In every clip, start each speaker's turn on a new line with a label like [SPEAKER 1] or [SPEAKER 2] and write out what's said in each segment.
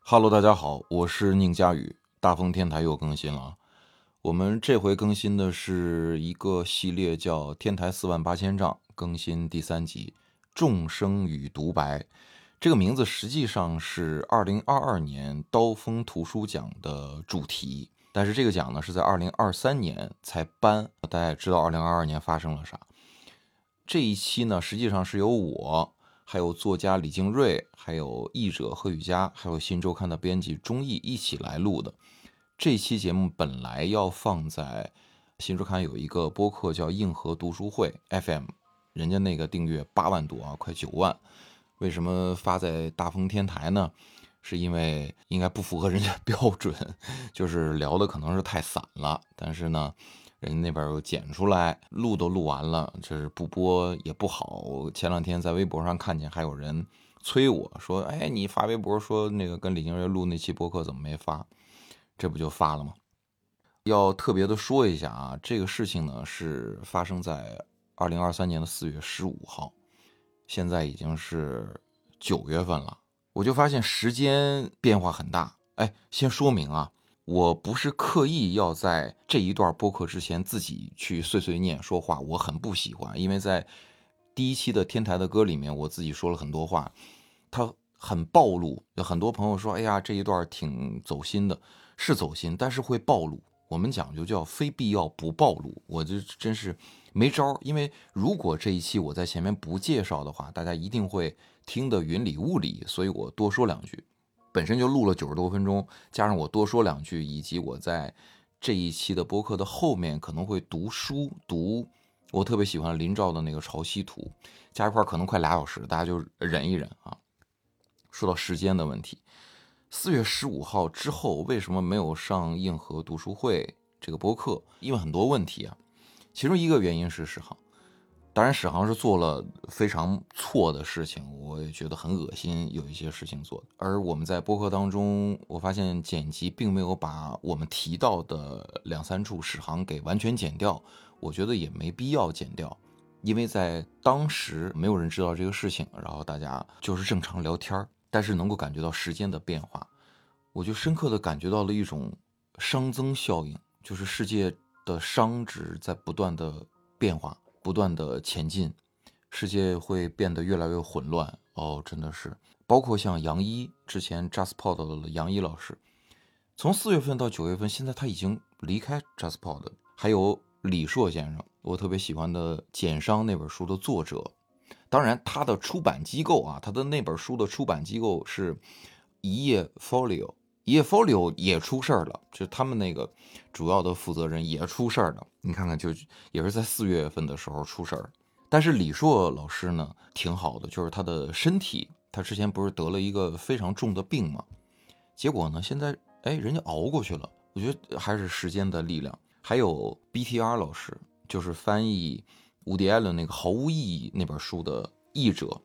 [SPEAKER 1] Hello，大家好，我是宁佳宇，大风天台又更新了啊。我们这回更新的是一个系列，叫《天台四万八千丈》，更新第三集《众生与独白》。这个名字实际上是二零二二年刀锋图书奖的主题，但是这个奖呢是在二零二三年才颁。大家也知道，二零二二年发生了啥？这一期呢，实际上是由我、还有作家李静瑞、还有译者贺雨佳、还有新周刊的编辑钟毅一起来录的。这期节目本来要放在新周刊有一个播客叫硬核读书会 FM，人家那个订阅八万多啊，快九万。为什么发在大风天台呢？是因为应该不符合人家标准， 就是聊的可能是太散了。但是呢，人家那边又剪出来，录都录完了，就是不播也不好。我前两天在微博上看见还有人催我说：“哎，你发微博说那个跟李静瑞录那期播客怎么没发？”这不就发了吗？要特别的说一下啊，这个事情呢是发生在二零二三年的四月十五号，现在已经是九月份了，我就发现时间变化很大。哎，先说明啊，我不是刻意要在这一段播客之前自己去碎碎念说话，我很不喜欢，因为在第一期的天台的歌里面，我自己说了很多话，它很暴露。有很多朋友说，哎呀，这一段挺走心的，是走心，但是会暴露。我们讲究叫非必要不暴露，我这真是没招儿。因为如果这一期我在前面不介绍的话，大家一定会听得云里雾里，所以我多说两句。本身就录了九十多分钟，加上我多说两句，以及我在这一期的播客的后面可能会读书读，我特别喜欢林兆的那个《潮汐图》，加一块儿可能快俩小时，大家就忍一忍啊。说到时间的问题，四月十五号之后为什么没有上硬核读书会这个播客？因为很多问题啊，其中一个原因是史航，当然史航是做了非常错的事情，我也觉得很恶心，有一些事情做的。而我们在播客当中，我发现剪辑并没有把我们提到的两三处史航给完全剪掉，我觉得也没必要剪掉。因为在当时没有人知道这个事情，然后大家就是正常聊天儿，但是能够感觉到时间的变化，我就深刻的感觉到了一种熵增效应，就是世界的熵值在不断的变化，不断的前进，世界会变得越来越混乱。哦，真的是，包括像杨一之前 JustPod 的杨一老师，从四月份到九月份，现在他已经离开 JustPod，了还有李硕先生，我特别喜欢的《简商》那本书的作者。当然，他的出版机构啊，他的那本书的出版机构是一页 Folio，一页 Folio 也出事儿了，就是他们那个主要的负责人也出事儿了。你看看就，也是在四月份的时候出事儿。但是李硕老师呢，挺好的，就是他的身体，他之前不是得了一个非常重的病嘛，结果呢，现在哎，人家熬过去了。我觉得还是时间的力量。还有 BTR 老师，就是翻译伍迪·艾伦那个《毫无意义》那本书的译者，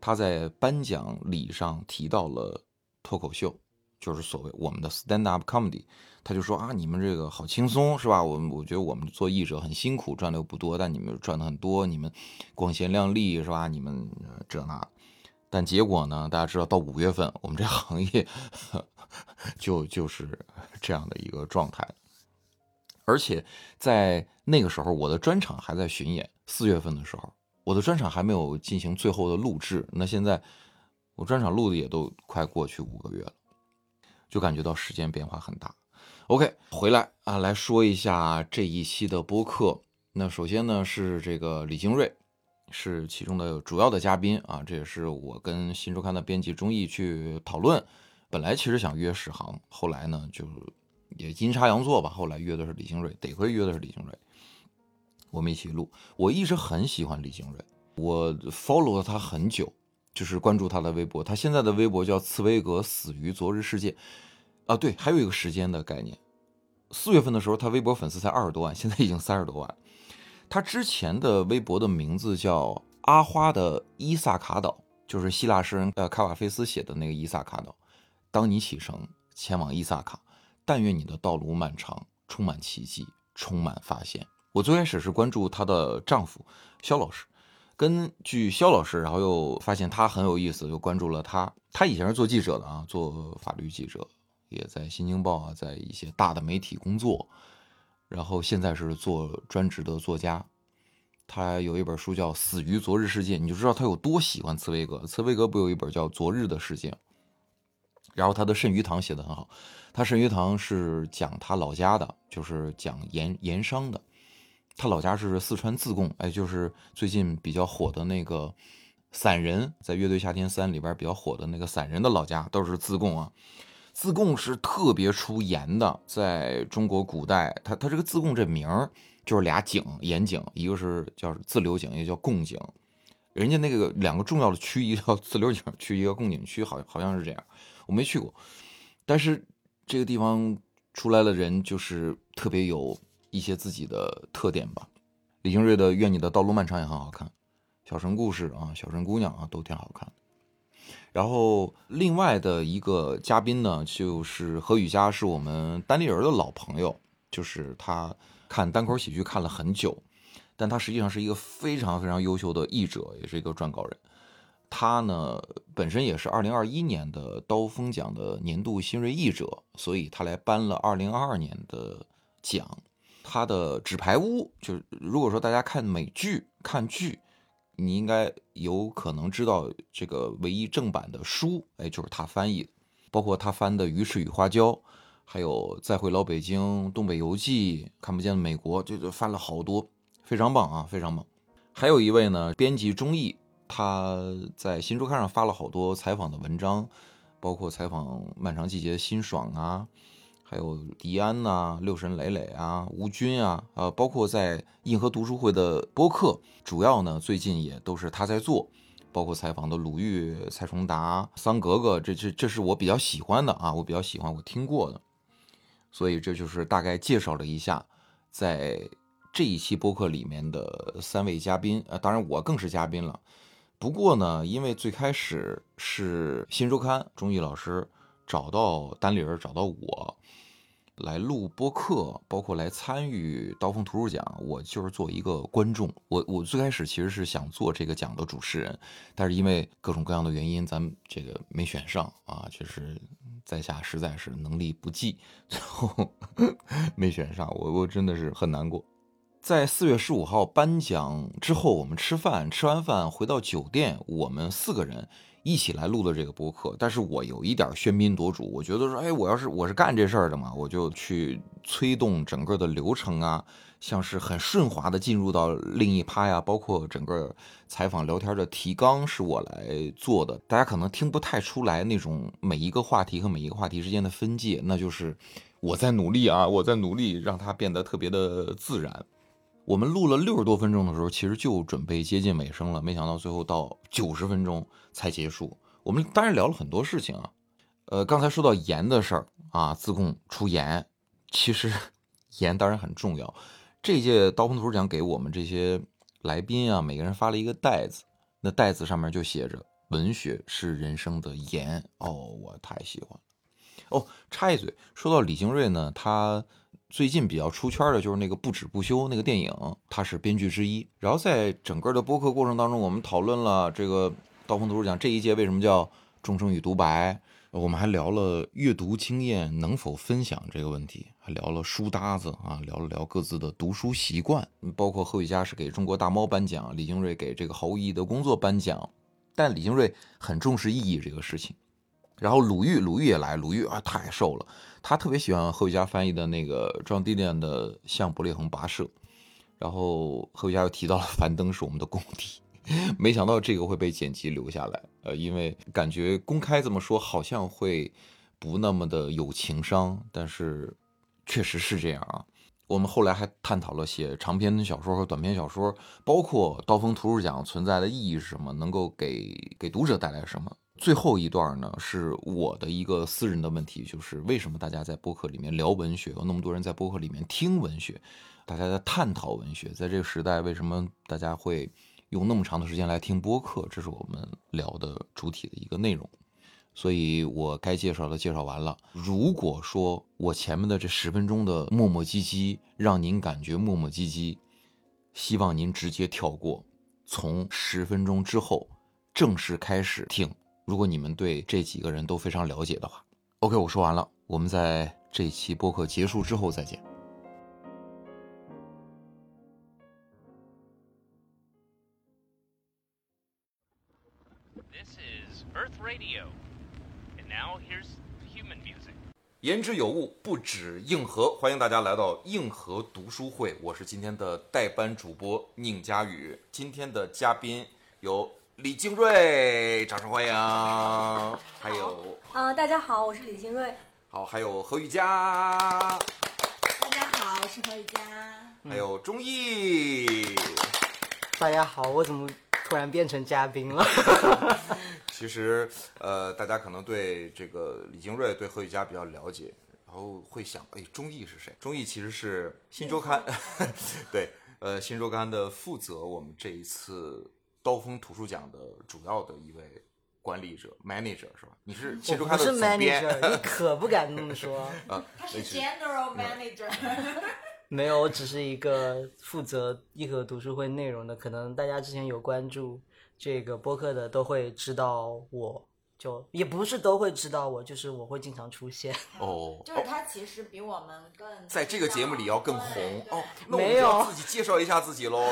[SPEAKER 1] 他在颁奖礼上提到了脱口秀，就是所谓我们的 stand up comedy。他就说啊，你们这个好轻松是吧？我们我觉得我们做译者很辛苦，赚的又不多，但你们赚的很多，你们光鲜亮丽是吧？你们呃这那。但结果呢？大家知道，到五月份，我们这行业 就就是这样的一个状态。而且在那个时候，我的专场还在巡演，四月份的时候，我的专场还没有进行最后的录制。那现在我专场录的也都快过去五个月了，就感觉到时间变化很大。OK，回来啊，来说一下这一期的播客。那首先呢是这个李金瑞，是其中的主要的嘉宾啊，这也是我跟新周刊的编辑钟毅去讨论。本来其实想约史航，后来呢就也阴差阳错吧，后来约的是李金瑞，得亏约的是李金瑞，我们一起录。我一直很喜欢李金瑞，我 follow 了他很久，就是关注他的微博。他现在的微博叫茨威格死于昨日世界啊，对，还有一个时间的概念。四月份的时候，他微博粉丝才二十多万，现在已经三十多万。他之前的微博的名字叫阿花的伊萨卡岛，就是希腊诗人呃卡瓦菲斯写的那个伊萨卡岛。当你启程前往伊萨卡，但愿你的道路漫长，充满奇迹，充满发现。我最开始是关注她的丈夫肖老师，根据肖老师，然后又发现他很有意思，又关注了他。他以前是做记者的啊，做法律记者，也在《新京报》啊，在一些大的媒体工作。然后现在是做专职的作家，他有一本书叫《死于昨日世界》，你就知道他有多喜欢茨威格。茨威格不有一本叫《昨日的世界》，然后他的《圣鱼堂》写的很好，他《圣鱼堂》是讲他老家的，就是讲盐盐商的。他老家是四川自贡，哎，就是最近比较火的那个散人，在《乐队夏天三》里边比较火的那个散人的老家都是自贡啊。自贡是特别出盐的，在中国古代，它它这个自贡这名儿就是俩井，盐井，一个是叫自流井，一个叫贡井。人家那个两个重要的区，一个叫自流井区，一个贡井区，好好像是这样，我没去过。但是这个地方出来的人就是特别有一些自己的特点吧。李星瑞的《愿你的道路漫长》也很好看，《小城故事》啊，《小城姑娘》啊，都挺好看的。然后另外的一个嘉宾呢，就是何雨佳，是我们单立人的老朋友，就是他看单口喜剧看了很久，但他实际上是一个非常非常优秀的译者，也是一个撰稿人。他呢本身也是二零二一年的刀锋奖的年度新锐译者，所以他来颁了二零二二年的奖。他的《纸牌屋》就是，如果说大家看美剧、看剧，你应该有可能知道这个唯一正版的书，哎，就是他翻译的，包括他翻的《鱼翅与花椒》，还有《再会老北京》《东北游记》《看不见的美国》，这就翻了好多，非常棒啊，非常棒。还有一位呢，编辑钟毅，他在《新周刊》上发了好多采访的文章，包括采访《漫长季节》的辛爽啊，还有迪安呐、六神磊磊啊、吴军啊，呃，包括在硬核读书会的播客，主要呢最近也都是他在做，包括采访的鲁豫、蔡崇达、桑格格，这这这是我比较喜欢的啊，我比较喜欢我听过的，所以这就是大概介绍了一下在这一期播客里面的三位嘉宾，呃，当然我更是嘉宾了。不过呢，因为最开始是《新周刊》钟毅老师找到单立人，找到我，来录播客，包括来参与刀锋图书奖，我就是做一个观众。我我最开始其实是想做这个奖的主持人，但是因为各种各样的原因，咱们这个没选上啊，就是在下实在是能力不济，最后 没选上，我我真的是很难过。在四月十五号颁奖之后，我们吃饭，吃完饭回到酒店，我们四个人一起来录的这个播客。但是我有一点喧宾夺主，我觉得说，哎，我要是我是干这事儿的嘛，我就去催动整个的流程啊，像是很顺滑的进入到另一趴呀，包括整个采访聊天的提纲是我来做的，大家可能听不太出来那种每一个话题和每一个话题之间的分界，那就是我在努力啊，我在努力让它变得特别的自然。我们录了六十多分钟的时候，其实就准备接近尾声了，没想到最后到九十分钟才结束。我们当然聊了很多事情啊，呃，刚才说到盐的事儿啊，自贡出盐，其实 盐当然很重要。这届刀锋图书奖给我们这些来宾啊，每个人发了一个袋子，那袋子上面就写着“文学是人生的盐”，哦，我太喜欢了。哦，插一嘴，说到李星瑞呢，他最近比较出圈的就是那个《不止不休》那个电影，他是编剧之一。然后在整个的播客过程当中，我们讨论了这个刀锋图书奖这一届为什么叫“众生与独白”，我们还聊了阅读经验能否分享这个问题，还聊了书搭子啊，聊了聊各自的读书习惯，包括贺雨佳是给中国大猫颁奖，李星瑞给这个毫无意义的工作颁奖，但李星瑞很重视意义这个事情。然后鲁豫，鲁豫也来，鲁豫啊太瘦了，他特别喜欢贺雨佳翻译的那个 John Dillion 的《向伯利恒跋涉》，然后贺雨佳又提到了樊登是我们的公敌， 没想到这个会被剪辑留下来，呃，因为感觉公开这么说好像会不那么的有情商，但是确实是这样啊。我们后来还探讨了写长篇小说和短篇小说，包括刀锋图书奖存在的意义是什么，能够给给读者带来什么。最后一段呢，是我的一个私人的问题，就是为什么大家在播客里面聊文学，有那么多人在播客里面听文学，大家在探讨文学，在这个时代，为什么大家会用那么长的时间来听播客？这是我们聊的主体的一个内容。所以我该介绍的介绍完了。如果说我前面的这十分钟的磨磨唧唧让您感觉磨磨唧唧，希望您直接跳过，从十分钟之后正式开始听。如果你们对这几个人都非常了解的话，OK，我说完了，我们在这一期播客结束之后再见。
[SPEAKER 2] This is Earth Radio. And now here's human music.
[SPEAKER 1] 言之有物，不止硬核。欢迎大家来到硬核读书会，我是今天的代班主播宁佳宇。今天的嘉宾有李静瑞，掌声欢迎。还有，
[SPEAKER 3] 啊、大家好，我是李金瑞。
[SPEAKER 1] 好，还有何雨佳，
[SPEAKER 3] 大家好，我是何雨佳。
[SPEAKER 1] 还有钟毅。
[SPEAKER 4] 大家好，我怎么突然变成嘉宾 了？
[SPEAKER 1] 其实，呃，大家可能对这个李金瑞、对何雨佳比较了解，然后会想，哎，钟毅是谁？钟毅其实是新周刊， 对，呃，新周刊的负责我们这一次刀锋图书奖的主要的一位管理者 manager 是吧？你是新周
[SPEAKER 4] 我
[SPEAKER 1] 刊
[SPEAKER 4] 不
[SPEAKER 1] 的
[SPEAKER 4] 是
[SPEAKER 1] 总编
[SPEAKER 4] manager，你可不敢这么说。
[SPEAKER 1] 啊？那是
[SPEAKER 3] General Manager，
[SPEAKER 4] 没有，我只是一个负责一和读书会内容的。可能大家之前有关注这个播客的，都会知道我。就也不是都会知道我，就是我会经常出现。
[SPEAKER 1] 哦。
[SPEAKER 5] 就是他其实比我们更
[SPEAKER 1] 在这个节目里要更红哦，那我们
[SPEAKER 4] 没
[SPEAKER 1] 就要
[SPEAKER 4] 有
[SPEAKER 1] 自己介绍一下自己喽。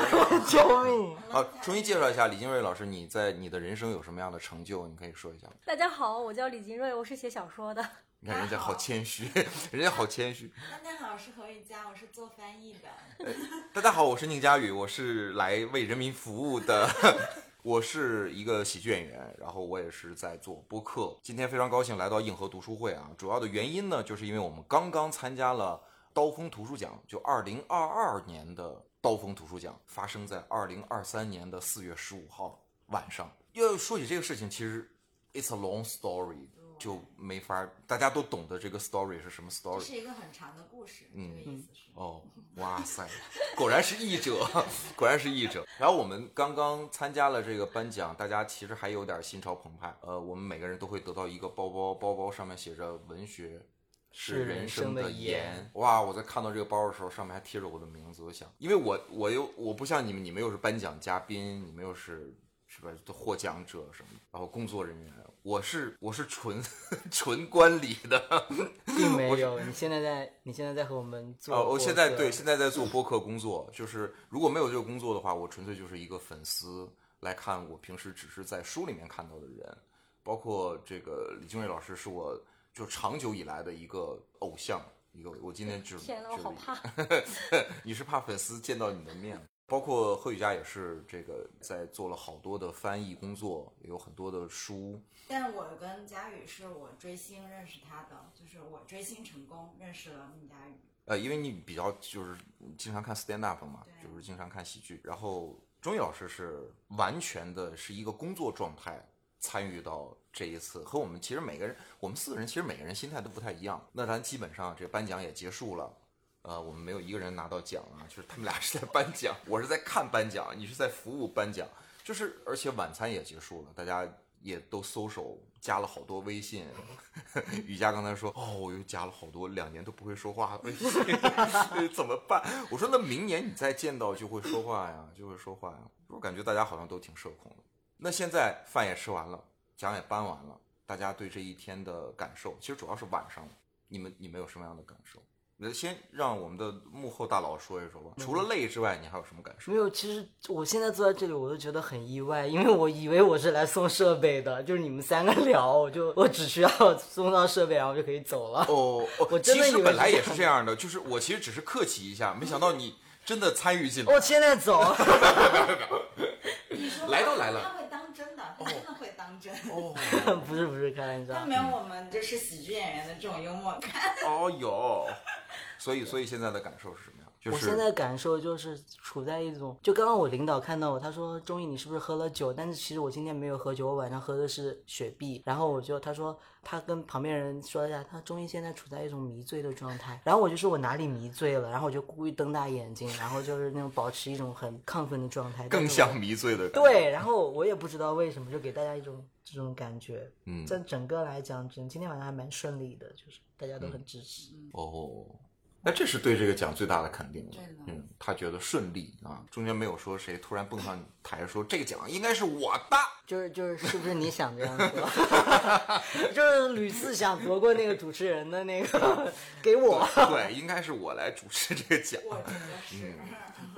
[SPEAKER 4] 救命！
[SPEAKER 1] 啊，重新介绍一下李金瑞老师，你在你的人生有什么样的成就？你可以说一下吗？
[SPEAKER 3] 大家好，我叫李金瑞，我是写小说的。
[SPEAKER 1] 你看人家好
[SPEAKER 5] 好
[SPEAKER 1] 谦虚， 人家好谦虚。
[SPEAKER 5] 大家好，我是何雨佳，我是做翻译的。
[SPEAKER 1] 大家好，我是宁佳宇，我是来为人民服务的， 我是一个喜剧演员，然后我也是在做播客。今天非常高兴来到硬核读书会啊，主要的原因呢，就是因为我们刚刚参加了刀锋图书奖，就二零二二年的刀锋图书奖，发生在二零二三年的四月十五号晚上。要说起这个事情，其实 it's a long story，就没法儿大家都懂得这个 story 是什么
[SPEAKER 5] 这
[SPEAKER 1] story。
[SPEAKER 5] 是一个很长的故事，
[SPEAKER 1] 哦嗯
[SPEAKER 5] 这个意思是。
[SPEAKER 1] 哦，哇塞，果然是译者， 果然是译者。然后我们刚刚参加了这个颁奖，大家其实还有点心潮澎湃。呃，我们每个人都会得到一个包包，包包上面写着“文学是
[SPEAKER 4] 是
[SPEAKER 1] 人
[SPEAKER 4] 人
[SPEAKER 1] 生
[SPEAKER 4] 生的
[SPEAKER 1] 的
[SPEAKER 4] 盐
[SPEAKER 1] 盐”。哇，我在看到这个包的时候，上面还贴着我的名字，我想，因为我我又我不像你们，你们又是颁奖嘉宾，你们又是。是吧？都获奖者什么的，然后工作人员，我是我是纯 纯观礼的，
[SPEAKER 4] 并没有，你现在在，你现在在和我们做
[SPEAKER 1] 哦，
[SPEAKER 4] 播客。
[SPEAKER 1] 我现在对现在在做播客工作，就是如果没有这个工作的话，我纯粹就是一个粉丝来看我平时只是在书里面看到的人，包括这个李金瑞老师是我就长久以来的一个偶像，一个我今天只
[SPEAKER 3] 天哪，我好怕！
[SPEAKER 1] 你是怕粉丝见到你的面，包括贺雨佳也是这个在做了好多的翻译工作，也有很多的书，
[SPEAKER 5] 但我跟佳宇是我追星认识他的，就是我追星成功认识了孟佳宇。
[SPEAKER 1] 呃，因为你比较就是经常看 stand up 嘛，
[SPEAKER 5] 对
[SPEAKER 1] 就是经常看喜剧。然后钟毅老师是完全的是一个工作状态参与到这一次，和我们其实每个人，我们四个人其实每个人心态都不太一样。那咱基本上这颁奖也结束了。呃，我们没有一个人拿到奖啊，就是他们俩是在颁奖，我是在看颁奖，你是在服务颁奖，就是而且晚餐也结束了，大家也都搜手加了好多微信。雨佳刚才说，哦，我又加了好多两年都不会说话的微信，怎么办？我说那明年你再见到就会说话呀，就会说话呀。我感觉大家好像都挺社恐的。那现在饭也吃完了，奖也颁完了，大家对这一天的感受，其实主要是晚上，你们你们有什么样的感受？那先让我们的幕后大佬说一说吧。除了累之外，你还有什么感受？
[SPEAKER 4] 没有，其实我现在坐在这里，我都觉得很意外，因为我以为我是来送设备的，就是你们三个聊，我就我只需要送到设备，然后就可以走了。
[SPEAKER 1] 哦哦，
[SPEAKER 4] 我真的
[SPEAKER 1] 其实
[SPEAKER 4] 以为
[SPEAKER 1] 本来
[SPEAKER 4] 是
[SPEAKER 1] 也是这样的，就是我其实只是客气一下，没想到你真的参与进来。
[SPEAKER 4] 我现在走，
[SPEAKER 5] 你说
[SPEAKER 1] 来都来了
[SPEAKER 5] 他会当真的，他真的会当真。
[SPEAKER 1] 哦，嗯
[SPEAKER 4] 不是不是，开玩笑
[SPEAKER 5] 他。没有我们就是喜剧演员的这种幽默感。
[SPEAKER 1] 哦哟，所以所以现在的感受是什么样？就
[SPEAKER 4] 我
[SPEAKER 1] 是
[SPEAKER 4] 现在感受就是处在一种，就刚刚我领导看到我，他说钟意你是不是喝了酒？但是其实我今天没有喝酒，我晚上喝的是雪碧。然后我就他说他跟旁边人说一下，他钟意现在处在一种迷醉的状态。然后我就说我哪里迷醉了？然后我就故意瞪大眼睛，然后就是那种保持一种很亢奋的状态，但
[SPEAKER 1] 更
[SPEAKER 4] 是我
[SPEAKER 1] 像迷醉的感觉。
[SPEAKER 4] 对，然后我也不知道为什么，就给大家一种这种感觉。
[SPEAKER 1] 嗯
[SPEAKER 4] 这整个来讲，整今天晚上还蛮顺利的，就是大家都很支持。
[SPEAKER 1] 哦，那这是对这个奖最大的肯定了
[SPEAKER 5] 对的。
[SPEAKER 1] 嗯，他觉得顺利啊，中间没有说谁突然蹦上台说这个奖应该是我的。
[SPEAKER 4] 就是就是，是不是你想这样说？ 就是屡次想夺过那个主持人的那个给我。
[SPEAKER 1] 对，应该是我来主持这个奖。嗯
[SPEAKER 5] 我觉得是，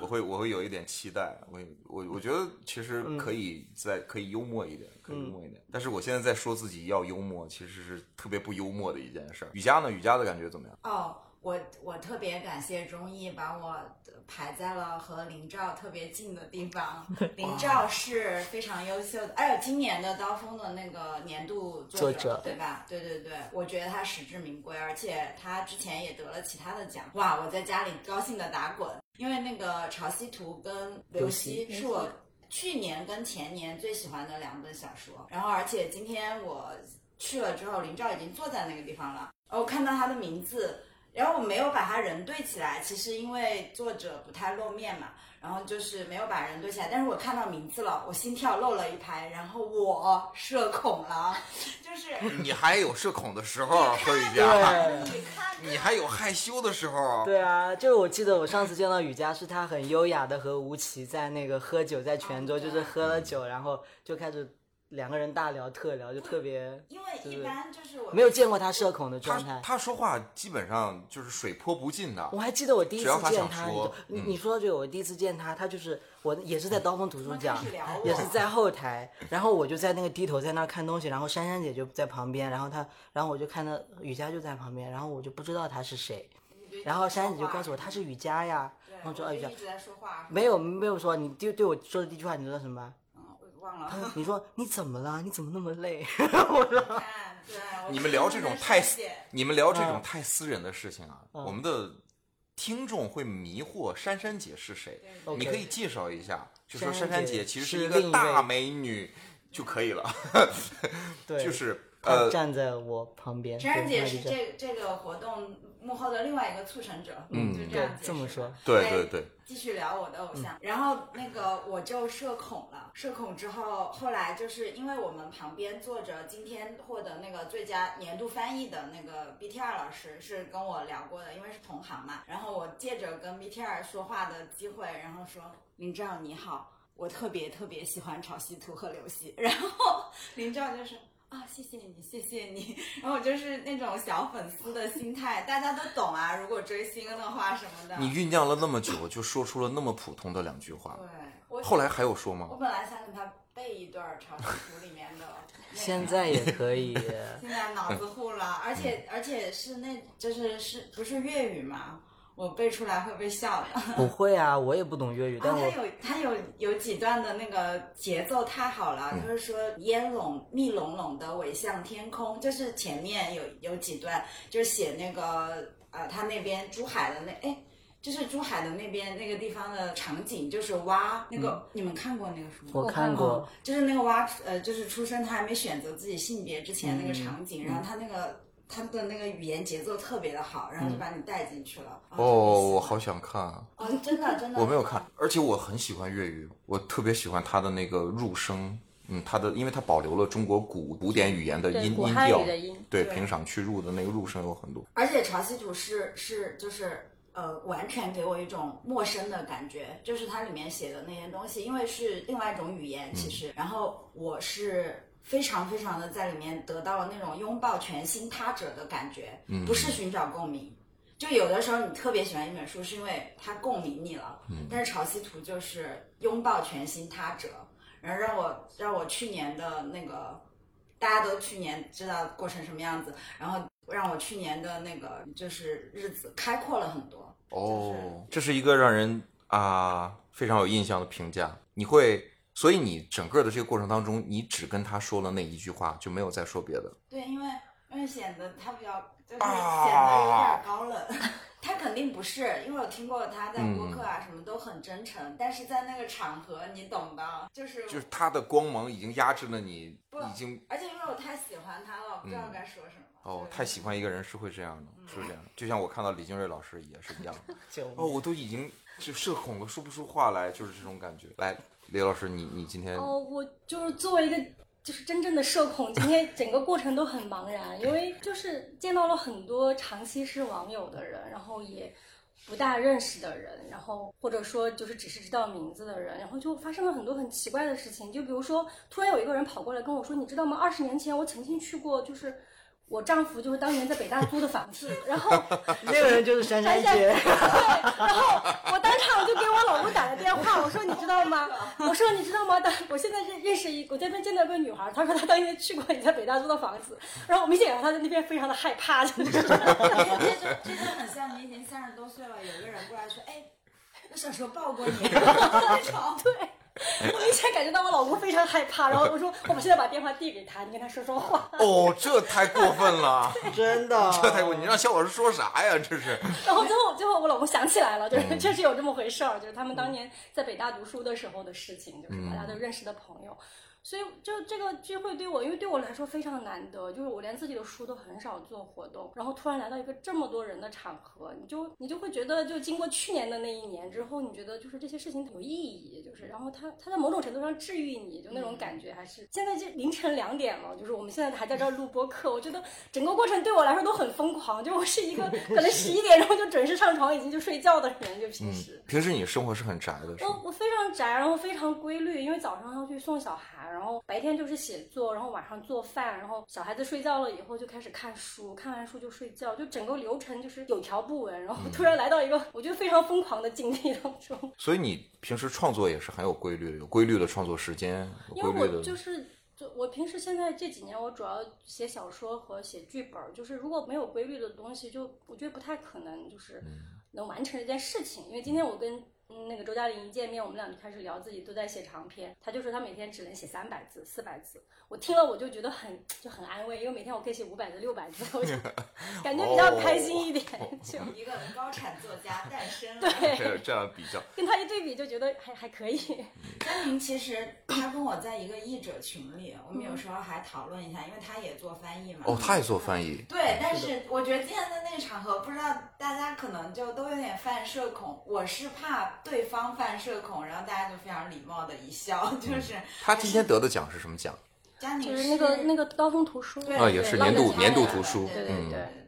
[SPEAKER 1] 我会我会有一点期待，我也我我觉得其实可以再可以幽默一点，可以幽默一点。但是我现在在说自己要幽默，其实是特别不幽默的一件事儿。雨佳呢？雨佳的感觉怎么样？
[SPEAKER 5] 哦，我我特别感谢中艺把我排在了和林兆特别近的地方。林兆是非常优秀的，哎呦，今年的刀锋的那个年度作
[SPEAKER 4] 作者
[SPEAKER 5] 对吧？对对对，我觉得他实至名归，而且他之前也得了其他的奖。哇，我在家里高兴的打滚，因为那个潮汐图跟刘希是我去年跟前年最喜欢的两本小说，然后而且今天我去了之后，林兆已经坐在那个地方了，然后看到他的名字，然后我没有把他人对起来，其实因为作者不太露面嘛，然后就是没有把人对起来，但是我看到名字了，我心跳漏了一拍，然后我社恐了， 就是
[SPEAKER 1] 你还有社恐的时候，何雨佳，啊
[SPEAKER 4] 对。
[SPEAKER 5] 你看
[SPEAKER 1] 你还有害羞的时候。
[SPEAKER 4] 对啊，就是我记得我上次见到雨佳，是她很优雅的和吴奇在那个喝酒，在泉州就是喝了酒，然后就开始两个人大聊特聊，就特别
[SPEAKER 5] 因为一般就是我
[SPEAKER 4] 没有见过她社恐的
[SPEAKER 1] 他
[SPEAKER 4] 状态。
[SPEAKER 1] 他说话基本上就是水泼不进的
[SPEAKER 4] 我，还记得我第一
[SPEAKER 1] 只要
[SPEAKER 4] 次
[SPEAKER 1] 他
[SPEAKER 4] 见
[SPEAKER 1] 想
[SPEAKER 4] 他，
[SPEAKER 1] 说
[SPEAKER 4] 你
[SPEAKER 1] 嗯
[SPEAKER 4] 你说到这个，我第一次见他，他就是我也是在刀锋图书奖
[SPEAKER 5] 他们开始聊，我
[SPEAKER 4] 也是在后台，然后我就在那个低头在那儿看东西，然后珊珊姐就在旁边，然后她，然后我就看到雨佳就在旁边，然后我就不知道她是谁，然后珊珊姐就告诉我她是雨佳呀，
[SPEAKER 5] 对
[SPEAKER 4] 然后我说
[SPEAKER 5] 我
[SPEAKER 4] 啊
[SPEAKER 5] 就
[SPEAKER 4] 雨佳
[SPEAKER 5] 一，直在说 话，
[SPEAKER 4] 没有没有说你对对我说的第一句话你知道什么？
[SPEAKER 5] 嗯我忘了。
[SPEAKER 4] 你说你怎么了？你怎么那么累？ 我说
[SPEAKER 5] 看，对，我
[SPEAKER 1] 你们聊这种太私
[SPEAKER 5] 谢，
[SPEAKER 1] 你们聊这种
[SPEAKER 4] 嗯
[SPEAKER 1] 太私人的事情啊，我们的听众会迷惑珊珊姐是谁。
[SPEAKER 4] OK
[SPEAKER 1] 你可以介绍一下，就说珊
[SPEAKER 4] 珊珊
[SPEAKER 1] 珊
[SPEAKER 4] 姐
[SPEAKER 1] 姐其实
[SPEAKER 4] 是
[SPEAKER 1] 一
[SPEAKER 4] 另
[SPEAKER 1] 个
[SPEAKER 4] 一
[SPEAKER 1] 大
[SPEAKER 4] 位
[SPEAKER 1] 美女就可以了，
[SPEAKER 4] 对，
[SPEAKER 1] 就是
[SPEAKER 4] 她
[SPEAKER 1] 呃，
[SPEAKER 4] 站在我旁边，
[SPEAKER 5] 珊珊
[SPEAKER 4] 对
[SPEAKER 5] 姐
[SPEAKER 4] 她
[SPEAKER 5] 是
[SPEAKER 4] 就这样
[SPEAKER 5] 这这个活动幕后的另外一个促成者，
[SPEAKER 1] 嗯
[SPEAKER 5] 就这样解释
[SPEAKER 4] 这么说。
[SPEAKER 1] 对
[SPEAKER 5] 哎
[SPEAKER 1] 对对，
[SPEAKER 5] 继续聊我的偶
[SPEAKER 1] 嗯
[SPEAKER 5] 像，然后那个我就社恐了，社恐之后，后来就是因为我们旁边坐着今天获得那个最佳年度翻译的那个 BTR 老师是跟我聊过的，因为是同行嘛，然后我借着跟 BTR 说话的机会，然后说林兆你好，我特别特别喜欢潮汐图和刘希， 然后林兆就说。啊、谢谢你，谢谢你。 然后我就是那种小粉丝的心态，大家都懂啊。如果追星的话什么的，
[SPEAKER 1] 你酝酿了那么久，就说出了那么普通的两句话
[SPEAKER 5] 对，，我
[SPEAKER 1] 后来还有说
[SPEAKER 5] 我
[SPEAKER 1] 吗？
[SPEAKER 5] 本来想给他背一段《潮汐图》里面的那个，
[SPEAKER 4] 现在嗯也可以。
[SPEAKER 5] 现在脑子糊了，而且而且是那就是是不是粤语嘛？我背出来会被笑的。
[SPEAKER 4] 不会啊，我也不懂粤语，但
[SPEAKER 5] 然后
[SPEAKER 4] 我、
[SPEAKER 5] 他有他有有几段的那个节奏太好了，
[SPEAKER 4] 嗯
[SPEAKER 5] 就是说烟笼密笼笼的尾向天空，就是前面有有几段就是写那个呃他那边珠海的那哎。就是珠海的那边那个地方的场景，就是蛙那个、你们看过那个书吗？
[SPEAKER 4] 嗯我看过
[SPEAKER 5] 哦，就是那个蛙，呃，就是出生他还没选择自己性别之前那个场景，然后他那个他的那个语言节奏特别的好，然后就把你带进去了。啊
[SPEAKER 1] 哦，我好想看啊，
[SPEAKER 5] 哦，真的真的，
[SPEAKER 1] 我没有看，而且我很喜欢粤语，我特别喜欢他的那个入声。嗯，他的，因为他保留了中国古古典语言的
[SPEAKER 3] 对
[SPEAKER 1] 音
[SPEAKER 3] 古
[SPEAKER 1] 音
[SPEAKER 3] 汉语
[SPEAKER 1] 调，
[SPEAKER 3] 的音
[SPEAKER 1] 对
[SPEAKER 5] 对
[SPEAKER 1] 平赏去入的那个入声有很多。
[SPEAKER 5] 而且潮汐主是是就是呃，完全给我一种陌生的感觉，就是它里面写的那些东西，因为是另外一种语言其实，然后我是。非常非常的在里面得到了那种拥抱全新他者的感觉，不是寻找共鸣。就有的时候你特别喜欢一本书，是因为它共鸣你了，但是《潮汐图》就是拥抱全新他者，然后让我让我去年的那个大家都去年知道过成什么样子，然后让我去年的那个就是日子开阔了很多。
[SPEAKER 1] 哦，这是一个让人啊非常有印象的评价。你会，所以你整个的这个过程当中，你只跟他说了那一句话，就没有再说别的。
[SPEAKER 5] 对，因为因为显得他比较就是显得有
[SPEAKER 1] 啊嗯
[SPEAKER 5] 点高冷，他肯定不是，因为我听过他在播客啊什么都很真诚，但是在那个场合你懂的，就是
[SPEAKER 1] 就是他的光芒已经压制了你，
[SPEAKER 5] 不
[SPEAKER 1] 已经
[SPEAKER 5] 而且因为我太喜欢他了，我不知道该说什么。
[SPEAKER 1] 哦，
[SPEAKER 5] 就是
[SPEAKER 1] 太 喜欢一个人是会这样的，是这样的。就像我看到李金瑞老师也是一样的，
[SPEAKER 4] 就
[SPEAKER 1] 哦，我都已经就社恐了，说不出话来，就是这种感觉。来，李老师，你你今天
[SPEAKER 3] 哦，我就是作为一个就是真正的社恐，今天整个过程都很茫然，因为就是见到了很多长期是网友的人，然后也不大认识的人，然后或者说就是只是知道名字的人，然后就发生了很多很奇怪的事情，就比如说突然有一个人跑过来跟我说，你知道吗？二十年前我曾经去过，就是。我丈夫就是当年在北大租的房子，然后
[SPEAKER 4] 那个人就是珊珊姐，
[SPEAKER 3] 然后我当场就给我老公打了电话，我说你知道吗？我说你知道吗？当我现在认认识一，我在那边见到一个女孩，她说她当年去过你在北大租的房子，然后我明显感觉她在那边非常的害怕，就是
[SPEAKER 5] 这 就这就很像你已经三十多岁了，有一个人过来说，哎，我小时候抱过 你， 那种。
[SPEAKER 3] 我明显感觉到我老公非常害怕，然后我说我现在把电话递给他，你跟他说说话，
[SPEAKER 1] 哦，这太过分了，
[SPEAKER 4] 真的，
[SPEAKER 1] 这太过，你让肖老师说啥呀？这是
[SPEAKER 3] 然后最后最后我老公想起来了，就是确实有这么回事儿，就是他们当年在北大读书的时候的事情，就是大家都认识的朋友。所以就这个聚会对我，因为对我来说非常难得，就是我连自己的书都很少做活动，然后突然来到一个这么多人的场合，你就你就会觉得，就经过去年的那一年之后，你觉得就是这些事情有意义，就是然后它它在某种程度上治愈你，就那种感觉还是。现在这凌晨两点了，就是我们现在还在这儿录播课，我觉得整个过程对我来说都很疯狂，就我是一个可能十一点然后就准时上床已经就睡觉的人，就平时。
[SPEAKER 1] 平时你生活是很宅的，是吗？
[SPEAKER 3] 我我非常宅，然后非常规律，因为早上要去送小孩，然后白天就是写作，然后晚上做饭，然后小孩子睡觉了以后就开始看书，看完书就睡觉，就整个流程就是有条不紊。然后
[SPEAKER 1] 嗯
[SPEAKER 3] 突然来到一个我觉得非常疯狂的境地当中，
[SPEAKER 1] 所以你平时创作也是很有规律的，有规律的创作时间，
[SPEAKER 3] 因
[SPEAKER 1] 有
[SPEAKER 3] 为
[SPEAKER 1] 规律
[SPEAKER 3] 我
[SPEAKER 1] 的。
[SPEAKER 3] 就是就我平时现在这几年，我主要写小说和写剧本儿，就是如果没有规律的东西，就我觉得不太可能就是
[SPEAKER 1] 嗯
[SPEAKER 3] 能完成这件事情。因为今天我跟嗯那个周嘉玲一见面，我们俩就开始聊自己都在写长篇，他就说他每天只能写三百字、四百字，我听了我就觉得很就很安慰，因为每天我可以写五百字、六百字，我就感觉比较开心一点，
[SPEAKER 1] 哦
[SPEAKER 3] 就
[SPEAKER 5] 一个高产作家诞生了。
[SPEAKER 1] 这
[SPEAKER 3] 对。
[SPEAKER 1] 这样比较，
[SPEAKER 3] 跟他一对比，就觉得还还可以。
[SPEAKER 5] 甘宁其实他跟我在一个译者群里，我
[SPEAKER 3] 嗯
[SPEAKER 5] 们有时候还讨论一下，因为他也做翻译嘛。
[SPEAKER 1] 哦，他也做翻译，
[SPEAKER 5] 对，但是我觉得今天在那个场合，不知道大家可能就都有点犯社恐。我是怕对方犯社恐，然后大家就非常礼貌的一笑，
[SPEAKER 1] 嗯
[SPEAKER 5] 就是
[SPEAKER 1] 他今天得的奖是什么奖？
[SPEAKER 5] 佳宁
[SPEAKER 3] 就是那个那
[SPEAKER 5] 个
[SPEAKER 3] 个高峰图书
[SPEAKER 5] 对
[SPEAKER 1] 啊也是
[SPEAKER 3] 浪
[SPEAKER 1] 年
[SPEAKER 3] 漫
[SPEAKER 1] 度
[SPEAKER 3] 小
[SPEAKER 1] 年度
[SPEAKER 3] 孩
[SPEAKER 1] 图书嗯
[SPEAKER 5] 对
[SPEAKER 3] 对
[SPEAKER 5] 对
[SPEAKER 3] 对
[SPEAKER 5] 对
[SPEAKER 3] 对。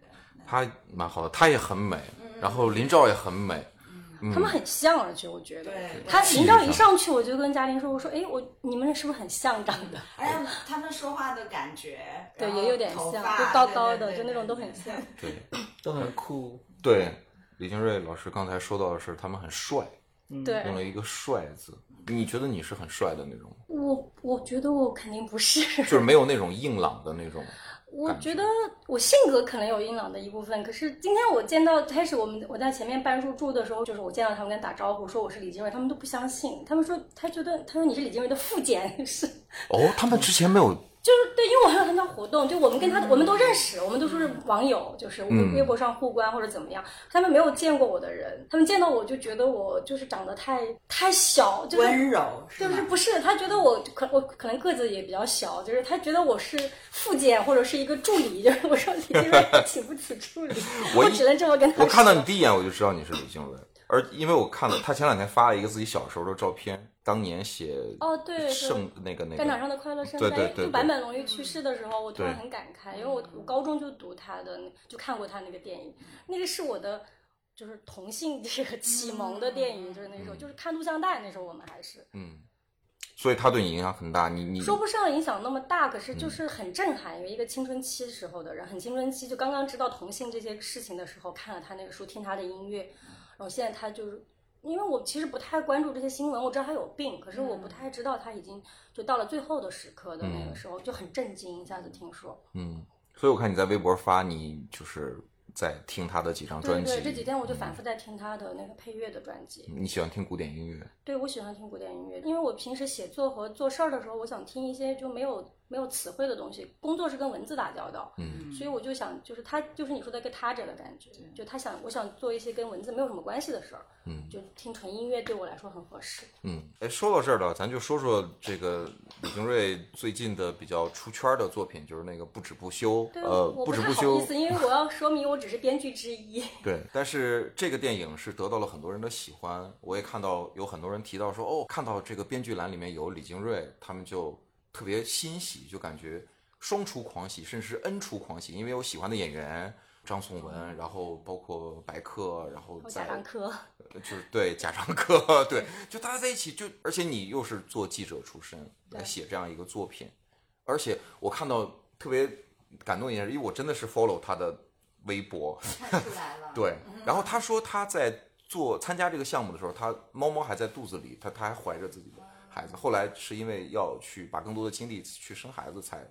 [SPEAKER 1] 她蛮好的，她也很美，然后林兆也很美，
[SPEAKER 3] 嗯
[SPEAKER 1] 嗯
[SPEAKER 3] 他们很像，而且我觉得
[SPEAKER 5] 对，
[SPEAKER 3] 他
[SPEAKER 5] 对
[SPEAKER 3] 林兆一上去，我就跟嘉玲说，我说，哎，我你们是不是很像长得？
[SPEAKER 5] 而且他们说话的感觉，
[SPEAKER 3] 对，
[SPEAKER 5] 然后
[SPEAKER 3] 也有点像，
[SPEAKER 5] 嗯头发
[SPEAKER 3] 就高高的，
[SPEAKER 5] 对对对嗯
[SPEAKER 3] 就那种都
[SPEAKER 5] 对
[SPEAKER 3] 很像。
[SPEAKER 1] 对
[SPEAKER 4] 都很酷，
[SPEAKER 1] 对。李金瑞老师刚才说到的是他们很帅，
[SPEAKER 3] 对
[SPEAKER 1] 用，了一个“帅”字，你觉得你是很帅的那种吗，
[SPEAKER 3] 我我觉得我肯定不是，
[SPEAKER 1] 就是没有那种硬朗的那种。
[SPEAKER 3] 我觉得我性格可能有硬朗的一部分，可是今天我见到开始我们我在前面办入住的时候，就是我见到他们跟打招呼说我是李金瑞，他们都不相信，他们说他觉得他说你是李金瑞的附件， 是。
[SPEAKER 1] 哦，他们之前没有
[SPEAKER 3] 就是对，因为我还有参加活动，就我们跟他，我们都认识，我们都是网友，就是微
[SPEAKER 1] 嗯
[SPEAKER 3] 微博上互关或者怎么样。他们没有见过我的人，他们见到我就觉得我就是长得太太小，就是
[SPEAKER 5] 温柔，
[SPEAKER 3] 就是是
[SPEAKER 5] 吗
[SPEAKER 3] 不是他觉得我可我可能个子也比较小，就是他觉得我是副件或者是一个助理，就是我说李金瑞 请不起助理，
[SPEAKER 1] 我
[SPEAKER 3] 我
[SPEAKER 1] 一
[SPEAKER 3] 只能这么跟他说。
[SPEAKER 1] 我看到你第一眼我就知道你是李静瑞，而因为我看了他前两天发了一个自己小时候的照片，当年写
[SPEAKER 3] 哦对对
[SPEAKER 1] 圣那个那
[SPEAKER 3] 战场上
[SPEAKER 1] 个
[SPEAKER 3] 的快乐圣
[SPEAKER 1] 对对
[SPEAKER 3] 诞，因为
[SPEAKER 1] 对
[SPEAKER 3] 就坂
[SPEAKER 1] 对
[SPEAKER 3] 本龙一去世的时候，我突然很感慨，因为我我高中就读他的那，就看过他那个电影，那个是我的就是同性这个 启蒙的电影，就是那时候就是看录像带，那时候我们还是
[SPEAKER 1] 嗯，所以他对你影响很大。你你
[SPEAKER 3] 说不上影响那么大，可
[SPEAKER 1] 嗯
[SPEAKER 3] 是就是很震撼，因为一个青春期时候的人，很青春期就刚刚知道同性这些事情的时候，看了他那个书，听他的音乐，
[SPEAKER 1] 嗯
[SPEAKER 3] 然后现在他就是。因为我其实不太关注这些新闻，我知道他有病，可是我
[SPEAKER 1] 嗯
[SPEAKER 3] 不太知道他已经就到了最后的时刻的那个时候，就很震惊，一下子听说。
[SPEAKER 1] 嗯，所以我看你在微博发你就是在听他的几张
[SPEAKER 3] 对
[SPEAKER 1] 专辑，嗯
[SPEAKER 3] 对，这几天我就反复在听他的那个配乐的专辑。
[SPEAKER 1] 你喜欢听古典音乐，
[SPEAKER 3] 对，我喜欢听古典音乐，因为我平时写作和做事儿的时候，我想听一些就没有没没有词汇的东西，工作是跟文字打交道，
[SPEAKER 6] 嗯
[SPEAKER 3] 所以我就想，就是他就是你说的一个他者的感觉，就他想我想做一些跟文字没有什么关系的事儿，
[SPEAKER 6] 嗯
[SPEAKER 3] 就听纯音乐对我来说很合适。
[SPEAKER 6] 嗯
[SPEAKER 1] 哎，说到这儿了，咱就说说这个李金瑞最近的比较出圈的作品，就是那个不止不休，
[SPEAKER 3] 对，
[SPEAKER 1] 呃，
[SPEAKER 3] 我
[SPEAKER 1] 不止
[SPEAKER 3] 太
[SPEAKER 1] 不
[SPEAKER 3] 好
[SPEAKER 1] 休
[SPEAKER 3] 意，思，因为我要说明我只是编剧之一。
[SPEAKER 1] 对，但是这个电影是得到了很多人的喜欢，我也看到有很多人提到说，哦，看到这个编剧栏里面有李金瑞，他们就特别欣喜，就感觉双出狂喜，甚至是 N 出狂喜，因为有喜欢的演员张颂文，然后包括白客，然后
[SPEAKER 3] 我
[SPEAKER 1] 再
[SPEAKER 3] 贾樟柯，
[SPEAKER 1] 就是对贾樟柯，对，就大家在一起就，而且你又是做记者出身
[SPEAKER 3] 对
[SPEAKER 1] 来写这样一个作品，而且我看到特别感动一件事，因为我真的是 follow 他的微博，
[SPEAKER 5] 看出来了。
[SPEAKER 1] 对，
[SPEAKER 3] 嗯
[SPEAKER 1] 然后他说他在做参加这个项目的时候，他猫猫还在肚子里，他他还怀着自己的孩子，后来是因为要去把更多的精力去生孩子才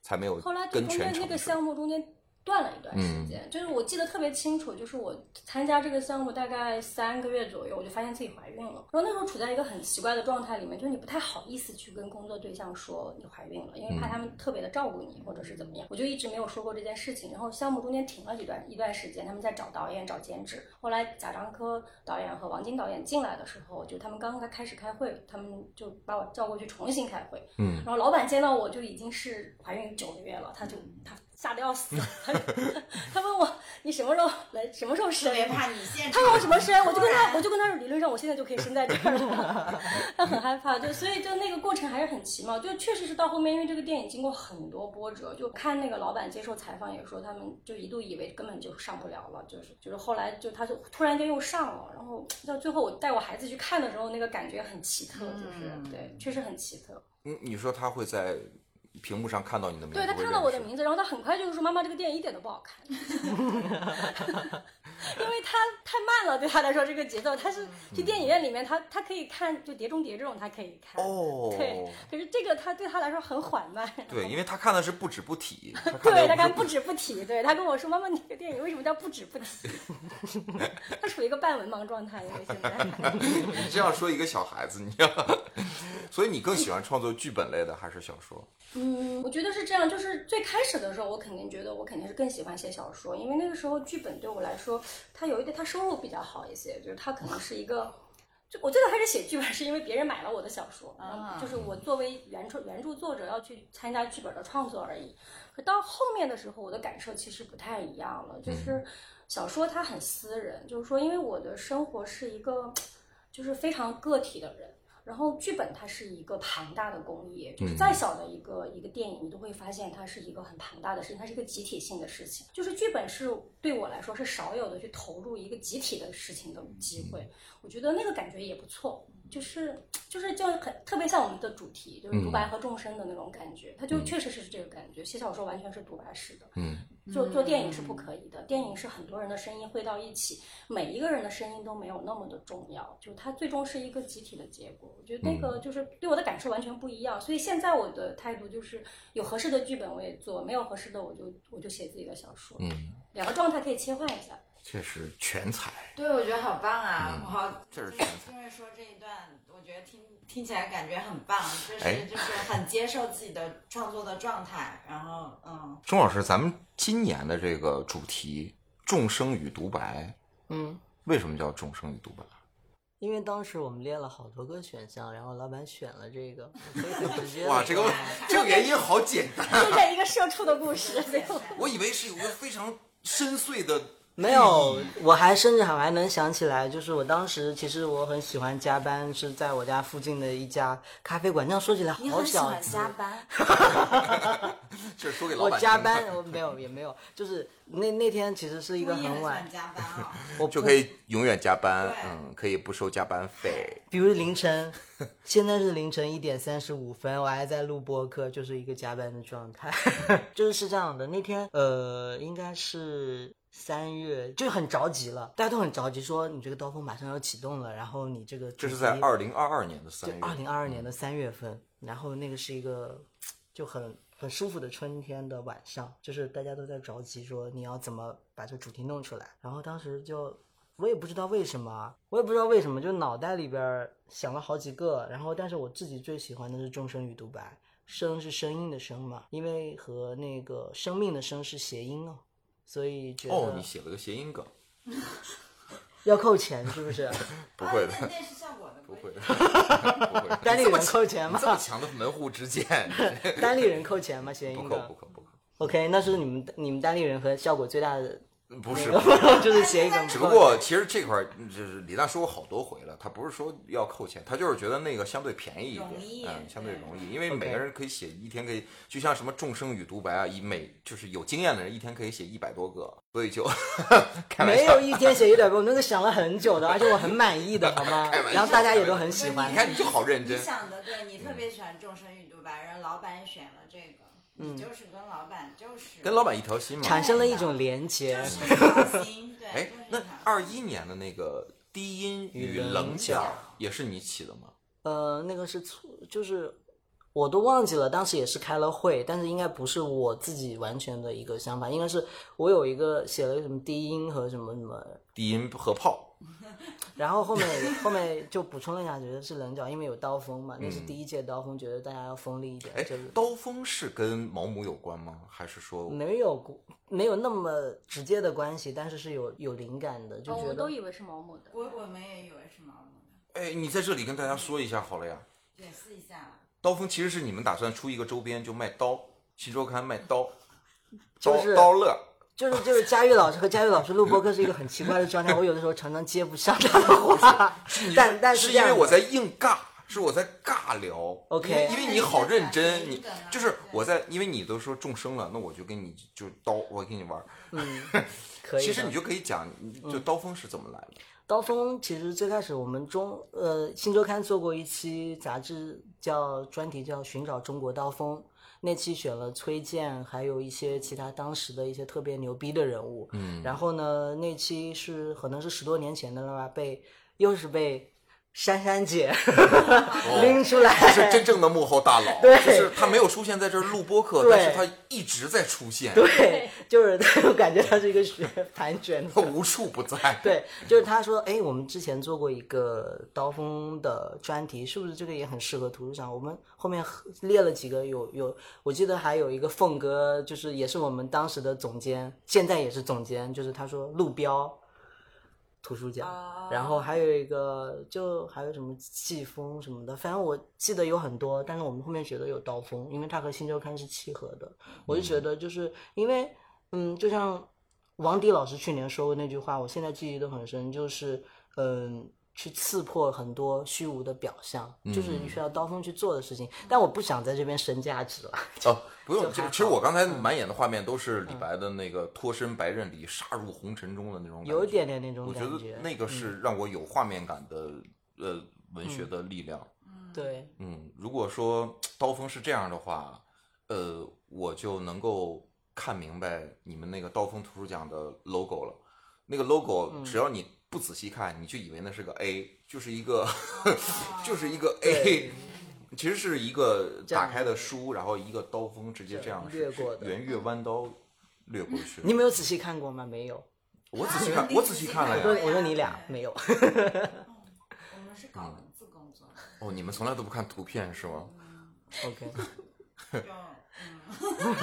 [SPEAKER 1] 才没有
[SPEAKER 3] 后来就
[SPEAKER 1] 跟
[SPEAKER 3] 中
[SPEAKER 1] 全
[SPEAKER 3] 间
[SPEAKER 1] 程
[SPEAKER 3] 那个
[SPEAKER 1] 是吧
[SPEAKER 3] 项目中间断了一段时间，就是我记得特别清楚，就是我参加这个项目大概三个月左右，我就发现自己怀孕了。然后那时候处在一个很奇怪的状态里面，就是你不太好意思去跟工作对象说你怀孕了，因为怕他们特别的照顾你或者是怎么样。我就一直没有说过这件事情。然后项目中间停了几段一段时间，他们在找导演找监制。后来贾樟柯导演和王晶导演进来的时候，就他们刚刚开始开会，他们就把我叫过去重新开会。然后老板见到我就已经是怀孕九个月了，他就他吓得要死，他就 他问我你什么时候来，什么时候
[SPEAKER 5] 特
[SPEAKER 3] 生？
[SPEAKER 5] 别怕你现场。
[SPEAKER 3] 他要什么生，我就跟
[SPEAKER 5] 突然
[SPEAKER 3] 他，我就跟他说，理论上我现在就可以生在这儿了， 他很害怕，就所以就那个过程还是很奇妙，就确实是到后面，因为这个电影经过很多波折，就看那个老板接受采访也说，他们就一度以为根本就上不了了，就是就是后来就他就突然间又上了，然后到最后我带我孩子去看的时候，那个感觉很奇特，就是、
[SPEAKER 5] 嗯
[SPEAKER 3] 对，确实很奇特。
[SPEAKER 1] 嗯，你说他会在屏幕上看到你的名字，
[SPEAKER 3] 对他
[SPEAKER 1] 会
[SPEAKER 3] 看到我的
[SPEAKER 1] 认识
[SPEAKER 3] 名字，然后他很快就是说：“妈妈，这个电影一点都不好看。” 因为他太慢了，对他来说这个节奏，他是去电影院里面，他他可以看就《碟中谍》这种，他可以看。
[SPEAKER 1] 哦，
[SPEAKER 3] 对，可是这个他对他来说很缓慢。
[SPEAKER 4] 嗯
[SPEAKER 1] 对，因为他看的是不止不提，他看
[SPEAKER 3] 对
[SPEAKER 1] 的
[SPEAKER 3] 他
[SPEAKER 1] 是
[SPEAKER 3] 看不止不提，对他跟我说：“妈妈，你这个电影为什么叫不止不提？” 他处于一个半文盲状态，因为现 在
[SPEAKER 1] 你这样说一个小孩子，你知道吗？ 所以你更喜欢创作剧本类的还是小说？
[SPEAKER 3] 嗯，我觉得是这样，就是最开始的时候，我肯定觉得我肯定是更喜欢写小说，因为那个时候剧本对我来说，它有一点，它收入比较好一些，就是它可能是一个，就我最早开始写剧本是因为别人买了我的小说，然后就是我作为原创原著作者要去参加剧本的创作而已。可到后面的时候，我的感受其实不太一样了，就是小说它很私人，就是说，因为我的生活是一个，就是非常个体的人。然后剧本它是一个庞大的工业，就是再小的一个、一个电影，你都会发现它是一个很庞大的事情，它是一个集体性的事情。就是剧本是对我来说是少有的去投入一个集体的事情的机会，我觉得那个感觉也不错，就是就是就很特别像我们的主题，就是独
[SPEAKER 6] 嗯
[SPEAKER 3] 白和众生的那种感觉，它就确实是这个感觉。写小说完全是独白式的，
[SPEAKER 6] 嗯，
[SPEAKER 3] 做做电影是不可以的，电影是很多人的声音汇到一起，每一个人的声音都没有那么的重要，就它最终是一个集体的结果。我觉得那
[SPEAKER 6] 嗯
[SPEAKER 3] 个就是对我的感受完全不一样，所以现在我的态度就是有合适的剧本我也做，没有合适的我就我就写自己的小说，
[SPEAKER 6] 嗯，
[SPEAKER 3] 两个状态可以切换一下。
[SPEAKER 1] 这是全才，
[SPEAKER 5] 对，我觉得好棒
[SPEAKER 1] 嗯
[SPEAKER 5] 啊！我好，
[SPEAKER 1] 这是
[SPEAKER 5] 就
[SPEAKER 1] 全才
[SPEAKER 5] 因为说这一段，我觉得听听起来感觉很棒，就是、
[SPEAKER 1] 哎
[SPEAKER 5] 就是很接受自己的创作的状态，然后嗯，
[SPEAKER 1] 钟老师，咱们今年的这个主题“众生与独白
[SPEAKER 4] 嗯，”，
[SPEAKER 1] 为什么叫“众生与独白
[SPEAKER 4] 因为当时我们列了好多个选项，然后老板选了这个，所以很直接地说。
[SPEAKER 1] 哇，这个这个原因好简单，啊
[SPEAKER 3] 就这一个社畜的故事，最后
[SPEAKER 1] 我以为是有个非常深邃的。
[SPEAKER 4] 没有，我还甚至还还能想起来，就是我当时其实我很喜欢加班，是在我家附近的一家咖啡馆。这样说起来
[SPEAKER 5] 你
[SPEAKER 4] 好
[SPEAKER 5] 很喜
[SPEAKER 4] 小
[SPEAKER 5] 欢
[SPEAKER 4] 资
[SPEAKER 5] 加 班，
[SPEAKER 1] 这是说给老
[SPEAKER 4] 我
[SPEAKER 1] 板听的
[SPEAKER 4] 加 班，我没有也没有，就是那那天其实是一
[SPEAKER 5] 你
[SPEAKER 4] 个
[SPEAKER 5] 也
[SPEAKER 4] 很
[SPEAKER 5] 很喜
[SPEAKER 4] 晚
[SPEAKER 5] 欢，加班啊、
[SPEAKER 4] 我
[SPEAKER 1] 就
[SPEAKER 4] 不
[SPEAKER 1] 可以永远加班
[SPEAKER 5] 对，
[SPEAKER 1] 嗯，可以不收加班费。
[SPEAKER 4] 比如凌晨，现在是凌晨一点三十五分，我还在录播客，就是一个加班的 状态。就是是这样的，那天呃，应该是三月，就很着急了，大家都很着急，说你这个刀锋马上要启动了，然后你这个
[SPEAKER 1] 这
[SPEAKER 4] 主
[SPEAKER 1] 是在
[SPEAKER 4] 题
[SPEAKER 1] 二零二二年的三
[SPEAKER 4] 就
[SPEAKER 1] 月，嗯
[SPEAKER 4] 二零二二年的三月份，然后那个是一个就很很舒服的春天的晚上，就是大家都在着急说你要怎么把这个主题弄出来，然后当时就我也不知道为什么啊，我也不知道为什么，就脑袋里边儿想了好几个，然后但是我自己最喜欢的是《众生与独白》，声是声音的声嘛，因为和那个生命的生是谐音哦，所以觉
[SPEAKER 1] 哦，
[SPEAKER 4] 得
[SPEAKER 1] 你写了个谐音梗，
[SPEAKER 4] 要扣钱是不 是？
[SPEAKER 1] 不会
[SPEAKER 5] 啊那
[SPEAKER 1] 的，
[SPEAKER 5] 电视效果的
[SPEAKER 1] 不
[SPEAKER 5] 不
[SPEAKER 1] 会的，不会的。
[SPEAKER 4] 单立
[SPEAKER 1] 你这么
[SPEAKER 4] 人扣钱
[SPEAKER 1] 你
[SPEAKER 4] 吗
[SPEAKER 1] 这？么强的门户之见，
[SPEAKER 4] 单立人扣钱吗？谐
[SPEAKER 1] 不扣
[SPEAKER 4] 音
[SPEAKER 1] 不
[SPEAKER 4] 的。
[SPEAKER 1] 扣不扣，
[SPEAKER 4] OK，那是你们你们单立人和效果最大的，
[SPEAKER 1] 不是。
[SPEAKER 4] 就是谐音梗。
[SPEAKER 1] 只不过其实这块儿就是李诞说过好多回了，他不是说要扣钱，他就是觉得那个相对便宜一
[SPEAKER 5] 容易一
[SPEAKER 1] 点，
[SPEAKER 5] 点
[SPEAKER 1] 嗯，相对
[SPEAKER 5] 对
[SPEAKER 1] 容易，因为
[SPEAKER 4] OK
[SPEAKER 1] 每个人可以写一天可以，就像什么众生与独白啊，一每就是有经验的人一天可以写一百多个，所以就 开玩
[SPEAKER 4] 没
[SPEAKER 1] 笑。
[SPEAKER 4] 有一天写一百个，我那个想了很久的，而且我很满意的，好吗？然后大家也都很喜欢
[SPEAKER 1] 你。看你就好认
[SPEAKER 5] 你
[SPEAKER 1] 真，嗯
[SPEAKER 5] 想的对，你特别喜欢众生与独白，然后老板也选了这个，
[SPEAKER 3] 嗯
[SPEAKER 5] 你就是跟老板就是
[SPEAKER 1] 跟老板一条心嘛。
[SPEAKER 4] 产生了一种连
[SPEAKER 5] 就
[SPEAKER 4] 结，
[SPEAKER 5] 是一条心，对，
[SPEAKER 1] 哎
[SPEAKER 5] 就是一，条
[SPEAKER 1] 那二一年的那个低音与棱角也是你起的吗？
[SPEAKER 4] 呃，那个是错，就是我都忘记了，当时也是开了会，但是应该不是我自己完全的一个想法，应该是我有一个写了什么低音和什么什么，
[SPEAKER 1] 低音和炮，
[SPEAKER 4] 然后后面后面就补充了一下，觉得是棱角，因为有刀锋嘛，那是第一届刀锋，觉得大家要锋利一点，
[SPEAKER 1] 嗯哎
[SPEAKER 4] 就是，
[SPEAKER 1] 刀锋是跟毛姆有关吗？还是说
[SPEAKER 4] 没有过没有那么直接的关系，但是是有有灵感的，就
[SPEAKER 3] 哦，
[SPEAKER 4] 觉
[SPEAKER 3] 我
[SPEAKER 4] 得
[SPEAKER 3] 都以为是毛姆的。
[SPEAKER 5] 我我们也以为是毛姆的，
[SPEAKER 1] 哎，你在这里跟大家说一下好了呀。
[SPEAKER 5] 解释一下吧。
[SPEAKER 1] 刀锋其实是你们打算出一个周边，就卖刀，《新周刊》卖刀，刀、
[SPEAKER 4] 就是
[SPEAKER 1] 刀 乐。
[SPEAKER 4] 就是就是佳玉老师和佳玉老师录播客是一个很奇怪的状态，我有的时候常常接不上他的话， 但但
[SPEAKER 1] 是
[SPEAKER 4] 这
[SPEAKER 1] 因
[SPEAKER 4] 样
[SPEAKER 1] 为
[SPEAKER 4] 的
[SPEAKER 1] 我在硬尬，是我在尬聊。
[SPEAKER 4] OK
[SPEAKER 1] 因为因为你好认真，你
[SPEAKER 5] 对
[SPEAKER 1] 就是我在，因为你都说众生了，那我就跟你就刀，我跟你玩儿。
[SPEAKER 4] 可以的。嗯
[SPEAKER 1] 其实你就可以讲，你就刀锋是怎么来的。
[SPEAKER 4] 刀锋其实最开始我们中呃《新周刊》做过一期杂志叫专题叫《寻找中国刀锋》，那期选了崔健，还有一些其他当时的一些特别牛逼的人物。嗯，然后呢，那期是可能是十多年前的了吧，被又是被珊珊姐 拎出来，
[SPEAKER 1] 他哦是真正的幕后大佬，
[SPEAKER 4] 对
[SPEAKER 1] 就是他没有出现在这儿录播客，
[SPEAKER 4] 对
[SPEAKER 1] 但是他一直在出现，
[SPEAKER 4] 对，就是 我感觉她是一个学盘旋
[SPEAKER 1] 他
[SPEAKER 4] 的
[SPEAKER 1] 无处不在。
[SPEAKER 4] 对，就是他说，哎，我们之前做过一个刀锋的专题，是不是这个也很适合图书展？我们后面列了几个，有有，我记得还有一个凤哥，就是也是我们当时的总监，现在也是总监，就是他说路标图书奖，然后还有一个就还有什么季风什么的，反正我记得有很多，但是我们后面觉得有刀锋，因为它和新周刊是契合的，我
[SPEAKER 1] 嗯
[SPEAKER 4] 就觉得就是因为嗯，就像。王迪老师去年说过那句话，我现在记忆都很深，就是嗯，去刺破很多虚无的表象，就是
[SPEAKER 1] 嗯
[SPEAKER 4] 你需要刀锋去做的事情。但我不想在这边升价值了，
[SPEAKER 1] 哦，不用，
[SPEAKER 4] 就
[SPEAKER 1] 其实
[SPEAKER 4] 还好嗯
[SPEAKER 1] 其实我刚才满眼的画面都是李白的那个脱身白刃里杀入红尘中的那种感觉，
[SPEAKER 4] 有一点点那种
[SPEAKER 1] 我觉
[SPEAKER 4] 感嗯
[SPEAKER 1] 得那个是让我有画面感的，呃，文学的力量。
[SPEAKER 4] 对，
[SPEAKER 1] 嗯，如果说刀锋是这样的话，呃，我就能够看明白你们那个刀锋图书奖的 logo 了。那个 logo，只
[SPEAKER 4] 嗯
[SPEAKER 1] 要你不仔细看，你就以为那是个 A，就是一个，就是一个 A，
[SPEAKER 4] 啊对
[SPEAKER 1] 其实是一个
[SPEAKER 4] 这样
[SPEAKER 1] 打开的书，然后一个刀锋直接这样
[SPEAKER 4] 略过的嗯
[SPEAKER 1] 圆月弯刀掠过去。
[SPEAKER 4] 你没有仔细看过吗？没有，
[SPEAKER 1] 我仔细看，我仔细看
[SPEAKER 4] 我
[SPEAKER 1] 了
[SPEAKER 4] 说
[SPEAKER 1] 呀。
[SPEAKER 5] 对啊
[SPEAKER 4] 我说你俩 没有，
[SPEAKER 5] 我们是
[SPEAKER 1] 嗯
[SPEAKER 5] 搞文字工作 的，
[SPEAKER 1] 哦，你们从来都不看图片是吗？
[SPEAKER 4] ，OK，
[SPEAKER 5] 就嗯，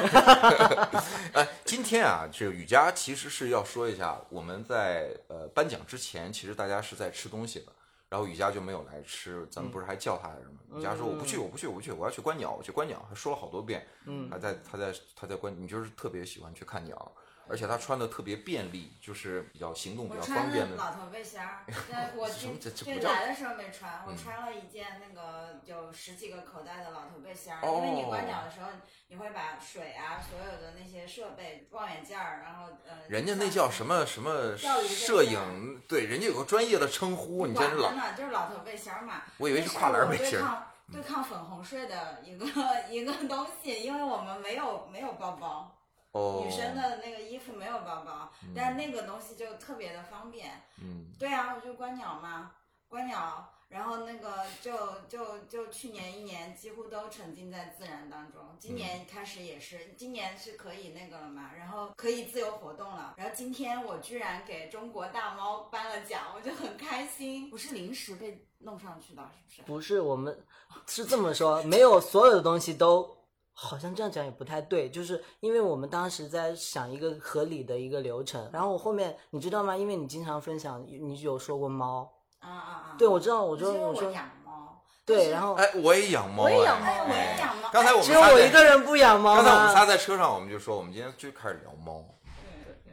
[SPEAKER 1] 哎，今天啊，这个雨佳其实是要说一下，我们在呃颁奖之前，其实大家是在吃东西的，然后雨佳就没有来吃，咱们不是还叫他来着吗？雨佳说我不去，我不去，我不去，我要去观鸟，我去观鸟，还说了好多遍，嗯，他在他在他在观，你就是特别喜欢去看鸟，而且他穿的特别便利，就是比较行动比
[SPEAKER 5] 我
[SPEAKER 1] 较
[SPEAKER 5] 穿
[SPEAKER 1] 方便
[SPEAKER 5] 了
[SPEAKER 1] 的，
[SPEAKER 5] 老头背 心儿，对，我
[SPEAKER 1] 什么
[SPEAKER 5] 今
[SPEAKER 1] 这这
[SPEAKER 5] 对
[SPEAKER 1] 不叫嗯
[SPEAKER 5] 来的时候没穿，我穿了一件那个有十几个口袋的老头背心儿，
[SPEAKER 1] 哦
[SPEAKER 5] 因为你观鸟的时候，你会把水啊，所有的那些设备、望远镜儿，然后呃，
[SPEAKER 1] 人家那叫什么什么
[SPEAKER 5] 钓鱼的
[SPEAKER 1] 摄
[SPEAKER 5] 那
[SPEAKER 1] 影，对，人家有个专业的称呼，你
[SPEAKER 5] 管
[SPEAKER 1] 这是
[SPEAKER 5] 着
[SPEAKER 1] 老，
[SPEAKER 5] 呢，就是老头背心儿嘛。
[SPEAKER 1] 我以为是跨栏背
[SPEAKER 5] 这
[SPEAKER 1] 心
[SPEAKER 5] 是我
[SPEAKER 1] 儿，
[SPEAKER 5] 对抗对抗粉红税的一个 一个东西，因为我们没有没有包包，
[SPEAKER 1] 哦，
[SPEAKER 5] 女生的那个衣服没有包包，但是那个东西就特别的方便。
[SPEAKER 1] 嗯，
[SPEAKER 5] 对啊，我就观鸟嘛，观鸟。然后那个就就就去年一年几乎都沉浸在自然当中，
[SPEAKER 4] 嗯
[SPEAKER 5] 今年开始也是，今年是可以那个了嘛，然后可以自由活动了。然后今天我居然给中国大猫颁了奖，我就很开心。我是临时被弄上去的，是不是？
[SPEAKER 4] 不是我们是这么说，没有所有的东西都。好像这样讲也不太对，就是因为我们当时在想一个合理的一个流程，然后我后面你知道吗？因为你经常分享，你有说过猫，
[SPEAKER 5] 啊啊啊！
[SPEAKER 4] 对我知道，我
[SPEAKER 5] 我
[SPEAKER 4] 说
[SPEAKER 5] 我
[SPEAKER 4] 说
[SPEAKER 5] 养猫，但
[SPEAKER 4] 对，
[SPEAKER 5] 是
[SPEAKER 4] 然后
[SPEAKER 1] 哎，我也养猫，
[SPEAKER 3] 我也养
[SPEAKER 1] 哎
[SPEAKER 5] 哎，
[SPEAKER 3] 猫
[SPEAKER 5] 我也养猫。
[SPEAKER 1] 刚才我
[SPEAKER 4] 哎只
[SPEAKER 1] 们
[SPEAKER 4] 有
[SPEAKER 1] 仨
[SPEAKER 4] 我
[SPEAKER 1] 在
[SPEAKER 4] 一个人不养猫
[SPEAKER 1] 刚才我们仨
[SPEAKER 4] 吗？
[SPEAKER 1] 在车上，我们就说我们今天就开始聊猫。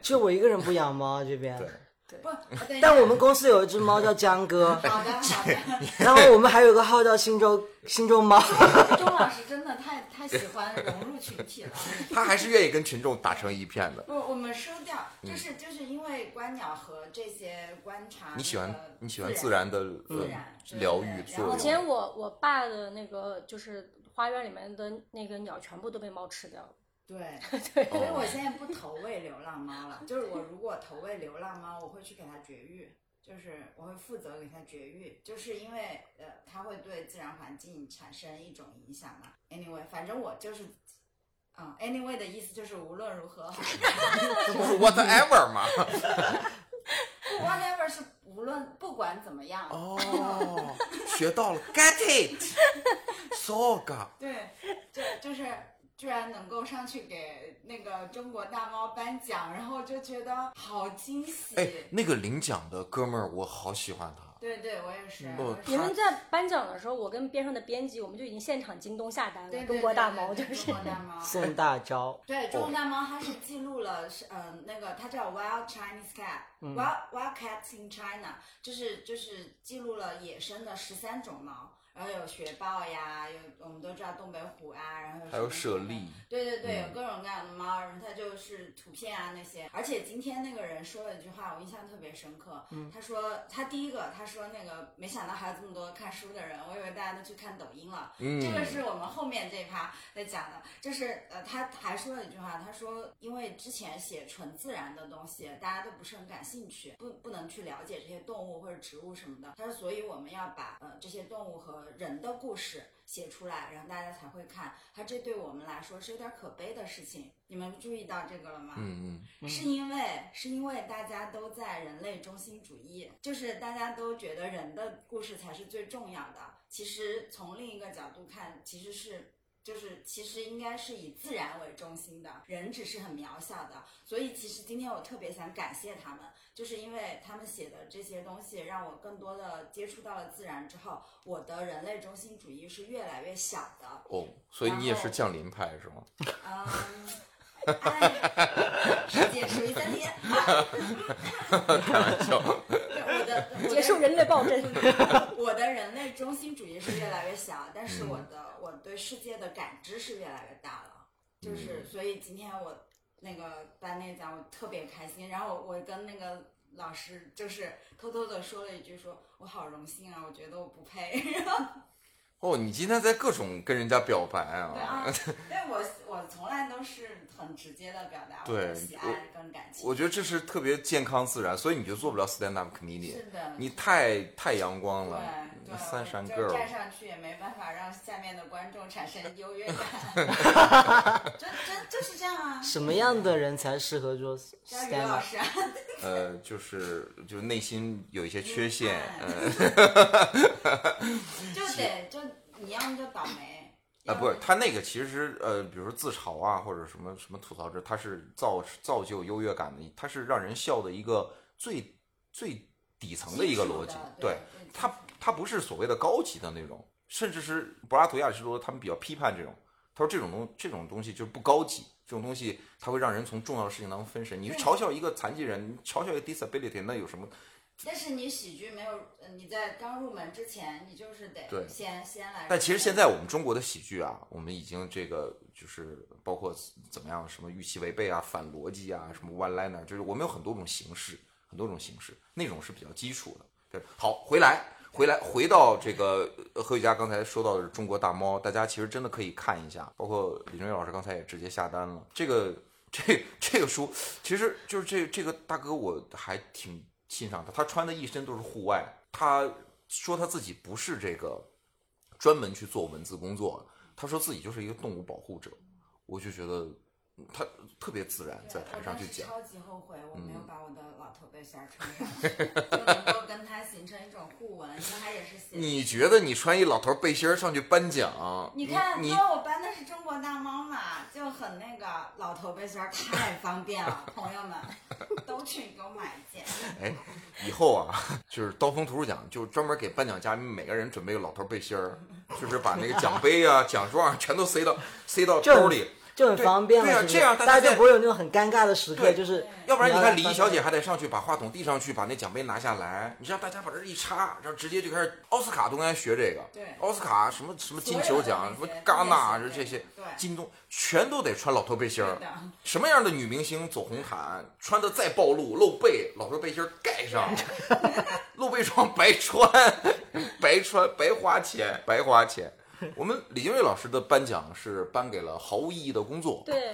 [SPEAKER 4] 只有我一个人不养猫啊这边
[SPEAKER 1] 对，，
[SPEAKER 5] 不，我等一下，
[SPEAKER 4] 但我们公司有一只猫叫江哥
[SPEAKER 5] 好的好 的。
[SPEAKER 4] 然后我们还有个号叫新洲新洲猫。
[SPEAKER 5] 钟老师真的太太喜欢融入群体了。
[SPEAKER 1] 他还是愿意跟群众打成一片 的。
[SPEAKER 5] 不，我们收掉，
[SPEAKER 1] 嗯
[SPEAKER 5] 就是就是因为观鸟和这些观察，
[SPEAKER 1] 你喜欢你喜欢
[SPEAKER 5] 自
[SPEAKER 1] 自然的
[SPEAKER 5] 自
[SPEAKER 1] 呃
[SPEAKER 5] 然对
[SPEAKER 1] 疗
[SPEAKER 5] 对
[SPEAKER 1] 愈
[SPEAKER 5] 对
[SPEAKER 1] 作
[SPEAKER 5] 然
[SPEAKER 3] 以
[SPEAKER 5] 后
[SPEAKER 1] 用，
[SPEAKER 3] 前我我爸的那个就是花园里面的那个鸟全部都被猫吃掉了。
[SPEAKER 5] 对 对，所
[SPEAKER 1] 哦
[SPEAKER 5] 以我现在不投喂流浪猫了，就是我如果投喂流浪猫，我会去给它绝育。就是我会负责给它绝育，就是因为呃，它会对自然环境产生一种影响嘛。Anyway，反正我就是，啊、a n y w a y 的意思就是无论如何
[SPEAKER 1] 这不是 whatever 吗？
[SPEAKER 5] ，whatever 是无论不管怎么样，
[SPEAKER 1] 哦，学到了，get it，soga。
[SPEAKER 5] 对，就就是居然能够上去给那个中国大猫颁奖，然后就觉得好惊喜。
[SPEAKER 1] 哎，那个领奖的哥们儿，我好喜欢他。
[SPEAKER 5] 对对，我也是。
[SPEAKER 1] 哦
[SPEAKER 5] 我
[SPEAKER 1] 他
[SPEAKER 5] 也
[SPEAKER 3] 你
[SPEAKER 5] 是
[SPEAKER 3] 们在颁奖的时候，我跟边上的编辑，我们就已经现场京东下单了。
[SPEAKER 5] 对对
[SPEAKER 3] 中国大
[SPEAKER 5] 对
[SPEAKER 3] 猫就
[SPEAKER 5] 对
[SPEAKER 3] 是
[SPEAKER 5] 中国大猫。
[SPEAKER 4] 宋大钊，
[SPEAKER 5] 对，中国大猫它是记录了是嗯、那个它叫 Wild Chinese
[SPEAKER 1] 嗯
[SPEAKER 5] Cat，Wild、Wild Cats in China，就是就是记录了野生的十三种猫，然后有雪豹呀，有我们都知道东北虎啊，然后
[SPEAKER 1] 还有
[SPEAKER 5] 什么
[SPEAKER 1] 舍
[SPEAKER 5] 什么的
[SPEAKER 1] 利，
[SPEAKER 5] 对对对，有各种各样的猫，然后它就是图片啊那些。而且今天那个人说了一句话，我印象特别深刻。他说他第一个他说那个没想到还有这么多看书的人，我以为大家都去看抖音了。
[SPEAKER 1] 嗯
[SPEAKER 5] 这个是我们后面这一趴在讲的，就是呃，他还说了一句话，他说因为之前写纯自然的东西，大家都不是很感兴趣，不不能去了解这些动物或者植物什么的。他说，所以我们要把呃这些动物和人的故事写出来，然后大家才会看。他这对我们来说是有点可悲的事情，你们注意到这个了吗？
[SPEAKER 1] 嗯
[SPEAKER 5] 是因为是因为大家都在人类中心主义，就是大家都觉得人的故事才是最重要的。其实从另一个角度看，其实是。就是其实应该是以自然为中心的，人只是很渺小的，所以其实今天我特别想感谢他们，就是因为他们写的这些东西，让我更多的接触到了自然之后，我的人类中心主义是越来越小的，
[SPEAKER 1] 哦，所以你也
[SPEAKER 5] 然后
[SPEAKER 1] 是降临派是吗？
[SPEAKER 5] 嗯，哎， 世界属于三天。
[SPEAKER 1] 开玩笑，
[SPEAKER 5] 我的我的
[SPEAKER 3] 结束人类 暴政。
[SPEAKER 5] 我的人类中心主义是越来越小，但是我
[SPEAKER 3] 嗯
[SPEAKER 5] 的我对世界的感知是越来越大了，
[SPEAKER 3] 嗯
[SPEAKER 5] 就是所以今天我那个颁那个奖，我特别开心。然后我跟那个老师就是偷偷的说了一句说，我好荣幸啊，我觉得我不配。 然后
[SPEAKER 1] 哦，你今天在各种跟人家表白
[SPEAKER 5] 对
[SPEAKER 1] 啊
[SPEAKER 5] 啊！，因为我我从来都是很直接的表达我
[SPEAKER 1] 对
[SPEAKER 5] 的喜爱跟感情。
[SPEAKER 1] 我觉得这是特别健康自然，所以你就做不了 stand up
[SPEAKER 5] 是
[SPEAKER 1] comedian，
[SPEAKER 5] 的，
[SPEAKER 1] 你太太阳光
[SPEAKER 5] 对
[SPEAKER 1] 了，
[SPEAKER 5] 对，
[SPEAKER 1] 三山
[SPEAKER 5] 就是
[SPEAKER 1] girl
[SPEAKER 5] 站。上去也没办法让下面的观众产生优越感， 真真就是这样啊。
[SPEAKER 4] 什么样的人才适合做
[SPEAKER 5] 像于
[SPEAKER 4] stand
[SPEAKER 5] 老
[SPEAKER 4] up？
[SPEAKER 5] 师啊，
[SPEAKER 1] 呃，就是就是内心有一些缺陷，
[SPEAKER 5] 嗯
[SPEAKER 1] 呃
[SPEAKER 5] 就得就你要么就倒霉
[SPEAKER 1] 啊，不是
[SPEAKER 5] 要么
[SPEAKER 1] 他那个其实呃，比如说自嘲啊，或者什么什么吐槽这，他是造造就优越感的，他是让人笑的一个最最底层的一个逻辑
[SPEAKER 5] 基础的，对
[SPEAKER 1] 对
[SPEAKER 5] 最
[SPEAKER 1] 他
[SPEAKER 5] 基础
[SPEAKER 1] 他不是所谓的高级的那种，甚至是柏拉图亚里士多德他们比较批判这种，他说这种东这种东西就是不高级。这种东西，它会让人从重要的事情当中分神。你去嘲笑一个残疾人，你嘲笑一个 disability，那有什么？
[SPEAKER 5] 但是你喜剧没有，呃你在刚入门之前，你就是得
[SPEAKER 1] 对
[SPEAKER 5] 先先来。
[SPEAKER 1] 但其实现在我们中国的喜剧啊，我们已经这个就是包括怎么样，什么预期违背啊、反逻辑啊、什么 one liner，就是我们有很多种形式，很多种形式，那种是比较基础的。对，好，回来，回来，回到这个呃何雨佳刚才说到的中国大猫，大家其实真的可以看一下，包括李正岳老师刚才也直接下单了这个。这这个书，其实就是这这个大哥，我还挺欣赏他。他穿的一身都是户外，他说他自己不是这个专门去做文字工作，他说自己就是一个动物保护者，我就觉得嗯他特别自然，在台上去讲嗯
[SPEAKER 5] 我。当时超级后悔，我没有把我的老头背心儿穿上， 就能够跟他形成一种互文，因为他也是写。
[SPEAKER 1] 你觉得你穿一老头背心儿上去颁奖，
[SPEAKER 5] 你看，
[SPEAKER 1] 你
[SPEAKER 5] 因为我搬的是中国大猫嘛，就很那个老头背心儿太方便了，朋友们都去给我买一件。
[SPEAKER 1] 哎，以后啊，就是刀锋图书奖，就专门给颁奖嘉宾每个人准备个老头背心儿，就是把那个奖杯啊、奖状啊全都塞到塞到
[SPEAKER 4] 就
[SPEAKER 1] 兜里。
[SPEAKER 4] 就很方便了，
[SPEAKER 1] 对啊
[SPEAKER 4] 是不是
[SPEAKER 1] 这样大
[SPEAKER 4] 大
[SPEAKER 1] 家
[SPEAKER 4] 就
[SPEAKER 1] 在
[SPEAKER 4] 不会有那种很尴尬的时刻，
[SPEAKER 1] 对
[SPEAKER 4] 就是
[SPEAKER 1] 要不然你
[SPEAKER 4] 要
[SPEAKER 1] 看李
[SPEAKER 4] 翻
[SPEAKER 1] 怡小
[SPEAKER 4] 开
[SPEAKER 1] 姐还得上去把话筒递上去，把那奖杯拿下来。你让大家把这一插，然后直接就开始奥斯卡都应该学这个。
[SPEAKER 5] 对
[SPEAKER 1] 奥斯卡什么什么金球奖，什么
[SPEAKER 5] 所有的东西
[SPEAKER 1] 戛纳
[SPEAKER 5] 都得学
[SPEAKER 1] 这些
[SPEAKER 5] 对，
[SPEAKER 1] 京东全都得穿老头背心儿
[SPEAKER 5] 对的。
[SPEAKER 1] 什么样的女明星走红毯，穿的再暴露，露背，老头背心儿盖 上，露背装白穿，白穿白花钱，白花钱。我们李金瑞老师的颁奖是颁给了毫无意义的工作。
[SPEAKER 3] 对，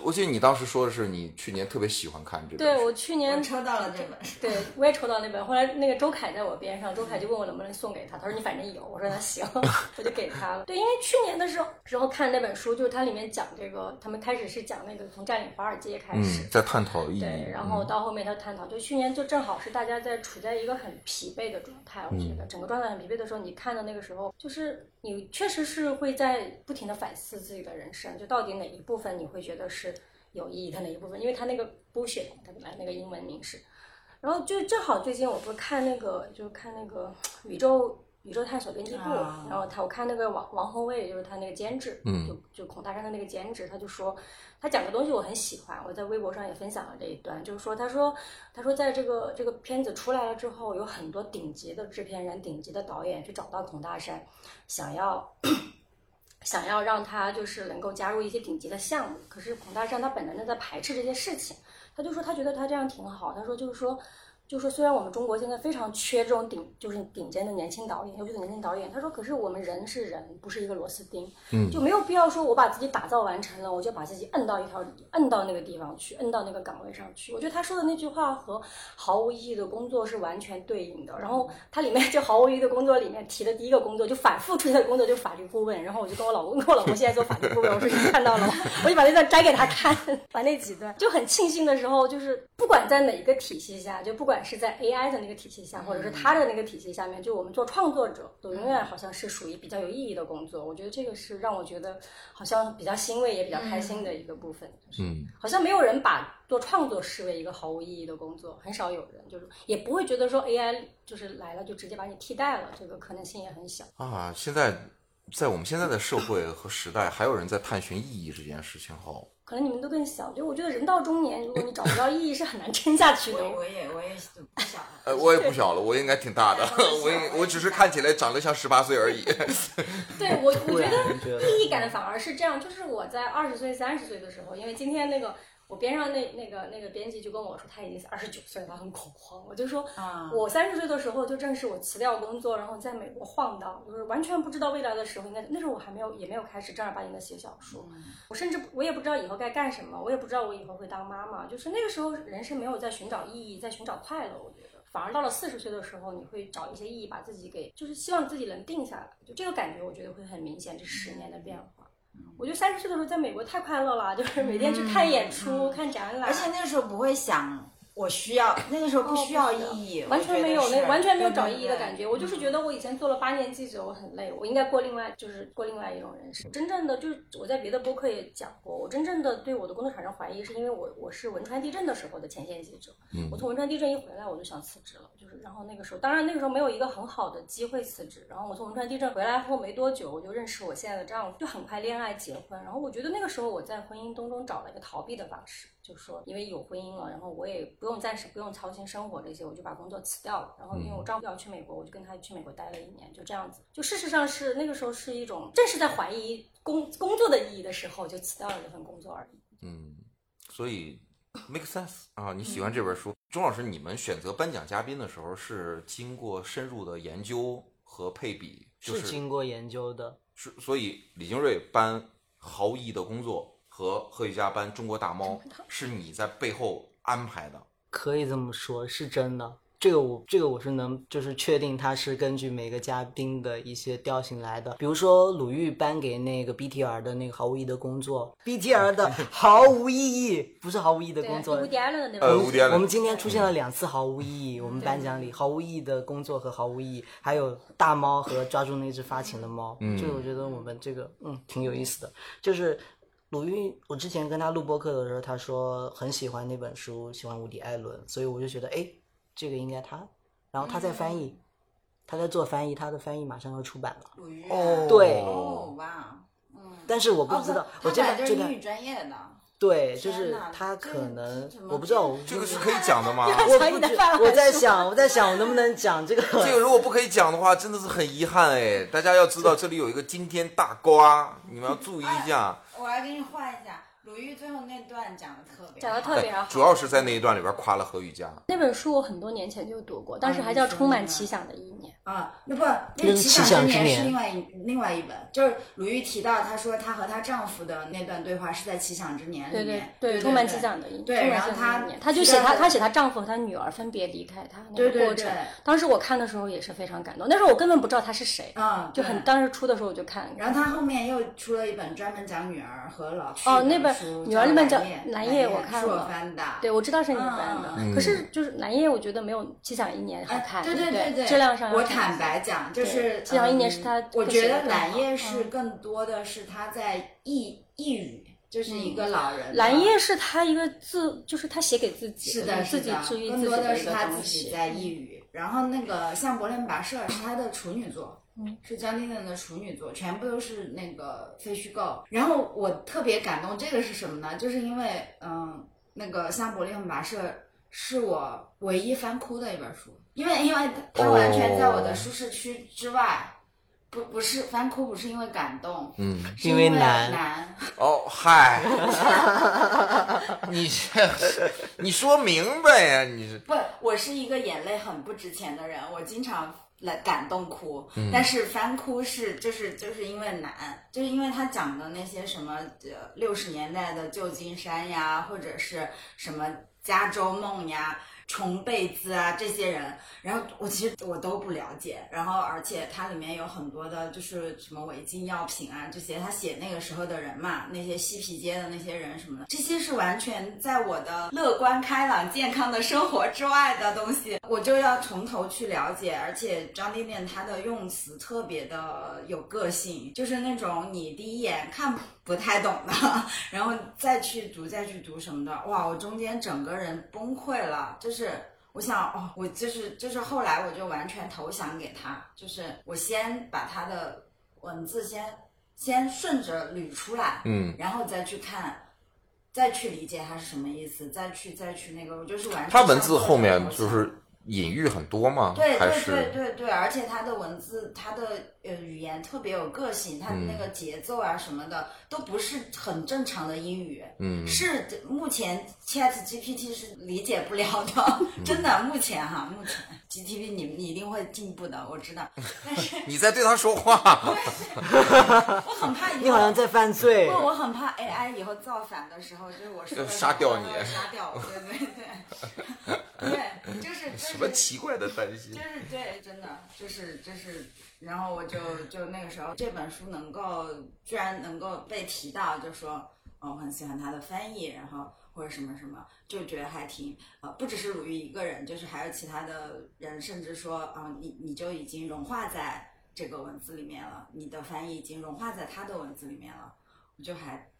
[SPEAKER 1] 我记得你当时说的是你去年特别喜欢看这本书。
[SPEAKER 3] 对我去
[SPEAKER 5] 我
[SPEAKER 3] 年
[SPEAKER 5] 抽到了这本书，
[SPEAKER 3] 对，我也抽到那本。后来那个周凯在我边上，周凯就问我能不能送给他，他说你反正有，我说那行， 我就给他了。对，因为去年的时候时候看那本书，就是它里面讲这个，他们开始是讲那个从占领华尔街开始。
[SPEAKER 1] 嗯，在探讨意义。
[SPEAKER 3] 对，然后
[SPEAKER 1] 嗯
[SPEAKER 3] 到后面他探讨，就去年就正好是大家在处在一个很疲惫的状态，我
[SPEAKER 1] 嗯
[SPEAKER 3] 觉得整个状态很疲惫的时候，你看的那个时候，就是你确实是会在不停的反思自己的人生，就到底哪一部分你会觉得是有意义的哪一部分，因为他那个 bullshit，他本来那个英文名是，然后就正好最近我不是看那个，就是看那个宇宙。宇宙探索编辑部，
[SPEAKER 5] 啊
[SPEAKER 3] 然后他我看那个王王宏卫，就是他那个监制，
[SPEAKER 1] 嗯
[SPEAKER 3] 就就孔大山的那个监制，他就说，他讲的东西我很喜欢，我在微博上也分享了这一段，就是说，他说，他说在这个这个片子出来了之后，有很多顶级的制片人、顶级的导演去找到孔大山，想要想要让他就是能够加入一些顶级的项目，可是孔大山他本人呢在排斥这些事情，他就说他觉得他这样挺好，他说就是说。就说虽然我们中国现在非常缺这种顶，就是顶尖的年轻导演，优秀的年轻导演，他说，可是我们人是人，不是一个螺丝钉，就没有必要说我把自己打造完成了，我就把自己摁到一条，摁到那个地方去，摁到那个岗位上去。我觉得他说的那句话和毫无意义的工作是完全对应的。然后他里面就毫无意义的工作里面提的第一个工作，就反复出现的工作就是法律顾问。然后我就跟我老公，跟我老公现在做法律顾问，我说你看到了吗？我就把那段摘给他看，把那几段就很庆幸的时候，就是不管在哪一个体系下，就不管是在 AI 的那个体系下，或者是他的那个体系下面，就我们做创作者，就永远好像是属于比较有意义的工作。我觉得这个是让我觉得好像比较欣慰，也比较开心的一个部分。就是
[SPEAKER 1] 嗯，
[SPEAKER 3] 好像没有人把做创作视为一个毫无意义的工作，很少有人，就是也不会觉得说 AI 就是来了就直接把你替代了，这个可能性也很小。
[SPEAKER 1] 啊，现在在我们现在的社会和时代，还有人在探寻意义这件事情后，
[SPEAKER 3] 可能你们都更小，就我觉得人到中年，如果你找不到意义，是很难撑下去的。
[SPEAKER 5] 我我也我也不小了。
[SPEAKER 1] 呃，我也不小了，我应该挺大的，我应我只是看起来长得像十八岁而已。
[SPEAKER 3] 对我，我
[SPEAKER 4] 突
[SPEAKER 3] 觉
[SPEAKER 4] 然
[SPEAKER 3] 得
[SPEAKER 4] 觉得
[SPEAKER 3] 意义感反而是这样，就是我在二十岁、三十岁的时候，因为今天那个我边上那那个那个编辑就跟我说，他已经二十九岁了，他很恐慌。我就说，
[SPEAKER 5] 啊
[SPEAKER 3] 我三十岁的时候就正是我辞掉工作，然后在美国晃荡，就是完全不知道未来的时候应该，那时候我还没有也没有开始正儿八经的写小说，我甚至我也不知道以后该干什么，我也不知道我以后会当妈妈，就是那个时候人是没有在寻找意义，在寻找快乐，我觉得。反而到了四十岁的时候，你会找一些意义，把自己给就是希望自己能定下来，就这个感觉，我觉得会很明显。这十年的变化，
[SPEAKER 5] 嗯
[SPEAKER 3] 我觉得三十岁的时候在美国太快乐了，就是每天去看演出、看展
[SPEAKER 5] 嗯
[SPEAKER 3] 览，
[SPEAKER 5] 而且那个时候不会想我需要，那个时
[SPEAKER 3] 哦
[SPEAKER 5] 候不需要意义，
[SPEAKER 3] 完全没有那完全没有找意义的
[SPEAKER 5] 觉
[SPEAKER 3] 感。觉。我就是觉得我以前做了八年记者，我很累，我应该过另外就是过另外一种人生。真正的就是我在别的播客也讲过，我真正的对我的工作产生怀疑，是因为我我是汶川地震的时候的前线记者，
[SPEAKER 4] 嗯
[SPEAKER 3] 我从汶川地震一回来我就想辞职了，就是然后那个时候，当然那个时候没有一个很好的机会辞职。然后我从汶川地震回来后没多久，我就认识我现在的丈夫，就很快恋爱结婚。然后我觉得那个时候我在婚姻当中找了一个逃避的方式，就说因为有婚姻了，然后我也不用暂时不用操心生活这些，我就把工作辞掉了。然后因
[SPEAKER 4] 嗯
[SPEAKER 3] 为我丈夫要去美国，我就跟他去美国待了一年，就这样子。就事实上是那个时候是一种正是在怀疑工工作的意义的时候，就辞掉了这份工作而已。
[SPEAKER 1] 嗯，所以 make sense 啊，你喜欢这本书。钟老师，你们选择颁奖嘉宾的时候是经过深入的研究和配比，就是
[SPEAKER 4] 经过研究的，
[SPEAKER 1] 是，所以李金瑞搬毫无意义的工作和贺一佳 搬中国大猫，是你在背后安排的。
[SPEAKER 4] 可以这么说，是真的。这个我这个我是能就是确定它是根据每个嘉宾的一些调性来的。比如说鲁豫颁给那个 BTR 的那个毫无意义的工作，BTR 的毫无意义不是毫无意义的
[SPEAKER 3] 对
[SPEAKER 4] 工作。
[SPEAKER 3] 无敌 Allen 的那
[SPEAKER 7] 呃
[SPEAKER 3] 本
[SPEAKER 7] 无敌 Allen
[SPEAKER 4] 我们今天出现了两次毫无意义，我们颁奖礼毫无意义的工作和毫无意义，还有大猫和抓住那只发情的猫。
[SPEAKER 7] 嗯
[SPEAKER 4] 就是我觉得我们这个嗯挺有意思的，就是鲁豫，我之前跟他录播客的时候，他说很喜欢那本书，喜欢无敌艾伦，所以我就觉得哎，这个应该他。然后他在翻译，
[SPEAKER 7] 嗯
[SPEAKER 4] 他在做翻译，他的翻译马上要出版了。
[SPEAKER 5] 鲁豫
[SPEAKER 7] 哦
[SPEAKER 4] 对
[SPEAKER 5] 哦哇，嗯，
[SPEAKER 4] 但是我
[SPEAKER 5] 我
[SPEAKER 4] 不知道，我
[SPEAKER 5] 他
[SPEAKER 4] 这
[SPEAKER 5] 本来
[SPEAKER 4] 个
[SPEAKER 5] 就
[SPEAKER 4] 这
[SPEAKER 5] 是
[SPEAKER 4] 个
[SPEAKER 5] 英语专业的，
[SPEAKER 4] 对，
[SPEAKER 5] 嗯
[SPEAKER 4] 就
[SPEAKER 5] 天
[SPEAKER 4] 是
[SPEAKER 5] 哪
[SPEAKER 4] 他
[SPEAKER 5] 这
[SPEAKER 4] 可
[SPEAKER 5] 个
[SPEAKER 4] 能
[SPEAKER 5] 怎
[SPEAKER 4] 我
[SPEAKER 5] 么
[SPEAKER 4] 不知道，我
[SPEAKER 7] 这个是可以讲 的吗？
[SPEAKER 4] 我
[SPEAKER 3] 所以
[SPEAKER 4] 不
[SPEAKER 3] 你啊的
[SPEAKER 4] 知
[SPEAKER 3] 饭碗
[SPEAKER 4] 我在
[SPEAKER 3] 是
[SPEAKER 4] 想，我在想我能不能讲这个
[SPEAKER 7] 这个如果不可以讲的话，真的是很遗憾哎。大家要知道，这里有一个惊天大瓜，你们要注意一下。
[SPEAKER 5] 我来给你换一下。鲁豫最后那段讲的 特别好，
[SPEAKER 3] 讲的特
[SPEAKER 7] 对
[SPEAKER 3] 别好。
[SPEAKER 7] 哎主要是在那一段里边夸了何雨佳。
[SPEAKER 3] 那本书我很多年前就读过，当时
[SPEAKER 5] 哦
[SPEAKER 3] 还叫《充满奇想的一年
[SPEAKER 5] 啊，那不，那
[SPEAKER 4] 是
[SPEAKER 5] 是《奇
[SPEAKER 4] 奇想
[SPEAKER 5] 想
[SPEAKER 4] 之
[SPEAKER 5] 之
[SPEAKER 4] 年
[SPEAKER 5] 年》是另外一另外一本，就是鲁豫提到，她说她和她丈夫的那段对话是在《奇想之》，年》
[SPEAKER 3] 对
[SPEAKER 5] 里
[SPEAKER 3] 对
[SPEAKER 5] 面，
[SPEAKER 3] 对，《充满奇。想的一年》。
[SPEAKER 5] 对
[SPEAKER 3] 充满
[SPEAKER 5] 然后
[SPEAKER 3] 奇想的
[SPEAKER 5] 他
[SPEAKER 3] 一年她就
[SPEAKER 5] 提
[SPEAKER 3] 写
[SPEAKER 5] 到
[SPEAKER 3] 她，
[SPEAKER 5] 了
[SPEAKER 3] 她写她丈夫和她女儿分别离开她那
[SPEAKER 5] 对
[SPEAKER 3] 个
[SPEAKER 5] 对
[SPEAKER 3] 过
[SPEAKER 5] 对
[SPEAKER 3] 程。当时我看的时候也是非常感动，那时候我根本不知道她是谁，
[SPEAKER 5] 嗯，
[SPEAKER 3] 就
[SPEAKER 5] 对
[SPEAKER 3] 很。当时出的时候我就看。
[SPEAKER 5] 然后她后面又出了一本专门讲女儿和老去
[SPEAKER 3] 哦
[SPEAKER 5] 的
[SPEAKER 3] 那本
[SPEAKER 5] 书
[SPEAKER 3] 女儿那本
[SPEAKER 5] 叫
[SPEAKER 3] 叫
[SPEAKER 5] 蓝
[SPEAKER 3] 蓝
[SPEAKER 5] 叶
[SPEAKER 3] 叶我看
[SPEAKER 5] 是我
[SPEAKER 3] 了
[SPEAKER 5] 翻的，
[SPEAKER 3] 对，我知道是你翻的，
[SPEAKER 7] 嗯
[SPEAKER 3] 可是就是蓝叶，我觉得没有《七想一年》好
[SPEAKER 5] 哎
[SPEAKER 3] 看，
[SPEAKER 5] 对
[SPEAKER 3] 对
[SPEAKER 5] 对
[SPEAKER 3] 对
[SPEAKER 5] 对，
[SPEAKER 3] 质量上要
[SPEAKER 5] 我
[SPEAKER 3] 看一
[SPEAKER 5] 坦
[SPEAKER 3] 下
[SPEAKER 5] 白讲，就
[SPEAKER 3] 对
[SPEAKER 5] 是
[SPEAKER 3] 这样一年
[SPEAKER 5] 嗯
[SPEAKER 3] 是他
[SPEAKER 5] 我
[SPEAKER 3] 更
[SPEAKER 5] 觉
[SPEAKER 3] 写得
[SPEAKER 5] 得
[SPEAKER 3] 更
[SPEAKER 5] 蓝
[SPEAKER 3] 好
[SPEAKER 5] 叶是
[SPEAKER 3] 嗯
[SPEAKER 5] 更多的是他在抑抑郁，就是一个老人的。
[SPEAKER 3] 嗯蓝叶是他一个自，就是他写给自己，
[SPEAKER 5] 是的，
[SPEAKER 3] 自
[SPEAKER 5] 是
[SPEAKER 3] 己
[SPEAKER 5] 的，
[SPEAKER 3] 治愈自
[SPEAKER 5] 更
[SPEAKER 3] 己
[SPEAKER 5] 多的
[SPEAKER 3] 一
[SPEAKER 5] 是
[SPEAKER 3] 个
[SPEAKER 5] 他
[SPEAKER 3] 东
[SPEAKER 5] 自己
[SPEAKER 3] 西。嗯
[SPEAKER 5] 在抑郁。然后那个像《勃兰跋涉》是他的处女作，
[SPEAKER 3] 嗯，
[SPEAKER 5] 是江定的处女作，全部都是那个非虚构。然后我特别感动，这个是什么呢？就是因为嗯，那个像《勃兰跋涉》是我唯一翻哭的一本书，因为因为它完全在我的舒适区之外。不不是翻哭，不是因为感动，
[SPEAKER 7] 嗯，
[SPEAKER 5] 是因
[SPEAKER 4] 因为难
[SPEAKER 5] 难。
[SPEAKER 7] 哦，嗨， 你这你说明白呀、你是
[SPEAKER 5] 不，我是一个眼泪很不值钱的人，我经常来感动哭，但是翻哭是就是就是因为难，就是因为他讲的那些什么呃六十年代的旧金山呀，或者是什么加州梦呀。虫贝兹啊，这些人，然后我其实我都不了解，然后而且它里面有很多的，就是什么违禁药品啊这些，他写那个时候的人嘛，那些嬉皮街的那些人什么的，这些是完全在我的乐观、开朗、健康的生活之外的东西，我就要从头去了解。而且张丁丁他的用词特别的有个性，就是那种你第一眼看不太懂的， 然后再去读、再去读什么的，哇，我中间整个人崩溃了，就是。我想，哦，我就是就是后来我就完全投降给他，就是我先把他的文字先先顺着捋出来，
[SPEAKER 7] 嗯，
[SPEAKER 5] 然后再去看，再去理解它是什么意思，再去再去那个，我就是完全
[SPEAKER 7] 他文
[SPEAKER 5] 上
[SPEAKER 7] 字
[SPEAKER 5] 课的
[SPEAKER 7] 后面
[SPEAKER 5] 东西
[SPEAKER 7] 就是隐喻很多吗？
[SPEAKER 5] 对
[SPEAKER 7] 还
[SPEAKER 5] 对对
[SPEAKER 7] 是
[SPEAKER 5] 对对，而且他的文字，他的呃语言特别有个性，他的
[SPEAKER 7] 嗯
[SPEAKER 5] 那个节奏啊什么的、都不是很正常的英语，
[SPEAKER 7] 嗯
[SPEAKER 5] 是目前 Chat GPT 是理解不了的，
[SPEAKER 7] 嗯
[SPEAKER 5] 真的，目前哈，目前 GTP 你你一定会进步的，我知道，但是
[SPEAKER 7] 你在对他说话，
[SPEAKER 5] 我很怕以后
[SPEAKER 4] 你好像在犯罪
[SPEAKER 5] 不，。我很怕 AI 以后造反的时候，就是我说的
[SPEAKER 7] 要呃杀掉你
[SPEAKER 5] 它会杀掉我，对对 对，对，就是
[SPEAKER 7] 什
[SPEAKER 5] 就
[SPEAKER 7] 么
[SPEAKER 5] 是
[SPEAKER 7] 奇怪的担心
[SPEAKER 5] 就？是对，真的就是就是，然后我就就那个时候这本书能够居然能够被提到，就说哦我很喜欢他的翻译，然后或者什么什么，就觉得还挺呃，不只是鲁豫一个人，就是还有其他的人，甚至说啊、你你就已经融化在这个文字里面了，你的翻译已经融化在他的文字里面了，我就还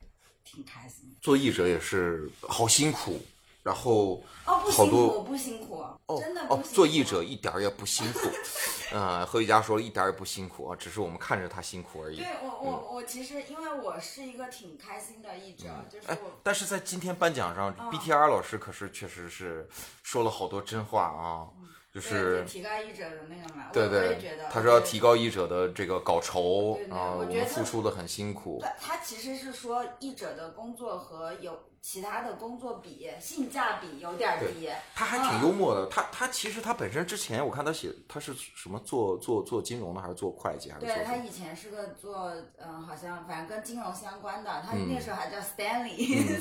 [SPEAKER 5] 挺开心的。
[SPEAKER 7] 做译者也是好辛苦，然后
[SPEAKER 5] 哦，不
[SPEAKER 7] 好
[SPEAKER 5] 辛
[SPEAKER 7] 多
[SPEAKER 5] 苦，不辛苦，
[SPEAKER 7] 哦
[SPEAKER 5] 真的不
[SPEAKER 7] 哦
[SPEAKER 5] 辛，苦。
[SPEAKER 7] 做译者一点儿也不辛苦。 呃，何雨佳说了一点儿也不辛苦啊，只是我们看着他辛苦而已
[SPEAKER 5] 对。我
[SPEAKER 7] 嗯
[SPEAKER 5] 我我其实因为我是一个挺开心的译者，就是
[SPEAKER 7] 哎
[SPEAKER 5] 我，嗯
[SPEAKER 7] 但是在今天颁奖上、b t r 老师可是确实是说了好多真话啊，就
[SPEAKER 5] 嗯对
[SPEAKER 7] 是
[SPEAKER 5] 就提高译者的那个嘛，
[SPEAKER 7] 对
[SPEAKER 5] 我
[SPEAKER 7] 对
[SPEAKER 5] 也觉得，
[SPEAKER 7] 他说要提。高译者的这个稿酬
[SPEAKER 5] 对对
[SPEAKER 7] 啊，
[SPEAKER 5] 我
[SPEAKER 7] 我
[SPEAKER 5] 觉
[SPEAKER 7] 们
[SPEAKER 5] 得
[SPEAKER 7] 付出的很辛苦
[SPEAKER 5] 对，，他其实是说译者的工作和有其他的工作比性价比有点
[SPEAKER 7] 对
[SPEAKER 5] 低，
[SPEAKER 7] 他还挺幽默的。他他其实他本身之前我看他写他是什么做做做金融的，还是做会计，还是做
[SPEAKER 5] 对
[SPEAKER 7] 什
[SPEAKER 5] 他
[SPEAKER 7] 么？
[SPEAKER 5] 以前是个做嗯，好像反正跟金融相关的，他
[SPEAKER 7] 嗯
[SPEAKER 5] 那时候还叫
[SPEAKER 7] 嗯
[SPEAKER 5] Stanley，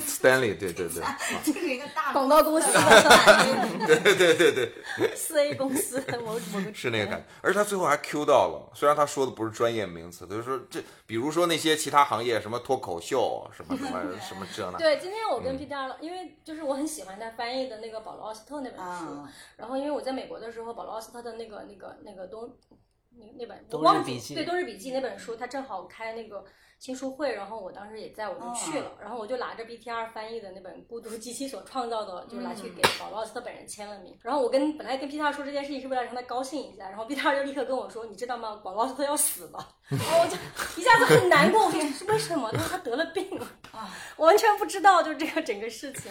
[SPEAKER 7] ，Stanley，对对对
[SPEAKER 5] 就是一个大
[SPEAKER 3] 广告公司
[SPEAKER 5] 司，
[SPEAKER 7] 对对对对，
[SPEAKER 3] 四 A 公司的某某个
[SPEAKER 1] 是那个感觉。而且他最后还 Q 到了，虽然他说的不是专业名词，他就说这，比如说那些其他行业什么脱口秀，什么什么什么这那，
[SPEAKER 3] 对，今天我跟 Peter 老因为就是我很喜欢他翻译的那个保罗·奥斯特那本书，
[SPEAKER 5] 啊，
[SPEAKER 3] 然后因为我在美国的时候，保罗·奥斯特的那个那个那个东那那本
[SPEAKER 4] 冬
[SPEAKER 3] 我
[SPEAKER 4] 日
[SPEAKER 3] 忘
[SPEAKER 4] 笔
[SPEAKER 3] 记
[SPEAKER 4] 记
[SPEAKER 3] 对《冬日笔记》那本书，他正好开那个新书会，然后我当时也在，我就去了，然后我就拿着 BTR 翻译的那本《孤独及其所创造的》，就拿去给保罗·奥斯特本人签了名。然后我跟本来跟 Peter 说这件事情是为了让他高兴一下，然后 Peter 就立刻跟我说：“你知道吗？保罗·奥斯特要死了。”然后我就一下子很难过，我说是为什么？他说他得了病了
[SPEAKER 5] 啊，
[SPEAKER 3] 我完全不知道，就是这个整个事情。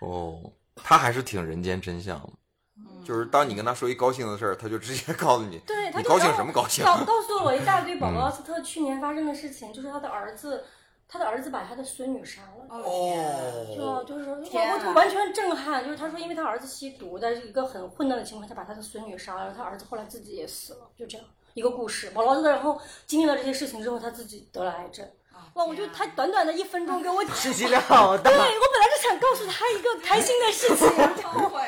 [SPEAKER 1] 哦，他还是挺人间真相的。就是当你跟他说一高兴的事儿，他就直接告诉你，
[SPEAKER 3] 嗯对，他
[SPEAKER 1] 你
[SPEAKER 3] 就
[SPEAKER 1] 高
[SPEAKER 3] 让
[SPEAKER 1] 兴
[SPEAKER 3] 我
[SPEAKER 1] 什么高兴？啊
[SPEAKER 3] 告告诉了我一大堆保罗奥斯特去年发生的事情，就是他的儿子，他的儿子把他的孙女杀了。就
[SPEAKER 1] 哦，。
[SPEAKER 3] 就是
[SPEAKER 5] 哦天啊
[SPEAKER 3] 我我完全震撼，就是他说，因为他儿子吸毒，在一个很混乱的情况下把他的孙女杀了，他儿子后来自己也死了，就这样一个故事。保罗奥斯特然后经历了这些事情之后，他自己得了癌症。
[SPEAKER 5] 哦
[SPEAKER 3] 哇！我就
[SPEAKER 5] 啊
[SPEAKER 3] 他短短的一分钟给我，对
[SPEAKER 4] 信息量好大
[SPEAKER 3] 我，本来是想告诉他一个开心的事情，
[SPEAKER 5] 后悔，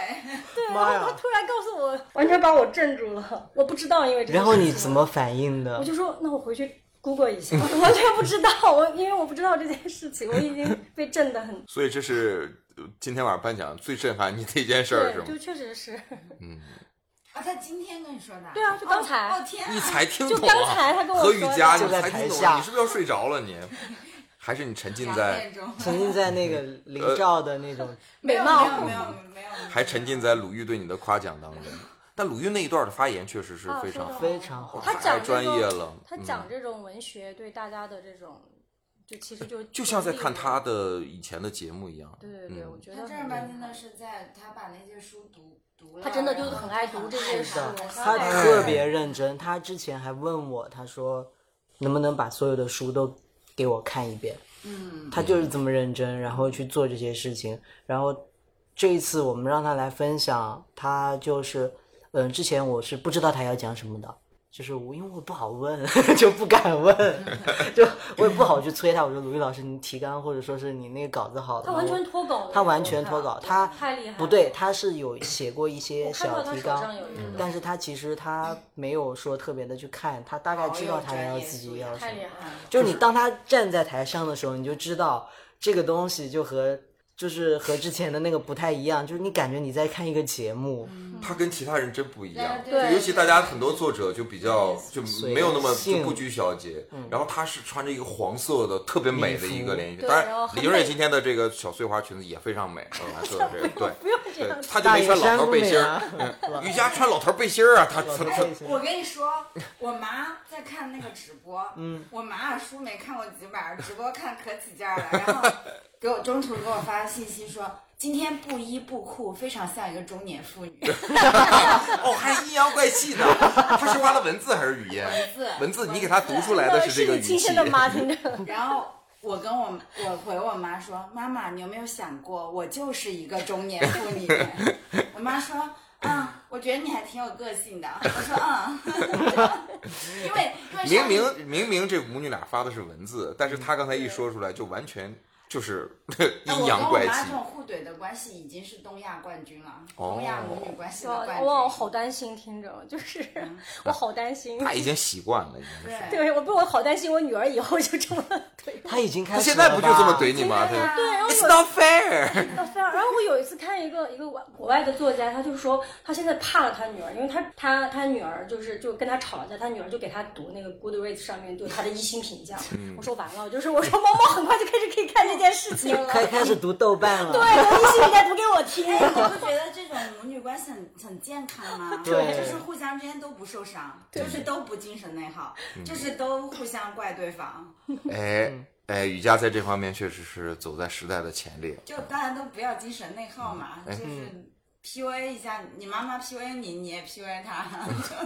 [SPEAKER 3] 对，然
[SPEAKER 4] 妈呀
[SPEAKER 3] 后他突然告诉我，完全把我震住了，我不知道，因为这个
[SPEAKER 4] 然后
[SPEAKER 3] 事
[SPEAKER 4] 你
[SPEAKER 3] 情
[SPEAKER 4] 怎么反应的
[SPEAKER 3] 我？就说，那我回去 Google 一下，我完全不知道，我因为我不知道这件事情，我已经被震得很
[SPEAKER 1] 所以这是呃今天晚上颁奖最震撼你的一件事儿，是
[SPEAKER 3] 对，就
[SPEAKER 1] 吗？
[SPEAKER 3] 确实是，
[SPEAKER 5] 啊，他今天跟你说的？
[SPEAKER 3] 对啊就刚才
[SPEAKER 5] 哦哦天啊，
[SPEAKER 1] 你才听
[SPEAKER 3] 就
[SPEAKER 1] 懂
[SPEAKER 3] 刚
[SPEAKER 1] 啊
[SPEAKER 3] 才他跟我
[SPEAKER 1] 何
[SPEAKER 3] 说
[SPEAKER 1] 雨
[SPEAKER 3] 的
[SPEAKER 1] 佳，你
[SPEAKER 4] 就在
[SPEAKER 1] 才听
[SPEAKER 4] 台
[SPEAKER 1] 懂啊，
[SPEAKER 4] 下
[SPEAKER 1] 你是不是要睡着了你？还是你沉浸
[SPEAKER 5] 两
[SPEAKER 1] 在
[SPEAKER 5] 点钟，
[SPEAKER 4] 沉浸在
[SPEAKER 3] 呃
[SPEAKER 4] 那个林兆的那种，
[SPEAKER 5] 没有
[SPEAKER 3] 美貌
[SPEAKER 5] 没有没有没有，
[SPEAKER 1] 还沉浸在鲁豫对你的夸奖当中？但鲁豫那一段的发言确实是
[SPEAKER 3] 啊
[SPEAKER 1] 非常
[SPEAKER 3] 说得好
[SPEAKER 4] 非常好
[SPEAKER 3] 他
[SPEAKER 1] 太
[SPEAKER 3] 讲这
[SPEAKER 1] 专业
[SPEAKER 3] 种
[SPEAKER 1] 了，嗯
[SPEAKER 3] 他讲这种文学对大家的这种，就其实就是
[SPEAKER 1] 就像在
[SPEAKER 3] 激励
[SPEAKER 1] 看
[SPEAKER 3] 人
[SPEAKER 1] 他。的嗯以前的节目一样。
[SPEAKER 3] 对对对，我觉得
[SPEAKER 5] 他正儿
[SPEAKER 3] 很
[SPEAKER 5] 八
[SPEAKER 3] 厉
[SPEAKER 5] 经
[SPEAKER 3] 害
[SPEAKER 5] 的是在他把那些书读读了，
[SPEAKER 3] 他真的就是很爱读这些
[SPEAKER 5] 然后
[SPEAKER 3] 书
[SPEAKER 5] 很爱
[SPEAKER 4] 他
[SPEAKER 5] 看
[SPEAKER 4] 特别认真。他之前还问我，他说能不能把所有的书都给我看一遍。
[SPEAKER 5] 嗯，
[SPEAKER 4] 他就是这么认真，然后去做这些事情。然后这一次我们让他来分享，他就是，嗯，之前我是不知道他要讲什么的，就是我因为我不好问， 就不敢 问，就我也不好去催他。我说鲁豫老师，你提纲或者说是你那个稿子好了吗，
[SPEAKER 3] 他完全脱稿了，
[SPEAKER 4] 他完全脱稿，
[SPEAKER 3] 我看
[SPEAKER 4] 他
[SPEAKER 3] 太厉害了，
[SPEAKER 4] 不对，他是有写过一些
[SPEAKER 3] 我看
[SPEAKER 4] 小
[SPEAKER 3] 到他
[SPEAKER 4] 提
[SPEAKER 3] 手
[SPEAKER 4] 纲嗯
[SPEAKER 3] 上，有一个，
[SPEAKER 4] 但是他其实他没有说特别的去看，他大概知道他要自己要什
[SPEAKER 3] 太
[SPEAKER 4] 么
[SPEAKER 3] 厉。
[SPEAKER 5] 嗯
[SPEAKER 3] 害了，
[SPEAKER 4] 就你当他站在台上的时候，你就知道这个东西就和就是和之前的那个不太一样，就是你感觉你在看一个节目，
[SPEAKER 1] 他跟其他人真不一样，
[SPEAKER 5] 对
[SPEAKER 1] 就尤其大家很多作者就比较就没有那么
[SPEAKER 4] 随性嗯
[SPEAKER 1] 就不拘小节，然后他是穿着一个黄色的特别美的一个连衣裙，
[SPEAKER 3] 对
[SPEAKER 1] 当
[SPEAKER 3] 然后
[SPEAKER 1] 然
[SPEAKER 3] 很
[SPEAKER 1] 李静瑞
[SPEAKER 3] 美
[SPEAKER 1] 今天的这个小碎花裙子也非常美，嗯蓝色的这 个对。
[SPEAKER 3] 不用这
[SPEAKER 1] 对
[SPEAKER 3] 样，，
[SPEAKER 1] 他就
[SPEAKER 4] 大
[SPEAKER 1] 没
[SPEAKER 4] 爷
[SPEAKER 1] 穿老
[SPEAKER 4] 山
[SPEAKER 1] 头
[SPEAKER 4] 不
[SPEAKER 1] 背
[SPEAKER 4] 美
[SPEAKER 1] 心儿
[SPEAKER 4] 啊，
[SPEAKER 1] 嗯瑜伽穿老头背心儿啊，他他他
[SPEAKER 4] 对
[SPEAKER 5] 我跟你说，我妈在看那个直播，嗯，我妈书没看过几本儿，直播看可起劲儿了，然后给我中途给我发信息说，今天不依不酷，非常像一个中年妇女。
[SPEAKER 1] 哦，还阴阳怪气呢。他说话的文字还是语言？文
[SPEAKER 5] 文
[SPEAKER 1] 字，你给他读出来的
[SPEAKER 3] 是
[SPEAKER 1] 这个
[SPEAKER 3] 你
[SPEAKER 1] 语
[SPEAKER 3] 亲
[SPEAKER 1] 气
[SPEAKER 3] 生。的妈听着，
[SPEAKER 5] 然后我跟我我回我妈说，妈妈，你有没有想过，我就是一个中年 妇女？我妈说。嗯，我觉得你还挺有个性的。我说嗯， 因为因为
[SPEAKER 1] 明
[SPEAKER 5] 上
[SPEAKER 1] 明明明这母女俩发的是文字，但是他刚才一说出来就完全就是
[SPEAKER 5] 那
[SPEAKER 1] 阴阳
[SPEAKER 5] 呃我
[SPEAKER 1] 怪
[SPEAKER 5] 跟我
[SPEAKER 1] 气
[SPEAKER 5] 妈这。种互怼的关系已经是东亚冠军了，
[SPEAKER 1] 哦
[SPEAKER 5] 东亚母女关系的冠
[SPEAKER 3] 哇
[SPEAKER 5] 军。
[SPEAKER 3] 哇，我好担心听着，就是我好担心。
[SPEAKER 1] 他已经习惯了，已经是。
[SPEAKER 5] 对，
[SPEAKER 3] 对，我不，我好担心我女儿以后就这么对
[SPEAKER 4] 他已经开
[SPEAKER 1] 他
[SPEAKER 4] 始
[SPEAKER 1] 现在不就这么
[SPEAKER 4] 对？
[SPEAKER 1] 怼你吗？
[SPEAKER 5] 啊
[SPEAKER 1] 他
[SPEAKER 3] 对，然啊后
[SPEAKER 1] It's
[SPEAKER 3] 有
[SPEAKER 1] not fair。
[SPEAKER 3] 然后我有一次看一个一个外国外的作家，他就说他现在怕了他女儿，因为他他他女儿就是就跟他吵了架，他女儿就给他读那个 Goodreads 上面对他的一星评价，我说完了，就是我说猫猫很快就开始可以看这件事情了，
[SPEAKER 4] 开开始读豆 瓣了，
[SPEAKER 3] 对，有一星评价读给我听，
[SPEAKER 5] 哎，你不觉得这种母女关系很很健 康吗？
[SPEAKER 4] 对
[SPEAKER 5] 就是互相之间都不受伤，就是都不精神内耗，
[SPEAKER 1] 嗯
[SPEAKER 5] 就是都互相怪对方。
[SPEAKER 1] 哎哎，瑜伽在这方面确实是走在时代的前列。
[SPEAKER 5] 就大家都不要精神内耗嘛，
[SPEAKER 3] 嗯哎
[SPEAKER 5] 就是。PUA 一下，你妈妈 PUA 你，你也 PUA 她，
[SPEAKER 3] 嗯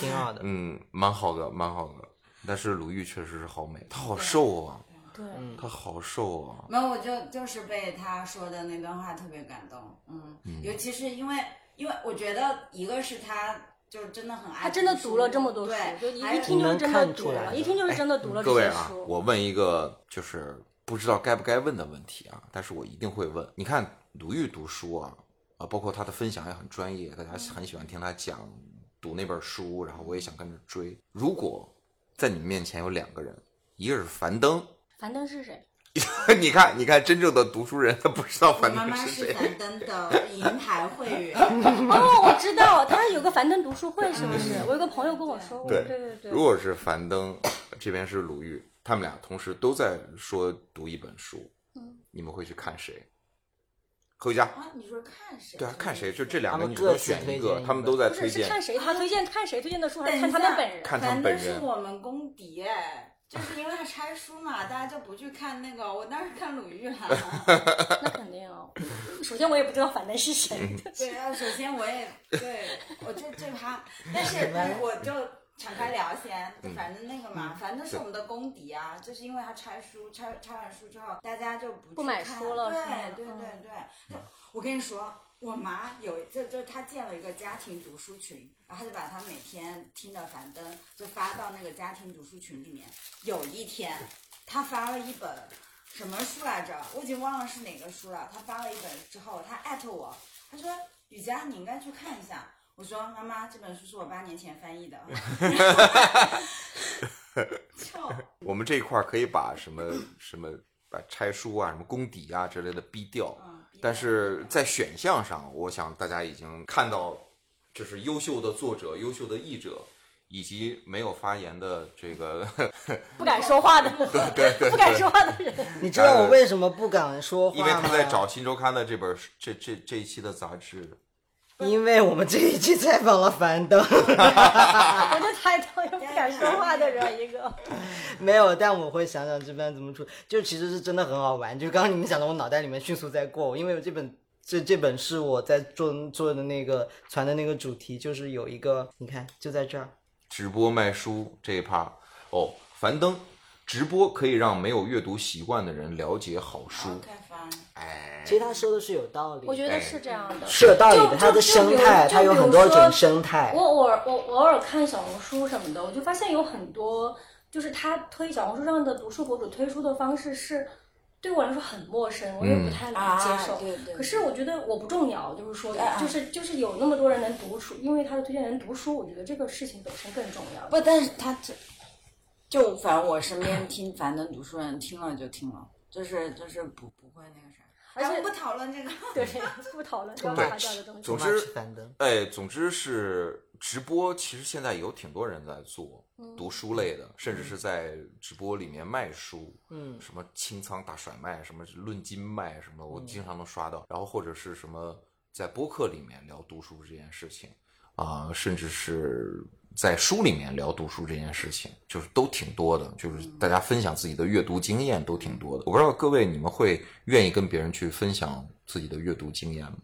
[SPEAKER 4] 挺好的。
[SPEAKER 1] 嗯，蛮好的，蛮好的。但是鲁豫确实是好美，她好瘦啊，
[SPEAKER 3] 对，
[SPEAKER 5] 嗯
[SPEAKER 1] 她好瘦啊。
[SPEAKER 5] 没有，我就就是被他说的那段话特别感动，嗯，尤其是因为，因为我觉得一个是他就是真的很爱，
[SPEAKER 3] 他真的读了这么多书，
[SPEAKER 5] 对，
[SPEAKER 3] 就
[SPEAKER 5] 哎
[SPEAKER 3] 一
[SPEAKER 5] 还
[SPEAKER 3] 一
[SPEAKER 5] 有
[SPEAKER 3] 听就是真的
[SPEAKER 4] 能
[SPEAKER 3] 读
[SPEAKER 4] 看出来
[SPEAKER 3] 了，一听就是真的读了
[SPEAKER 1] 各
[SPEAKER 3] 这
[SPEAKER 1] 位
[SPEAKER 3] 些
[SPEAKER 1] 啊，
[SPEAKER 3] 书，
[SPEAKER 1] 我问一个就是不知道该不该问的问题啊，但是我一定会问。你看鲁豫读书啊，啊、啊，包括他的分享也很专业，大家很喜欢听他讲读那本书，然后我也想跟着追。如果在你面前有两个人，一个是樊登，
[SPEAKER 3] 樊登是谁？
[SPEAKER 1] 你看，你看，真正的读书人他不知道
[SPEAKER 5] 我
[SPEAKER 1] 樊
[SPEAKER 5] 妈
[SPEAKER 1] 登
[SPEAKER 5] 妈
[SPEAKER 1] 是
[SPEAKER 5] 是
[SPEAKER 1] 谁。
[SPEAKER 5] 樊登 的银牌会员，
[SPEAKER 3] 哦，我知道，他有个樊登读书会，是不是？我有个朋友跟我说过，
[SPEAKER 1] 对
[SPEAKER 3] 对对对。
[SPEAKER 1] 如果是樊登，这边是鲁豫，他们俩同时都在说读一本书，
[SPEAKER 3] 嗯
[SPEAKER 1] 你们会去看谁？何雨佳，
[SPEAKER 5] 啊，你说看谁？
[SPEAKER 1] 对啊，看谁？就这两个，
[SPEAKER 4] 他们
[SPEAKER 1] 你都
[SPEAKER 4] 各自
[SPEAKER 1] 选
[SPEAKER 4] 推
[SPEAKER 1] 一
[SPEAKER 4] 荐一
[SPEAKER 1] 个，
[SPEAKER 4] 本
[SPEAKER 1] 他们都在
[SPEAKER 3] 不
[SPEAKER 1] 推
[SPEAKER 3] 是是
[SPEAKER 1] 荐。
[SPEAKER 3] 看谁他推荐看谁推荐的书，还是
[SPEAKER 5] 等一
[SPEAKER 3] 看他
[SPEAKER 5] 下
[SPEAKER 3] 们本人？
[SPEAKER 1] 看他们
[SPEAKER 5] 樊
[SPEAKER 1] 本
[SPEAKER 5] 登是
[SPEAKER 1] 人
[SPEAKER 5] 我们公敌哎，就是因为他拆书嘛，大家就不去看那个。我当时看鲁豫涵了，
[SPEAKER 3] 那肯定啊。首先我也不知道樊登是谁，
[SPEAKER 4] 嗯
[SPEAKER 5] 对，啊，首先我也对我这这趴，但是我就敞开聊先，就反正那个嘛，反正是我们的公敌啊，就是因为他拆书，拆拆完书之后，大家就不
[SPEAKER 3] 不
[SPEAKER 5] 去
[SPEAKER 3] 买
[SPEAKER 5] 看
[SPEAKER 3] 书了是吗嗯
[SPEAKER 5] 对对对对，就我跟你说。我妈有就就她建了一个家庭读书群，然后她就把她每天听的樊登就发到那个家庭读书群里面。有一天，她发了一本什么书来着，我已经忘了是哪个书了。她发了一本之后，她艾特我，她说：“雨佳，你应该去看一下。”我说：“妈妈，这本书是我八年前翻译 的。”就
[SPEAKER 1] 我们这一块儿可以把什么什么把拆书啊、什么公敌啊之类的逼掉，
[SPEAKER 5] 嗯
[SPEAKER 1] 但是在选项上，我想大家已经看到，就是优秀的作者、优秀的译者，以及没有发言的这个
[SPEAKER 3] 不敢说话的， 不敢说话的人。
[SPEAKER 4] 你知道我为什么不敢说话
[SPEAKER 1] 因
[SPEAKER 4] 吗？
[SPEAKER 1] 为他在找《新周刊》的这本这这这一期的杂志，
[SPEAKER 4] 因为我们这一期采访了樊登，
[SPEAKER 3] 我就猜到有不敢说话的人一个。
[SPEAKER 4] 没有，但我会想想这番怎么处，就其实是真的很好玩。就刚刚你们讲的，我脑袋里面迅速在过，因为我这本这这本是我在做做的那个传的那个主题，就是有一个，你看就在这儿，
[SPEAKER 1] 直播卖书这一趴哦，樊登。直播可以让没有阅读习惯的人了解好书，
[SPEAKER 5] 哦 OK fine。
[SPEAKER 1] 哎，
[SPEAKER 4] 其实他说的是有道理，
[SPEAKER 3] 我觉得是这样的。
[SPEAKER 4] 是有道理的，
[SPEAKER 3] 就
[SPEAKER 4] 它的生态，
[SPEAKER 3] 就
[SPEAKER 4] 它有很多
[SPEAKER 3] 就比如说
[SPEAKER 4] 种生态
[SPEAKER 3] 我。偶尔我偶尔看小红书什么的，我就发现有很多就是他推小红书上的读书博主推书的方式是。对我来说很陌生，我也
[SPEAKER 1] 嗯
[SPEAKER 3] 不太能接受。
[SPEAKER 5] 啊对对对
[SPEAKER 3] 可是我觉得我不重要，就是说，
[SPEAKER 5] 啊
[SPEAKER 3] 就是就是有那么多人能读书，因为他的推荐人读书，我觉得这个事情本身更重 要。
[SPEAKER 5] 不，但是他这，就反正我身边听樊登读书人听了就听了，就是就是不不会那个啥，
[SPEAKER 3] 而且
[SPEAKER 5] 哎我不讨论这个。
[SPEAKER 3] 对，不讨论要
[SPEAKER 4] 对
[SPEAKER 3] 打掉的东西。
[SPEAKER 1] 总
[SPEAKER 4] 我妈
[SPEAKER 1] 之
[SPEAKER 4] 吃樊登，
[SPEAKER 1] 哎，总之是直播，其实现在有挺多人在做读书类的，甚至是在直播里面卖书，
[SPEAKER 4] 嗯
[SPEAKER 1] 什么清仓大甩卖，什么论斤卖，什么我经常能刷到，然后或者是什么在播客里面聊读书这件事情啊、甚至是在书里面聊读书这件事情，就是都挺多的，就是大家分享自己的阅读经验都挺多的。我不知道各位你们会愿意跟别人去分享自己的阅读经验吗？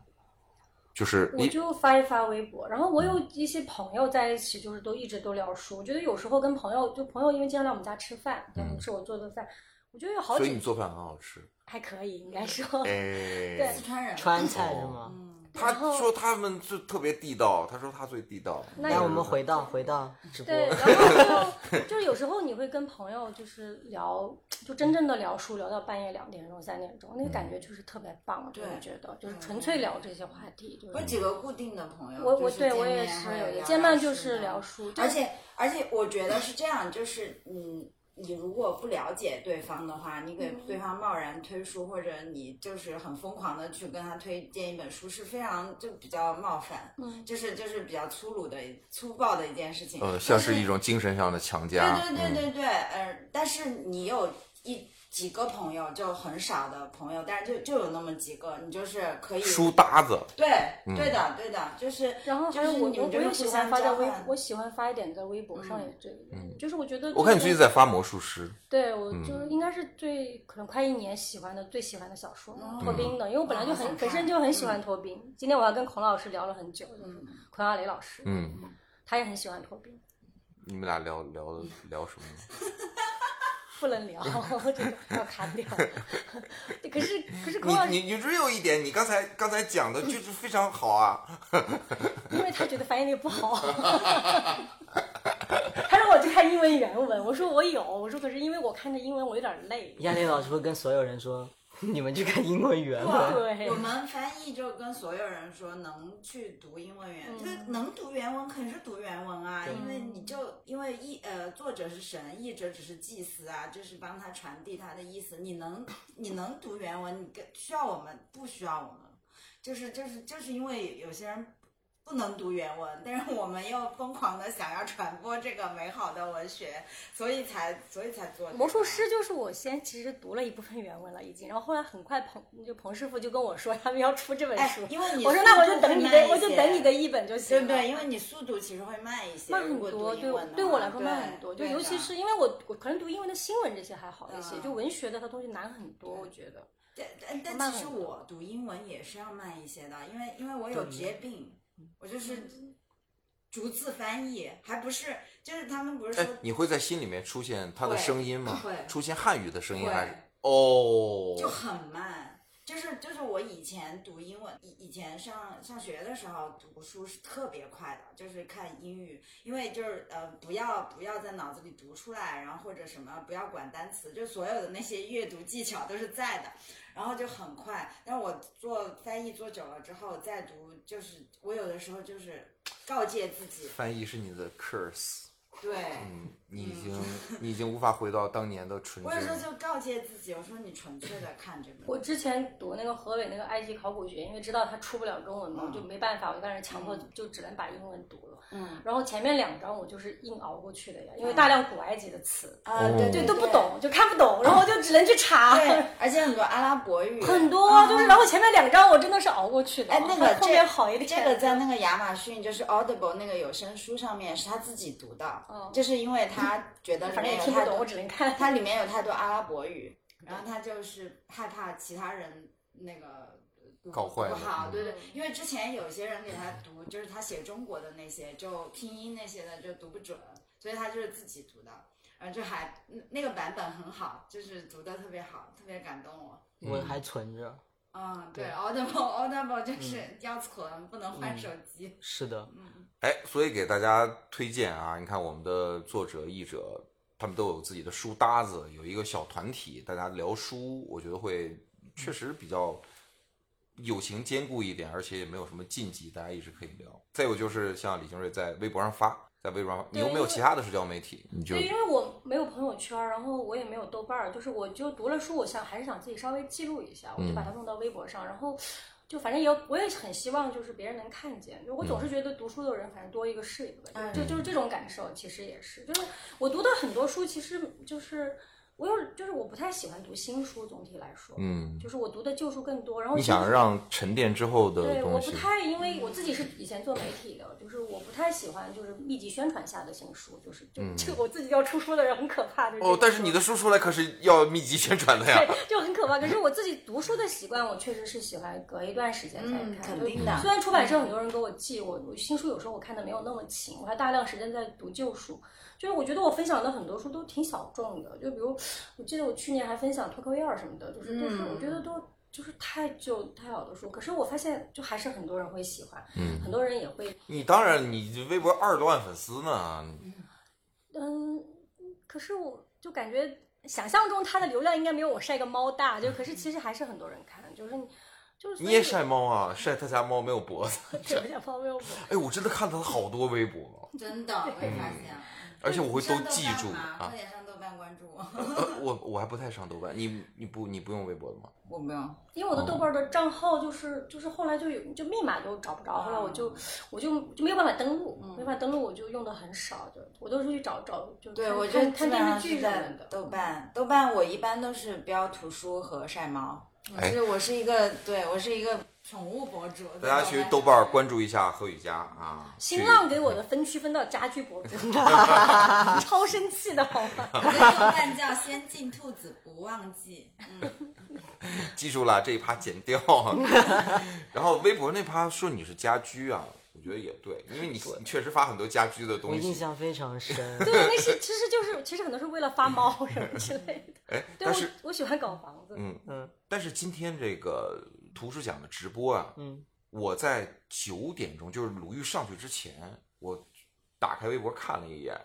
[SPEAKER 1] 就是
[SPEAKER 3] 我
[SPEAKER 1] 你。
[SPEAKER 3] 就发一发微博，然后我
[SPEAKER 1] 嗯
[SPEAKER 3] 有一些朋友在一起，就是都一直都聊书。我觉得有时候跟朋友，就朋友因为经常来我们家吃饭，
[SPEAKER 1] 嗯
[SPEAKER 3] 吃我做的饭，我觉得有好
[SPEAKER 1] 所以你
[SPEAKER 3] 几
[SPEAKER 1] 做饭很好吃。
[SPEAKER 3] 还可以，应该
[SPEAKER 5] 嗯
[SPEAKER 3] 说。
[SPEAKER 1] 哎
[SPEAKER 3] 对
[SPEAKER 5] 四川人，
[SPEAKER 4] 川菜
[SPEAKER 1] 哦
[SPEAKER 4] 是吗？
[SPEAKER 3] 嗯
[SPEAKER 1] 他
[SPEAKER 3] 然后
[SPEAKER 1] 说他们就特别地道，他说他最地道。
[SPEAKER 3] 那
[SPEAKER 4] 那
[SPEAKER 3] 有
[SPEAKER 4] 我们回到回到直播，
[SPEAKER 3] 对，然后 就是有时候你会跟朋友就是聊，就真正的聊书，聊到半夜两点钟、三点钟，那个感
[SPEAKER 4] 嗯
[SPEAKER 3] 觉就是特别棒。就
[SPEAKER 5] 对嗯
[SPEAKER 3] 我觉得就是纯粹聊这些话题，就
[SPEAKER 5] 我有
[SPEAKER 3] 是
[SPEAKER 5] 几个固定的朋友，
[SPEAKER 3] 我
[SPEAKER 5] 嗯就
[SPEAKER 3] 我
[SPEAKER 5] 是
[SPEAKER 3] 对
[SPEAKER 5] 见
[SPEAKER 3] 我也
[SPEAKER 5] 面
[SPEAKER 3] 是
[SPEAKER 5] 还有
[SPEAKER 3] 有的，
[SPEAKER 5] 聊
[SPEAKER 3] 见面
[SPEAKER 5] 聊
[SPEAKER 3] 就是
[SPEAKER 5] 的
[SPEAKER 3] 聊书，
[SPEAKER 5] 而且而且我觉得是这样，就是嗯，你如果不了解对方的话，你
[SPEAKER 3] 嗯
[SPEAKER 5] 给对方贸然推书，或者你就是很疯狂的去跟他推荐一本书，是非常就比较冒犯，
[SPEAKER 3] 嗯
[SPEAKER 5] 就是就是比较粗鲁的、粗暴的一件事情，
[SPEAKER 1] 呃，像
[SPEAKER 5] 但
[SPEAKER 1] 是一种精神上的强加。
[SPEAKER 5] 对对
[SPEAKER 1] 嗯
[SPEAKER 5] 对对对，呃，但是你有一几个朋友，就很少的朋友，但是就就有那么几个，你就是可以
[SPEAKER 1] 书嗯搭子，
[SPEAKER 5] 对对的对的，就是
[SPEAKER 3] 然后
[SPEAKER 5] 就
[SPEAKER 3] 还
[SPEAKER 5] 是
[SPEAKER 3] 有我
[SPEAKER 5] 你
[SPEAKER 3] 我
[SPEAKER 5] 们就
[SPEAKER 3] 我
[SPEAKER 5] 是
[SPEAKER 3] 也
[SPEAKER 5] 互
[SPEAKER 3] 喜欢
[SPEAKER 5] 相
[SPEAKER 3] 发在
[SPEAKER 5] 交
[SPEAKER 3] 微，
[SPEAKER 5] 换嗯
[SPEAKER 3] 我喜欢发一点在微博上也这个，
[SPEAKER 4] 嗯
[SPEAKER 3] 就是我觉得
[SPEAKER 1] 我看你
[SPEAKER 3] 最
[SPEAKER 1] 最近在发魔术师，
[SPEAKER 3] 对我就是
[SPEAKER 1] 嗯
[SPEAKER 3] 应该是最可能快一年喜欢的最喜欢的小说
[SPEAKER 5] 嗯
[SPEAKER 3] 托宾的，因为我本来就
[SPEAKER 5] 嗯
[SPEAKER 3] 很本身就很喜欢托宾。今天我还跟孔老师聊了很久，就是孔亚雷老师，
[SPEAKER 1] 嗯，
[SPEAKER 3] 他也很喜欢托宾，
[SPEAKER 1] 你们俩聊聊的聊什么呢？
[SPEAKER 3] 不能 聊，这个要砍掉。可是可是孔老师
[SPEAKER 1] 你，你你只有一点，你刚才刚才讲的就是非常好
[SPEAKER 5] 嗯
[SPEAKER 1] 啊。
[SPEAKER 3] 因为他觉得翻译那个不 好，他让我去看 英文原文，我说我有，我说可是因为我看着英文我有点累，
[SPEAKER 4] 亚丽老师会跟所有人说，你们去看英文原
[SPEAKER 5] 哇
[SPEAKER 4] 文，
[SPEAKER 3] 对
[SPEAKER 5] 我们翻译就跟所有人说，能去读英文原，
[SPEAKER 3] 嗯
[SPEAKER 5] 就是能读原文肯定是读原文啊，
[SPEAKER 4] 对
[SPEAKER 5] 因为你就因为译呃作者是神，译者只是祭司啊，就是帮他传递他的意思。你能你能读原文，你跟需要我们不需要我们，就是就是就是因为有些人。不能读原文，但是我们又疯狂的想要传播这个美好的文学，所以才所以才做这个
[SPEAKER 3] 魔术师就是我先其实读了一部分原文了已经，然后后来很快彭就彭师傅就跟我说他们要出这本
[SPEAKER 5] 哎
[SPEAKER 3] 书，，
[SPEAKER 5] 因为你
[SPEAKER 3] 我说那我
[SPEAKER 5] 速
[SPEAKER 3] 就
[SPEAKER 5] 度
[SPEAKER 3] 等你
[SPEAKER 5] 会慢
[SPEAKER 3] 的，
[SPEAKER 5] 一
[SPEAKER 3] 我就
[SPEAKER 5] 些
[SPEAKER 3] 等你的译本就行
[SPEAKER 5] 对
[SPEAKER 3] 了。
[SPEAKER 5] 不对？因为你速度其实会慢一些，
[SPEAKER 3] 慢
[SPEAKER 5] 如
[SPEAKER 3] 很
[SPEAKER 5] 果
[SPEAKER 3] 多，
[SPEAKER 5] 读
[SPEAKER 3] 对
[SPEAKER 5] 英
[SPEAKER 3] 我
[SPEAKER 5] 文的
[SPEAKER 3] 对
[SPEAKER 5] 话
[SPEAKER 3] 我来说慢
[SPEAKER 5] 对
[SPEAKER 3] 很多，就
[SPEAKER 5] 对
[SPEAKER 3] 尤
[SPEAKER 5] 的
[SPEAKER 3] 其是因为我我可能读英文的新闻这些还好一些，
[SPEAKER 5] 嗯
[SPEAKER 3] 就文学的它东西难很多，我觉得。
[SPEAKER 5] 但但但
[SPEAKER 3] 慢
[SPEAKER 5] 其实
[SPEAKER 3] 很多
[SPEAKER 5] 我读英文也是要慢一些的，因为因为我有
[SPEAKER 4] 对
[SPEAKER 5] 职业病，我就是逐字翻译，还不是就是他们不是
[SPEAKER 1] 哎
[SPEAKER 5] 说，
[SPEAKER 1] 你会在心里面出现他的
[SPEAKER 5] 会
[SPEAKER 1] 声音吗
[SPEAKER 5] 会？
[SPEAKER 1] 出现汉语的声音
[SPEAKER 5] 会
[SPEAKER 1] 还是？哦，
[SPEAKER 5] 就很慢。就是就是我以前读英文，以以前上上学的时候读书是特别快的，就是看英语，因为就是呃不要不要在脑子里读出来，然后或者什么不要管单词，就所有的那些阅读技巧都是在的，然后就很快。但是我做翻译做久了之后再读，就是我有的时候就是告诫自己，
[SPEAKER 1] 翻译是你的 curse，
[SPEAKER 5] 对，
[SPEAKER 1] 嗯，你已经你已经无法回到当年的纯
[SPEAKER 5] 我有时候
[SPEAKER 1] 真。
[SPEAKER 5] 就告诫自己，我说你纯粹的看这本书，
[SPEAKER 3] 我之前读那个河北那个埃及考古学，因为知道它出不了中文嘛，
[SPEAKER 5] 嗯
[SPEAKER 3] 就没办法，我就开始强迫
[SPEAKER 5] 嗯
[SPEAKER 3] 就只能把英文读了。
[SPEAKER 5] 嗯
[SPEAKER 3] 然后前面两章我就是硬熬过去的呀，因为
[SPEAKER 5] 嗯
[SPEAKER 3] 大量古埃及的词，
[SPEAKER 5] 啊对
[SPEAKER 3] 对
[SPEAKER 5] 对
[SPEAKER 3] 都不懂，就看不懂，然后我就只能去查。
[SPEAKER 5] 啊对，而且很多阿拉伯语，嗯
[SPEAKER 3] 哎很多啊，就是然后前面两章我真的是熬过去的，
[SPEAKER 5] 哎，那个
[SPEAKER 3] 后面好一点。
[SPEAKER 5] 这这个在那个亚马逊就是 Audible 那个有声书上面是他自己读的，
[SPEAKER 3] 哦
[SPEAKER 5] 就是因为他觉得里
[SPEAKER 3] 反正
[SPEAKER 5] 面
[SPEAKER 3] 也
[SPEAKER 5] 有
[SPEAKER 3] 听不
[SPEAKER 5] 太
[SPEAKER 3] 懂，我
[SPEAKER 5] 多，
[SPEAKER 3] 只能看。
[SPEAKER 5] 它里面有太多阿拉伯语，然后他就是害怕其他人那个。读
[SPEAKER 1] 搞坏
[SPEAKER 5] 读
[SPEAKER 1] 了
[SPEAKER 5] 不好，
[SPEAKER 1] 嗯
[SPEAKER 5] 对对，因为之前有些人给他读，就是他写中国的那些，就拼音那些的就读不准，所以他就是自己读的，然后就还那那个版本很好，就是读的特别好，特别感动我。
[SPEAKER 4] 我还存着。
[SPEAKER 5] 嗯，对
[SPEAKER 4] 对
[SPEAKER 5] ，Audible Audible
[SPEAKER 1] 嗯
[SPEAKER 5] 就是要存，不能换手机。
[SPEAKER 4] 是的，
[SPEAKER 1] 哎，所以给大家推荐啊，你看我们的作者、译者，他们都有自己的书搭子，有一个小团体，大家聊书，我觉得会确实比较友情坚固一点，而且也没有什么禁忌，大家一直可以聊。再有就是像李金瑞在微博上发，在微博上，你有没有其他的社交媒体？你就
[SPEAKER 3] 对，因为我没有朋友圈，然后我也没有豆瓣儿，就是我就读了书，我想还是想自己稍微记录一
[SPEAKER 5] 嗯
[SPEAKER 3] 下，我就把它弄到微博上，然后就反正也有，我也很希望就是别人能看见，就我总是觉得读书的人反正多一个是一个，
[SPEAKER 5] 嗯
[SPEAKER 3] 就就是这种感受，其实也是，就是我读的很多书，其实就是我有就是我不太喜欢读新书，总体来说，
[SPEAKER 1] 嗯，
[SPEAKER 3] 就是我读的旧书更多，然后
[SPEAKER 1] 你
[SPEAKER 3] 新
[SPEAKER 1] 想让沉淀之后的
[SPEAKER 3] 对，我
[SPEAKER 1] 东
[SPEAKER 3] 不
[SPEAKER 1] 西，
[SPEAKER 3] 太，因为我自己是以前做媒体的，就是我不太喜欢就是密集宣传下的新书，就是就这个我自己要出书的人很可怕。就是
[SPEAKER 1] 嗯
[SPEAKER 3] 这
[SPEAKER 1] 哦，
[SPEAKER 3] 个
[SPEAKER 1] 但是你的书出来可是要密集宣传的呀。
[SPEAKER 3] 对就很可怕。可是我自己读书的习惯，我确实是喜欢隔一段时间再
[SPEAKER 5] 嗯
[SPEAKER 3] 看。
[SPEAKER 5] 肯
[SPEAKER 3] 就
[SPEAKER 5] 定
[SPEAKER 1] 啊
[SPEAKER 5] 的
[SPEAKER 3] 虽然出版社很多人给我寄，我我新书有时候我看的没有那么勤，我还大量时间在读旧书。就是我觉得我分享的很多书都挺小众的，就比如我记得我去年还分享脱口二什么的，就是都是
[SPEAKER 5] 嗯
[SPEAKER 3] 我觉得都。就是太旧太老的书，可是我发现就还是很多人会喜欢，
[SPEAKER 1] 嗯
[SPEAKER 3] 很多人也会
[SPEAKER 1] 你当然，你微博二十多万粉丝呢，
[SPEAKER 3] 嗯，可是我就感觉想象中它的流量应该没有我晒个猫大，就 可是其实还是很多人看，就是你就是
[SPEAKER 1] 你也晒猫啊，晒他家猫没有脖子。
[SPEAKER 3] 流量方面我
[SPEAKER 1] 哎，我真的看他好多微博了，
[SPEAKER 5] 真的，我也发现了。
[SPEAKER 1] 嗯而且我会
[SPEAKER 5] 你
[SPEAKER 1] 都
[SPEAKER 5] 上豆
[SPEAKER 1] 记
[SPEAKER 5] 瓣
[SPEAKER 1] 住
[SPEAKER 5] 吗
[SPEAKER 1] 啊
[SPEAKER 5] 快。点上豆瓣关注我。
[SPEAKER 1] 呃我我还不太上豆瓣，你你不你不用微博的吗？
[SPEAKER 5] 我没有。
[SPEAKER 3] 因为我的豆瓣的账号就是就是后来就有就密码都找不着，后来我就我就就没有办法登录，没办法登录，我就用的很少，就我都是去找找就
[SPEAKER 5] 对，
[SPEAKER 3] 看
[SPEAKER 5] 我就
[SPEAKER 3] 看
[SPEAKER 5] 基
[SPEAKER 3] 看
[SPEAKER 5] 本上
[SPEAKER 3] 电视
[SPEAKER 5] 是
[SPEAKER 3] 剧什
[SPEAKER 5] 在
[SPEAKER 3] 么的。
[SPEAKER 5] 豆瓣，豆瓣我一般都是标图书和晒猫，
[SPEAKER 1] 哎
[SPEAKER 5] 就是我是一个，对我是一个宠物博主。
[SPEAKER 1] 大家去豆 瓣儿关注一下何雨佳啊。
[SPEAKER 3] 新
[SPEAKER 1] 去
[SPEAKER 3] 浪给我的分区分到家居博主，超生气的好吗？
[SPEAKER 5] 我的豆瓣叫先进兔子不忘记。
[SPEAKER 1] 记住了这一趴剪掉。然后微博那趴说你是家居啊，我觉得也对，因为你你确实发很多家居的
[SPEAKER 4] 我
[SPEAKER 1] 东
[SPEAKER 4] 印
[SPEAKER 1] 西。
[SPEAKER 4] 象非常深。
[SPEAKER 3] 对，那是其实就是其实很多是为了发猫什么之类的。
[SPEAKER 1] 哎，
[SPEAKER 3] 对
[SPEAKER 1] 但
[SPEAKER 3] 我
[SPEAKER 1] 是
[SPEAKER 3] 我喜欢搞房子，
[SPEAKER 1] 嗯
[SPEAKER 4] 嗯
[SPEAKER 1] 但是今天这个图书奖的直播啊，
[SPEAKER 4] 嗯，
[SPEAKER 1] 我在九点钟，就是鲁豫上去之前，我打开微博看了一眼，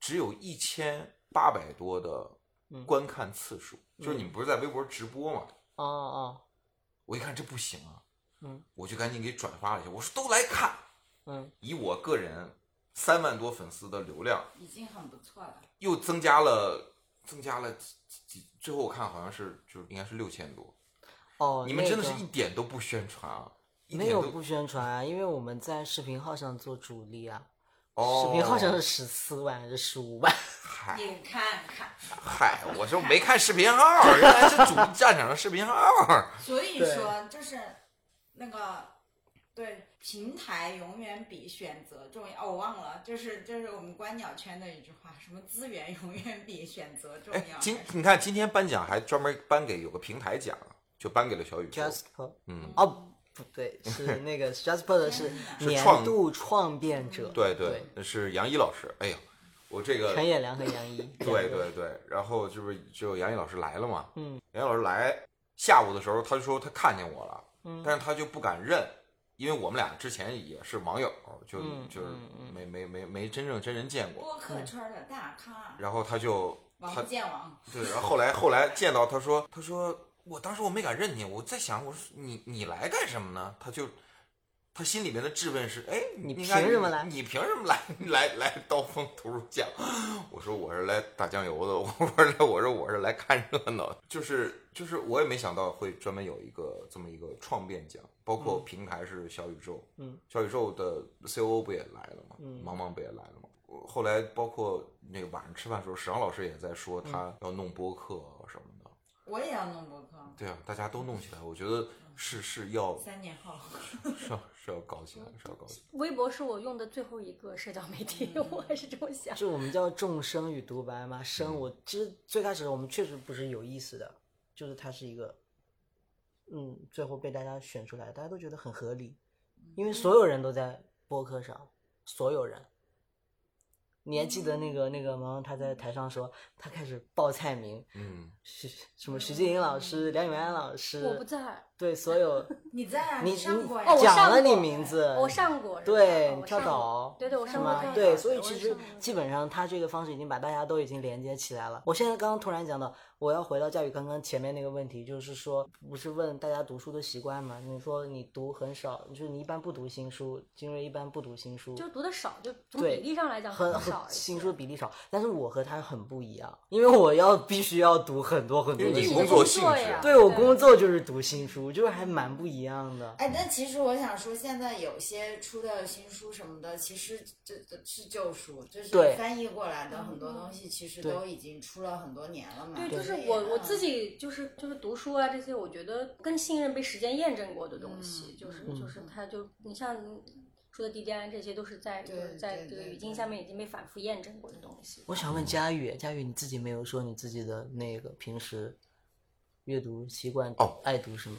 [SPEAKER 1] 只有一千八百多的
[SPEAKER 4] 嗯
[SPEAKER 1] 观看次数，就是你们不是在微博直播嘛？
[SPEAKER 4] 哦哦，
[SPEAKER 1] 我一看这不行啊，
[SPEAKER 4] 嗯，
[SPEAKER 1] 我就赶紧给转发了一下，我说都来看，
[SPEAKER 4] 嗯
[SPEAKER 1] 以我个人三万多粉丝的流量，
[SPEAKER 5] 已经很不错了。
[SPEAKER 1] 又增加了增加了几几，几最后我看好像是就是应该是六千多，
[SPEAKER 4] 哦，
[SPEAKER 1] 你们真的是
[SPEAKER 4] 那个
[SPEAKER 1] 一点都不宣传啊，一
[SPEAKER 4] 没
[SPEAKER 1] 点
[SPEAKER 4] 有
[SPEAKER 1] 都
[SPEAKER 4] 不宣传啊，因为我们在视频号上做主力啊，
[SPEAKER 1] 哦，
[SPEAKER 4] 视频号上是十四万还是十 五万？
[SPEAKER 1] 嗨
[SPEAKER 5] 你看看，
[SPEAKER 1] 嗨，我就没看视频号，原来是 主战场的视频号，
[SPEAKER 5] 所以
[SPEAKER 4] 对
[SPEAKER 5] 说就是那个对平台永远比选择重要。哦，我忘了，就是就是我们观鸟圈的一句话，什么资源永远比选择重
[SPEAKER 1] 哎
[SPEAKER 5] 要。，
[SPEAKER 1] 今你看今天颁奖还专门颁给有个平台奖，就颁给了小宇宙，
[SPEAKER 4] Jasper
[SPEAKER 1] 嗯，
[SPEAKER 4] 哦，不对，是那个 Jasper 的是
[SPEAKER 1] 是
[SPEAKER 4] 年
[SPEAKER 1] 创
[SPEAKER 4] 度创变者，
[SPEAKER 1] 对对，那是杨一老师，哎呀，我这个
[SPEAKER 4] 陈也良和杨一，
[SPEAKER 1] 对
[SPEAKER 4] 两个
[SPEAKER 1] 对对，然后这不是只有杨毅老师来了嘛？
[SPEAKER 4] 嗯，
[SPEAKER 1] 杨毅老师来下午的时候，他就说他看见我了，
[SPEAKER 4] 嗯
[SPEAKER 1] 但是他就不敢认，因为我们俩之前也是网友，就、
[SPEAKER 4] 嗯
[SPEAKER 1] 就是
[SPEAKER 4] 嗯嗯
[SPEAKER 1] 没没没没真正真人见过。
[SPEAKER 5] 播客圈的大咖，
[SPEAKER 1] 然后他就他
[SPEAKER 5] 王建王，
[SPEAKER 1] 对，然后后来后来见到他说他说我当时我没敢认你，我在想我说你你来干什么呢？他就。他心里面的质问是：哎，
[SPEAKER 4] 你
[SPEAKER 1] 应该
[SPEAKER 4] 凭什么来
[SPEAKER 1] 你凭什么来？来来，刀锋毒入酱。我说我是来打酱油的， 我说来，我说我是来看热闹的，就是就是我也没想到会专门有一个这么一个创变奖，包括平台是小宇宙，
[SPEAKER 4] 嗯，
[SPEAKER 1] 小宇宙的 COO 不也来了吗？
[SPEAKER 4] 嗯
[SPEAKER 1] 茫茫不也来了吗？我后来包括那个晚上吃饭的时候，史昂老师也在说他要弄播客啊什么的，
[SPEAKER 5] 我也要弄播客，
[SPEAKER 1] 对啊，大家都弄起来，我觉得是是要
[SPEAKER 5] 三年 后。
[SPEAKER 1] 是要是要搞起来，是要搞起来。
[SPEAKER 3] 微博是我用的最后一个社交媒体，我还是这么想。
[SPEAKER 4] 就我们叫众生与独白嘛。生，我其实最开始我们确实不是有意思的，就是它是一个，嗯，最后被大家选出来，大家都觉得很合理，因为所有人都在播客上，所有人。你还记得那个那个毛毛他在台上说，他开始报菜名，
[SPEAKER 1] 嗯，
[SPEAKER 4] 徐什么徐静莹老师、梁永安老
[SPEAKER 3] 我不
[SPEAKER 4] 师，
[SPEAKER 3] 在，
[SPEAKER 4] 对所 有
[SPEAKER 5] 你在啊？
[SPEAKER 4] 你
[SPEAKER 5] 上
[SPEAKER 4] 你
[SPEAKER 5] 过呀？
[SPEAKER 3] 哦，我
[SPEAKER 4] 讲
[SPEAKER 3] 上
[SPEAKER 4] 了你
[SPEAKER 3] 过
[SPEAKER 4] 名字
[SPEAKER 3] 我上过，是吧
[SPEAKER 4] 对
[SPEAKER 3] 哦我
[SPEAKER 4] 你跳
[SPEAKER 3] 上过
[SPEAKER 4] 岛
[SPEAKER 3] 对对，我
[SPEAKER 5] 是
[SPEAKER 4] 是
[SPEAKER 3] 上过
[SPEAKER 5] 吗
[SPEAKER 3] 跳
[SPEAKER 4] 吗
[SPEAKER 3] 岛，？
[SPEAKER 4] 对，所以
[SPEAKER 3] 我也
[SPEAKER 4] 其实
[SPEAKER 3] 上过
[SPEAKER 4] 基本上他这个方式已经把大家都已经连接起来了。我现在刚刚突然讲到，我要回到佳宇刚刚前面那个问题，就是说不是问大家读书的习惯吗？你说你读很少，就是你一般不读新书，金瑞一般不读新书，
[SPEAKER 3] 就读的少，就从
[SPEAKER 4] 对
[SPEAKER 3] 比例上来讲
[SPEAKER 4] 很
[SPEAKER 3] 少而已。
[SPEAKER 4] 新书比例少。但是我和他很不一样，因为我要必须要读很多很多
[SPEAKER 1] 因为
[SPEAKER 4] 的
[SPEAKER 1] 你
[SPEAKER 4] 新
[SPEAKER 1] 工
[SPEAKER 4] 书
[SPEAKER 1] 作，性质
[SPEAKER 3] 呀，
[SPEAKER 4] 对我工作就是读新书，就是还蛮不一样的。
[SPEAKER 5] 哎，但其实我想说，现在有些出的新书什么的，其实这这是旧书，就是
[SPEAKER 4] 对
[SPEAKER 5] 翻译过来的很多东西，其实
[SPEAKER 4] 对
[SPEAKER 5] 都已经出了很多年了嘛。
[SPEAKER 3] 对，
[SPEAKER 5] 所
[SPEAKER 3] 就
[SPEAKER 5] 以
[SPEAKER 3] 是我我自
[SPEAKER 5] 嗯
[SPEAKER 3] 己就是就是读书啊这些，我觉得更信任被时间验证过的东西，就是就是它就你像说的 DDI 这些都是在就
[SPEAKER 5] 对
[SPEAKER 3] 是在
[SPEAKER 5] 对
[SPEAKER 3] 这个
[SPEAKER 5] 对
[SPEAKER 3] 语
[SPEAKER 5] 对
[SPEAKER 3] 境下面已经被反复验证过的东西。
[SPEAKER 4] 我想问佳宇，佳宇你自己没有说你自己的那个平时阅读习惯
[SPEAKER 1] 哦
[SPEAKER 4] 爱读什么？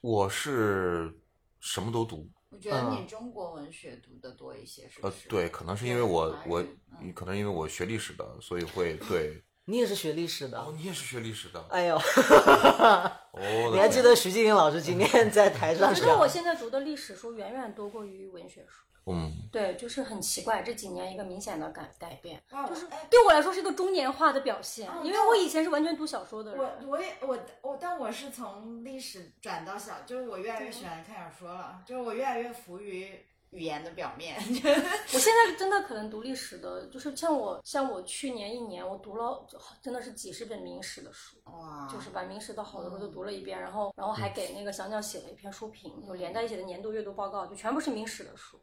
[SPEAKER 1] 我是什么都读，
[SPEAKER 5] 我觉得你
[SPEAKER 4] 嗯
[SPEAKER 5] 中国文学读的多一些，是不
[SPEAKER 1] 呃
[SPEAKER 5] 是？，
[SPEAKER 1] 对，可能是因为我
[SPEAKER 5] 华语
[SPEAKER 1] 我
[SPEAKER 5] 嗯
[SPEAKER 1] 可能因为我学历史的，所以会对。
[SPEAKER 4] 你也是学历史的，
[SPEAKER 1] 哦，你也是学历史的，
[SPEAKER 4] 哎呦，
[SPEAKER 1] 哦，我的
[SPEAKER 4] 你还
[SPEAKER 1] 天
[SPEAKER 4] 记得徐静莹老师今天在台上
[SPEAKER 3] 我觉得
[SPEAKER 4] 讲
[SPEAKER 3] 我？现在读的历史书远远多过于文学书，
[SPEAKER 1] 嗯，
[SPEAKER 3] 对，就是很奇怪，这几年一个明显的改改变，
[SPEAKER 5] 哇，
[SPEAKER 3] 就
[SPEAKER 5] 我
[SPEAKER 3] 是
[SPEAKER 5] 哎，
[SPEAKER 3] 对我来说是一个中年化的表现
[SPEAKER 5] 哦，
[SPEAKER 3] 因为
[SPEAKER 5] 那
[SPEAKER 3] 我
[SPEAKER 5] 我
[SPEAKER 3] 以前是完全读小说的
[SPEAKER 5] 我
[SPEAKER 3] 人，
[SPEAKER 5] 我也我我，但我是从历史转到小，就是我越来越喜欢看小说了，就是我越来越服于语言的表面。
[SPEAKER 3] 我现在真的可能读历史的，就是像我像我去年一年我读了真的是几十本明史的书。
[SPEAKER 5] 哇，
[SPEAKER 1] 啊
[SPEAKER 3] 就是把明史的好多书都
[SPEAKER 1] 嗯
[SPEAKER 3] 读了一遍，然后然后还给那个小鸟写了一篇书评，就连在一起的年度阅读报告，就全部是明史的书。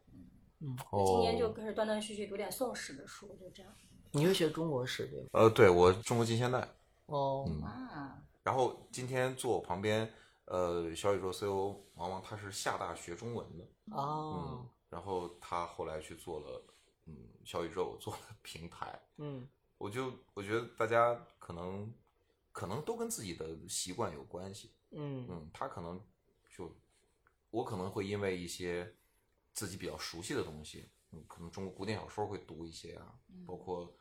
[SPEAKER 1] 哦，
[SPEAKER 3] 今年就开始断断续续读点宋史的书，就这样。
[SPEAKER 4] 你会学中国史对吧？
[SPEAKER 1] 呃，对我中国近现代，
[SPEAKER 4] 哦，
[SPEAKER 1] 嗯
[SPEAKER 5] 哇，
[SPEAKER 1] 然后今天坐我旁边，呃，小宇宙 CEO 王王，他是厦大学中文的，嗯
[SPEAKER 4] 哦，
[SPEAKER 1] 然后他后来去做了，嗯，小宇宙做了平台，
[SPEAKER 4] 嗯，
[SPEAKER 1] 我就我觉得大家可能可能都跟自己的习惯有关系，
[SPEAKER 4] 嗯，
[SPEAKER 1] 嗯，他可能就我可能会因为一些自己比较熟悉的东西，嗯，可能中国古典小说会读一些啊，包括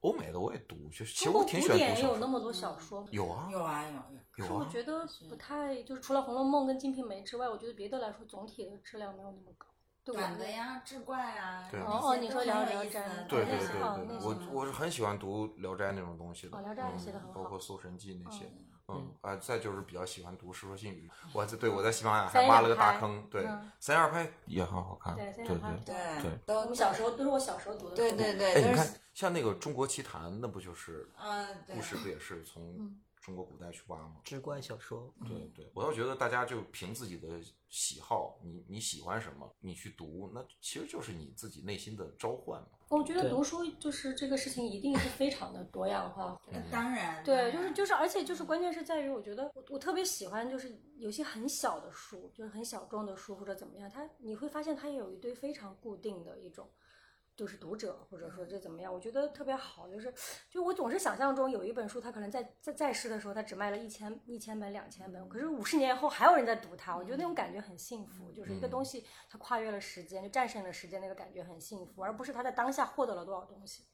[SPEAKER 1] 欧美的我也读，就是其实
[SPEAKER 3] 嗯中
[SPEAKER 1] 我
[SPEAKER 3] 国
[SPEAKER 1] 挺
[SPEAKER 3] 古
[SPEAKER 1] 喜欢读
[SPEAKER 3] 典也
[SPEAKER 1] 小
[SPEAKER 3] 有
[SPEAKER 1] 说
[SPEAKER 3] 那
[SPEAKER 1] 的，
[SPEAKER 3] 么多小说，
[SPEAKER 1] 有啊
[SPEAKER 5] 有啊
[SPEAKER 1] 有
[SPEAKER 5] 有有。
[SPEAKER 3] 可是
[SPEAKER 1] 啊
[SPEAKER 3] 我，觉得不太，就是除了《红楼梦》跟《金瓶梅》之外，我觉得别的来说总体的质量没有那么高。对吧
[SPEAKER 5] 短的呀，志怪啊，
[SPEAKER 1] 对
[SPEAKER 3] 哦哦你说聊聊斋
[SPEAKER 1] 对对对对
[SPEAKER 3] 对对对对
[SPEAKER 1] 对，
[SPEAKER 3] 对
[SPEAKER 1] 我我是很喜欢读《聊斋》那种东西的，
[SPEAKER 3] 哦聊斋
[SPEAKER 1] 嗯
[SPEAKER 3] 写得很
[SPEAKER 1] 包
[SPEAKER 3] 好
[SPEAKER 1] 括《搜神记》那些，嗯
[SPEAKER 4] 嗯
[SPEAKER 1] 啊，再就是比较喜欢读《世说新语》，我还在对我在喜马拉雅
[SPEAKER 3] 三
[SPEAKER 1] 还
[SPEAKER 3] 言
[SPEAKER 1] 挖
[SPEAKER 3] 两
[SPEAKER 1] 了个大
[SPEAKER 3] 拍
[SPEAKER 1] 坑，对，
[SPEAKER 3] 嗯
[SPEAKER 1] 三言二拍也很好看，
[SPEAKER 3] 对三
[SPEAKER 1] 对
[SPEAKER 3] 言二拍
[SPEAKER 5] 对
[SPEAKER 1] 对
[SPEAKER 3] 我
[SPEAKER 5] 都
[SPEAKER 3] 们小时候都是我小时候读的，
[SPEAKER 5] 对对，对，
[SPEAKER 1] 哎，你
[SPEAKER 5] 都
[SPEAKER 1] 看
[SPEAKER 5] 是
[SPEAKER 1] 像那个《中国奇谭》，那不就是
[SPEAKER 5] 嗯，对嗯
[SPEAKER 1] 故，事不也是从中国古代去挖吗？
[SPEAKER 4] 志怪小说，
[SPEAKER 1] 对对，我倒觉得大家就凭自己的喜好，你你喜欢什么，你去读，那其实就是你自己内心的召唤嘛。
[SPEAKER 3] 我觉得
[SPEAKER 4] 对
[SPEAKER 3] 读书就是这个事情一定是非常的多样化。
[SPEAKER 5] 当然
[SPEAKER 3] 对，就是
[SPEAKER 5] 是
[SPEAKER 3] 就是，而且就是，关键是在于，我觉得我我特别喜欢，就是有些很小的书，就是很小众的书或者怎么样，它你会发现它有一堆非常固定的一种，就是读者或者说这怎么样，我觉得特别好，就是就我总是想象中有一本书，它可能在在在世的时候，它只卖了一千一千本两千本，可是五十年后还有人在读它，我觉得那种感觉很幸福，就是一个东西它跨越了时间，就战胜了时间，那个感觉很幸福，而不是它在当下获得了多少东西。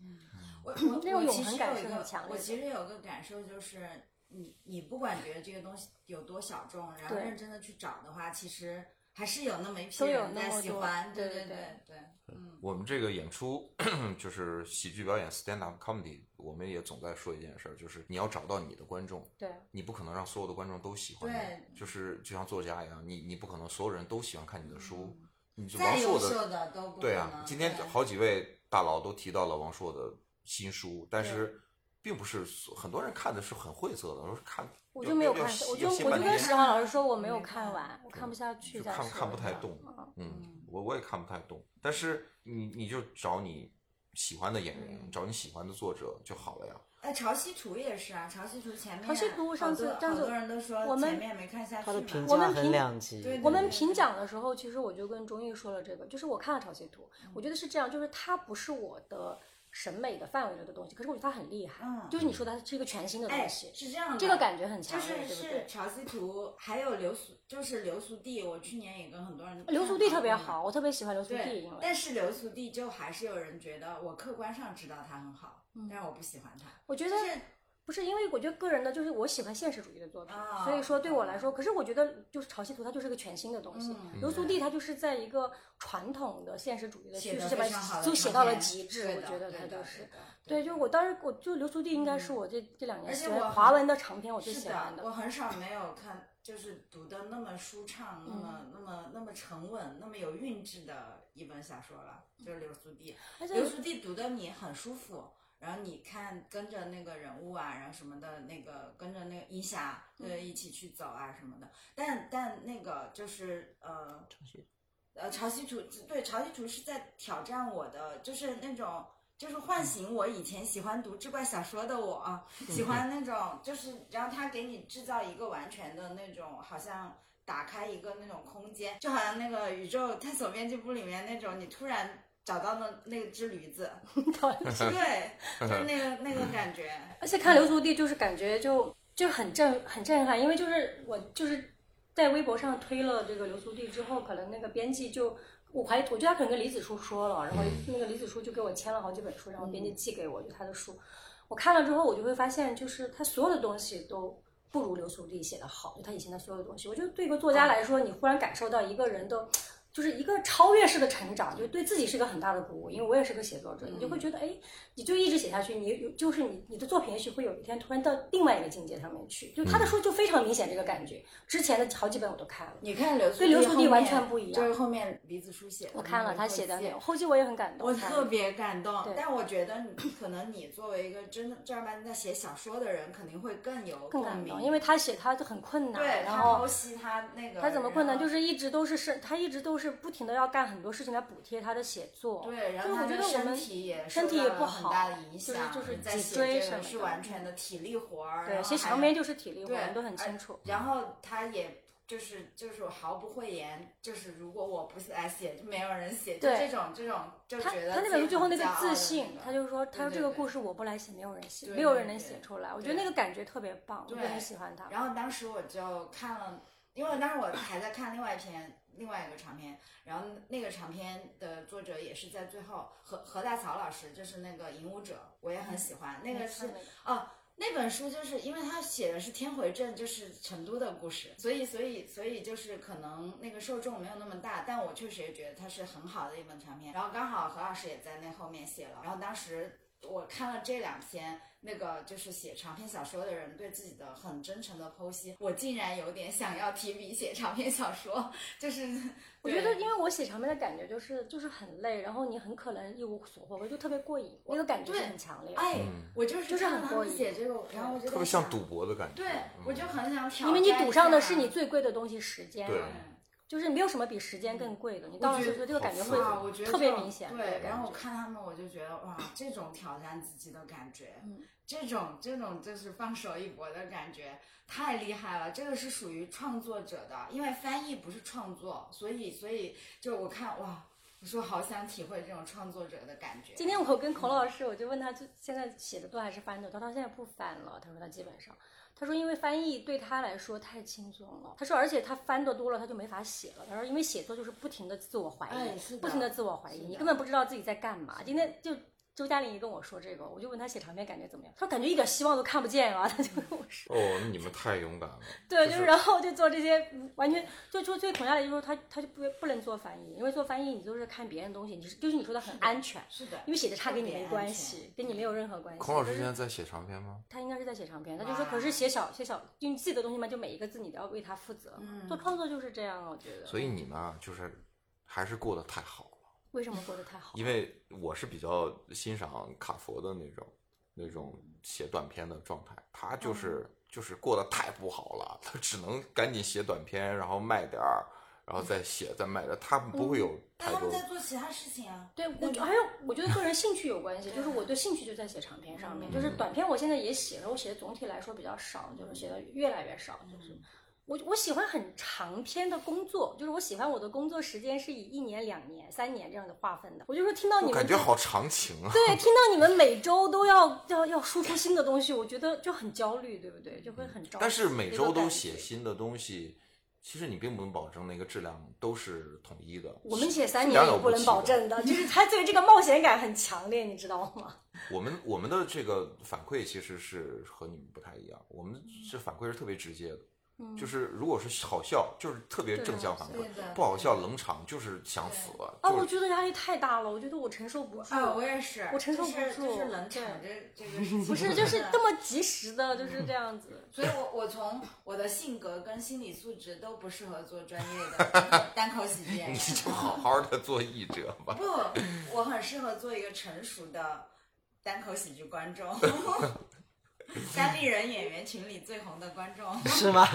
[SPEAKER 5] 我我
[SPEAKER 3] 嗯那种
[SPEAKER 5] 我其
[SPEAKER 3] 永恒
[SPEAKER 5] 实
[SPEAKER 3] 感
[SPEAKER 5] 有
[SPEAKER 3] 是
[SPEAKER 5] 一个
[SPEAKER 3] 很强烈
[SPEAKER 5] 我
[SPEAKER 3] 的
[SPEAKER 5] 其实有个感受就是，你你不管觉得这个东西有多小众，然后
[SPEAKER 3] 对
[SPEAKER 5] 认真的去找的话，其实还是有那么一批
[SPEAKER 3] 都有
[SPEAKER 5] 人
[SPEAKER 3] 那
[SPEAKER 5] 在
[SPEAKER 3] 么
[SPEAKER 5] 喜
[SPEAKER 3] 多
[SPEAKER 5] 欢。
[SPEAKER 3] 对
[SPEAKER 5] 对
[SPEAKER 3] 对
[SPEAKER 5] 对，嗯，
[SPEAKER 1] 我们这个演出 就是喜剧表演 stand up comedy，我们也总在说一件事儿，就是你要找到你的观众，
[SPEAKER 3] 对，啊
[SPEAKER 1] 你不可能让所有的观众都喜欢你，
[SPEAKER 5] 对
[SPEAKER 1] 就是就像作家一样，你你不可能所有人都喜欢看你的书，你就
[SPEAKER 5] 嗯再
[SPEAKER 1] 王
[SPEAKER 5] 优
[SPEAKER 1] 朔
[SPEAKER 5] 秀的都不
[SPEAKER 1] 对
[SPEAKER 5] 可
[SPEAKER 1] 啊，
[SPEAKER 5] 能
[SPEAKER 1] 今天
[SPEAKER 5] 对
[SPEAKER 1] 好几位大佬都提到了王朔的新书，但是并不是所很多人看的是很晦涩的，而是看
[SPEAKER 3] 我
[SPEAKER 1] 要
[SPEAKER 3] 就没有
[SPEAKER 1] 要
[SPEAKER 3] 看
[SPEAKER 1] 细，
[SPEAKER 3] 我
[SPEAKER 1] 要
[SPEAKER 3] 就
[SPEAKER 1] 细
[SPEAKER 3] 我
[SPEAKER 1] 半
[SPEAKER 3] 就跟
[SPEAKER 1] 天
[SPEAKER 3] 石航老师说我没有
[SPEAKER 5] 没
[SPEAKER 3] 看
[SPEAKER 5] 看
[SPEAKER 3] 完，我看不下去
[SPEAKER 1] 就
[SPEAKER 3] 暂时，
[SPEAKER 1] 看看不太
[SPEAKER 3] 嗯
[SPEAKER 1] 懂
[SPEAKER 5] 啊
[SPEAKER 3] 嗯，
[SPEAKER 1] 嗯，我我也看不太懂，但是你你就找你喜欢的演
[SPEAKER 3] 嗯
[SPEAKER 1] 员，找你喜欢的作者就好了呀。
[SPEAKER 3] 啊
[SPEAKER 5] 哎，潮汐图也是啊，潮汐图前面
[SPEAKER 3] 潮汐图
[SPEAKER 5] 好
[SPEAKER 3] 上次
[SPEAKER 5] 多
[SPEAKER 3] 上次
[SPEAKER 5] 好多人都说
[SPEAKER 3] 我们
[SPEAKER 5] 前面没看下去嘛，
[SPEAKER 4] 它的评
[SPEAKER 3] 我
[SPEAKER 4] 价
[SPEAKER 3] 们
[SPEAKER 4] 很
[SPEAKER 3] 评
[SPEAKER 4] 两极。
[SPEAKER 5] 对对
[SPEAKER 3] 我们评奖的时候，其实我就跟钟毅说了这个，就是我看了潮汐图，我
[SPEAKER 5] 嗯
[SPEAKER 3] 觉得是这样，就是它不是我的审美的范围内的东西，可是我觉得它很厉害，
[SPEAKER 5] 嗯
[SPEAKER 3] 就是你说它是一个全新的
[SPEAKER 5] 哎
[SPEAKER 3] 东西，
[SPEAKER 5] 是这样的，
[SPEAKER 3] 这个感觉很
[SPEAKER 5] 就
[SPEAKER 3] 强烈，
[SPEAKER 5] 是
[SPEAKER 3] 对不
[SPEAKER 5] 是
[SPEAKER 3] 对？
[SPEAKER 5] 潮汐图，还有流苏，就是流苏地，我去年也跟很多人
[SPEAKER 3] 流苏地特别
[SPEAKER 5] 探讨过嘛
[SPEAKER 3] 好，，我特别喜欢流苏地，
[SPEAKER 5] 对
[SPEAKER 3] 因，为
[SPEAKER 5] 但是流苏地就还是有人觉得我客观上知道它很好，但是我不喜欢它，
[SPEAKER 3] 嗯我觉得
[SPEAKER 5] 就是
[SPEAKER 3] 不是因为我觉得个人的，就是我喜欢现实主义的作品，
[SPEAKER 5] 啊
[SPEAKER 3] 所以说对我来说，可是我觉得就是潮汐图它就是个全新的东西，
[SPEAKER 5] 嗯
[SPEAKER 3] 流苏地它就是在一个传统的现实主义的叙
[SPEAKER 5] 写
[SPEAKER 3] 事
[SPEAKER 5] 的
[SPEAKER 3] 下
[SPEAKER 5] 非
[SPEAKER 3] 面
[SPEAKER 5] 常好的
[SPEAKER 3] 呃就
[SPEAKER 5] 长
[SPEAKER 3] 写到了
[SPEAKER 5] 篇
[SPEAKER 3] 极致，
[SPEAKER 5] 对
[SPEAKER 3] 我
[SPEAKER 5] 的
[SPEAKER 3] 觉得
[SPEAKER 5] 对
[SPEAKER 3] 它
[SPEAKER 5] 的
[SPEAKER 3] 就是。
[SPEAKER 5] 对
[SPEAKER 3] 对，
[SPEAKER 5] 的
[SPEAKER 3] 就是我当时我就流苏地应该是我这、这两
[SPEAKER 5] 而
[SPEAKER 3] 年
[SPEAKER 5] 且
[SPEAKER 3] 喜
[SPEAKER 5] 我
[SPEAKER 3] 欢
[SPEAKER 5] 很
[SPEAKER 3] 华文的长篇我最
[SPEAKER 5] 是
[SPEAKER 3] 喜
[SPEAKER 5] 的
[SPEAKER 3] 欢，的。
[SPEAKER 5] 我很少没有看，就是读的那么舒畅，那么
[SPEAKER 3] 嗯
[SPEAKER 5] 那么那么沉稳，那么有韵致的一本小说了，就是《流苏地》。
[SPEAKER 3] 而且
[SPEAKER 5] 流 苏地读的你很舒服，然后你看跟着那个人物啊，然后什么的，那个跟着那个伊莎，对，一起去走啊什么的。但但那个就是呃，呃，潮汐图对潮汐图是在挑战我的，就是那种。就是唤醒我以前喜欢读志怪小说的我，啊喜欢那种就是，然后他给你制造一个完全的那种，好像打开一个那种空间，就好像那个宇宙探索编辑部里面那种，你突然找到了那只驴子，对，就是那个那个感觉，
[SPEAKER 3] 而且看流苏地就是感觉就就很震很震撼，因为就是我就是在微博上推了这个流苏地之后，可能那个编辑就我怀疑，我觉得他可能跟李子书说了，然后那个李子书就给我签了好几本书，然后编辑寄给我就他的书，我看了之后我就会发现，就是他所有的东西都。不如流苏地写的好，就他以前的所有东西，我觉得对一个作家来说，你忽然感受到一个人的，就是一个超越式的成长，就对自己是个很大的鼓舞。因为我也是个写作者，你就会觉得，哎，你就一直写下去，你有就是你你的作品也许会有一天突然到另外一个境界上面去。就他的书就非常明显这个感觉，之前的好几本我都看了，
[SPEAKER 5] 你看流苏
[SPEAKER 3] 对流苏
[SPEAKER 5] 后
[SPEAKER 3] 地
[SPEAKER 5] 面
[SPEAKER 3] 完全不一样
[SPEAKER 5] 就是后面李子书写的，
[SPEAKER 3] 嗯我看了他写的那个，后期我也很感动，
[SPEAKER 5] 我
[SPEAKER 3] 看
[SPEAKER 5] 特
[SPEAKER 3] 了
[SPEAKER 5] 别感动
[SPEAKER 3] 对。
[SPEAKER 5] 但我觉得你可能你作为一个真的正儿八经在写小说的人，肯定会更有
[SPEAKER 3] 更
[SPEAKER 5] 共
[SPEAKER 3] 感
[SPEAKER 5] 鸣，
[SPEAKER 3] 动，因为他写他就很困难，
[SPEAKER 5] 对
[SPEAKER 3] 然
[SPEAKER 5] 他
[SPEAKER 3] 后
[SPEAKER 5] 剖析他那个
[SPEAKER 3] 他怎么困难，
[SPEAKER 5] 然后
[SPEAKER 3] 就是一直都是是，他一直都是不停的要干很多事情来补贴他的写作。
[SPEAKER 5] 对，然后
[SPEAKER 3] 就是
[SPEAKER 5] 他
[SPEAKER 3] 我觉
[SPEAKER 5] 的
[SPEAKER 3] 得我
[SPEAKER 5] 身
[SPEAKER 3] 们
[SPEAKER 5] 体也
[SPEAKER 3] 身体
[SPEAKER 5] 受
[SPEAKER 3] 也
[SPEAKER 5] 到
[SPEAKER 3] 不
[SPEAKER 5] 了很大
[SPEAKER 3] 好
[SPEAKER 5] 的影响，
[SPEAKER 3] 就是就是
[SPEAKER 5] 在
[SPEAKER 3] 嗯脊
[SPEAKER 5] 写
[SPEAKER 3] 椎
[SPEAKER 5] 这
[SPEAKER 3] 什
[SPEAKER 5] 个
[SPEAKER 3] 么
[SPEAKER 5] 是
[SPEAKER 3] 的嗯
[SPEAKER 5] 完全的体力活儿，
[SPEAKER 3] 对，
[SPEAKER 5] 然后
[SPEAKER 3] 写
[SPEAKER 5] 还
[SPEAKER 3] 长篇就是体力活，
[SPEAKER 5] 对
[SPEAKER 3] 我们都很
[SPEAKER 5] 而
[SPEAKER 3] 清楚。嗯
[SPEAKER 5] 然后他也就是就是毫不讳言，就是如果我不是来写，就没有人写，就
[SPEAKER 3] 对
[SPEAKER 5] 这种这种就
[SPEAKER 3] 他
[SPEAKER 5] 觉得
[SPEAKER 3] 他那
[SPEAKER 5] 自
[SPEAKER 3] 本
[SPEAKER 5] 己
[SPEAKER 3] 书最后
[SPEAKER 5] 很
[SPEAKER 3] 那个
[SPEAKER 5] 骄傲
[SPEAKER 3] 自
[SPEAKER 5] 的
[SPEAKER 3] 信，
[SPEAKER 5] 那
[SPEAKER 3] 他
[SPEAKER 5] 种
[SPEAKER 3] 就说，他说
[SPEAKER 5] 对
[SPEAKER 3] 这个
[SPEAKER 5] 对
[SPEAKER 3] 故事我不来写，没有人写，
[SPEAKER 5] 对
[SPEAKER 3] 没有
[SPEAKER 5] 对
[SPEAKER 3] 人能
[SPEAKER 5] 对
[SPEAKER 3] 写出来。我
[SPEAKER 5] 对
[SPEAKER 3] 觉得那个感觉特别棒，我就
[SPEAKER 5] 对
[SPEAKER 3] 很喜欢他。
[SPEAKER 5] 然后当时我就看了，因为当时我还在看另外一篇另外一个长篇，然后那个长篇的作者也是在最后何何大曹老师，就是那个《影舞者》，我也很喜欢。那个
[SPEAKER 3] 嗯
[SPEAKER 5] 是
[SPEAKER 3] 看那个
[SPEAKER 5] 哦，那本书就是因为他写的是天回镇，就是成都的故事，所以所以所以就是可能那个受众没有那么大，但我确实也觉得它是很好的一本长篇。然后刚好何老师也在那后面写了，然后当时我看了这两篇，那个就是写长篇小说的人对自己的很真诚的剖析，我竟然有点想要提笔写长篇小说，就是
[SPEAKER 3] 我觉得，因为我写长篇的感觉就是就是很累，然后你很可能一无所获，我就特别过瘾，那个感觉是很强烈的。
[SPEAKER 5] 哎，我就
[SPEAKER 3] 就是是
[SPEAKER 5] 看
[SPEAKER 3] 很
[SPEAKER 5] 到他
[SPEAKER 3] 过
[SPEAKER 5] 们
[SPEAKER 3] 瘾
[SPEAKER 5] 写这个，然后我
[SPEAKER 1] 嗯
[SPEAKER 5] 就
[SPEAKER 1] 特
[SPEAKER 5] 在
[SPEAKER 1] 别像
[SPEAKER 5] 想
[SPEAKER 1] 赌嗯博的感觉。
[SPEAKER 5] 对，我就很想挑战
[SPEAKER 3] 因为
[SPEAKER 5] 一
[SPEAKER 3] 你
[SPEAKER 5] 下。嗯
[SPEAKER 3] 赌上的是你最贵的东西——时间，
[SPEAKER 1] 对
[SPEAKER 3] 就是没有什么比时间更贵的。你到了
[SPEAKER 5] 我觉得
[SPEAKER 3] 岁数，这个感觉
[SPEAKER 1] 好
[SPEAKER 3] 会
[SPEAKER 1] 刺激
[SPEAKER 5] 啊，我觉得
[SPEAKER 3] 特别
[SPEAKER 5] 这种
[SPEAKER 3] 明显
[SPEAKER 5] 对，
[SPEAKER 3] 对
[SPEAKER 5] 然后我
[SPEAKER 3] 感觉
[SPEAKER 5] 看他们，我就觉得哇，这种挑战自己的感觉，
[SPEAKER 3] 嗯
[SPEAKER 5] 这种这种就是放手一搏的感觉，太厉害了。这个是属于创作者的，因为翻译不是创作，所以所以就我看哇，我说好想体会这种创作者的感觉。
[SPEAKER 3] 今天我跟孔老师，我就问他，就现在写的多还是翻的多？他说他现在不翻了，他说他基本上，他说因为翻译对他来说太轻松了。他说而且他翻的多了，他就没法写了。他说因为写作就是不停的自我怀疑，
[SPEAKER 5] 哎是的
[SPEAKER 3] 不停的自我怀疑，
[SPEAKER 5] 是的
[SPEAKER 3] 你根本不知道自己在干嘛。今天就。周嘉玲也跟我说这个，我就问他写长篇感觉怎么样，他说感觉一点希望都看不见啊，他就
[SPEAKER 5] 嗯
[SPEAKER 3] 跟我说。
[SPEAKER 1] 哦，你们太勇敢了。
[SPEAKER 3] 对，
[SPEAKER 1] 就
[SPEAKER 3] 就是是然后就做这些，嗯完全就就最同样的就是说他他就不不能做翻译，因为做翻译你就是看别人的东西，你是就是你说的很安全，
[SPEAKER 5] 是的，
[SPEAKER 3] 因为写的差跟你
[SPEAKER 5] 特别
[SPEAKER 3] 没
[SPEAKER 5] 安
[SPEAKER 3] 关
[SPEAKER 5] 全
[SPEAKER 3] 系，跟你没有任何关系。
[SPEAKER 1] 孔老师
[SPEAKER 3] 可是
[SPEAKER 1] 现在在写长篇吗？
[SPEAKER 3] 他应该是在写长篇，他就说，
[SPEAKER 5] 哇
[SPEAKER 3] 可是写小写小，因为自己的东西嘛，就每一个字你都要为他负责。
[SPEAKER 5] 嗯
[SPEAKER 3] 做创作就是这样，我觉得。
[SPEAKER 1] 所以你们啊，就是还是过得太好了。
[SPEAKER 3] 为什么过得太好？
[SPEAKER 1] 因为我是比较欣赏卡佛的那种那种写短篇的状态，他就是、
[SPEAKER 3] 嗯
[SPEAKER 1] 就是过得太不好了，他只能赶紧写短篇，然后卖点儿，然后再写再卖点儿，他不会
[SPEAKER 3] 嗯
[SPEAKER 1] 有
[SPEAKER 5] 但
[SPEAKER 1] 太
[SPEAKER 5] 他
[SPEAKER 1] 多
[SPEAKER 5] 们。在做其他事情啊。
[SPEAKER 3] 对，我觉还有我觉得跟人兴趣有关系，就是我对兴趣就在写长篇上面，
[SPEAKER 1] 嗯
[SPEAKER 3] 就是短篇我现在也写，然后我写的总体来说比较少，就是写的越来越少，就是。
[SPEAKER 1] 嗯
[SPEAKER 3] 我我喜欢很长篇的工作，就是我喜欢我的工作时间是以一年、两年、三年这样的划分的。我就说听到你
[SPEAKER 1] 我
[SPEAKER 3] 们
[SPEAKER 1] 感觉
[SPEAKER 3] 这
[SPEAKER 1] 好长情啊！
[SPEAKER 3] 对，听到你们每周都要要要输出新的东西，我觉得就很焦虑，对不对？就会很着急。
[SPEAKER 1] 但是每周都写
[SPEAKER 3] 这个感觉
[SPEAKER 1] 新的东西，其实你并不能保证那个质量都是统一的。
[SPEAKER 3] 我们写三
[SPEAKER 1] 良
[SPEAKER 3] 年
[SPEAKER 1] 莠
[SPEAKER 3] 也
[SPEAKER 1] 不
[SPEAKER 3] 不能
[SPEAKER 1] 齐
[SPEAKER 3] 保
[SPEAKER 1] 的
[SPEAKER 3] 证的，就是他对这个冒险感很强烈，你知道吗？
[SPEAKER 1] 我们我们的这个反馈其实是和你们不太一样，我们这反馈是特别直接的，就是如果是好笑，就是特别
[SPEAKER 3] 对
[SPEAKER 1] 正
[SPEAKER 3] 啊
[SPEAKER 1] 向反馈
[SPEAKER 5] 对的；
[SPEAKER 1] 不好笑冷场，就是想死了。
[SPEAKER 3] 啊，
[SPEAKER 1] 就
[SPEAKER 3] 我
[SPEAKER 1] 是
[SPEAKER 3] 觉得压力太大了，我觉得我承受不住。
[SPEAKER 5] 啊，我也是，
[SPEAKER 3] 哦我承受
[SPEAKER 5] 就是
[SPEAKER 3] 不住
[SPEAKER 5] 就是冷场这这个事情，
[SPEAKER 3] 不是，就是这么及时的，就是这样子。
[SPEAKER 5] 所以我我从我的性格跟心理素质都不适合做专业的单口喜剧演
[SPEAKER 1] 你
[SPEAKER 5] 员。
[SPEAKER 1] 就好好的做译者 吧。
[SPEAKER 5] 不，我很适合做一个成熟的单口喜剧 观众，单立人演员群里最红的观众。
[SPEAKER 4] 是 吗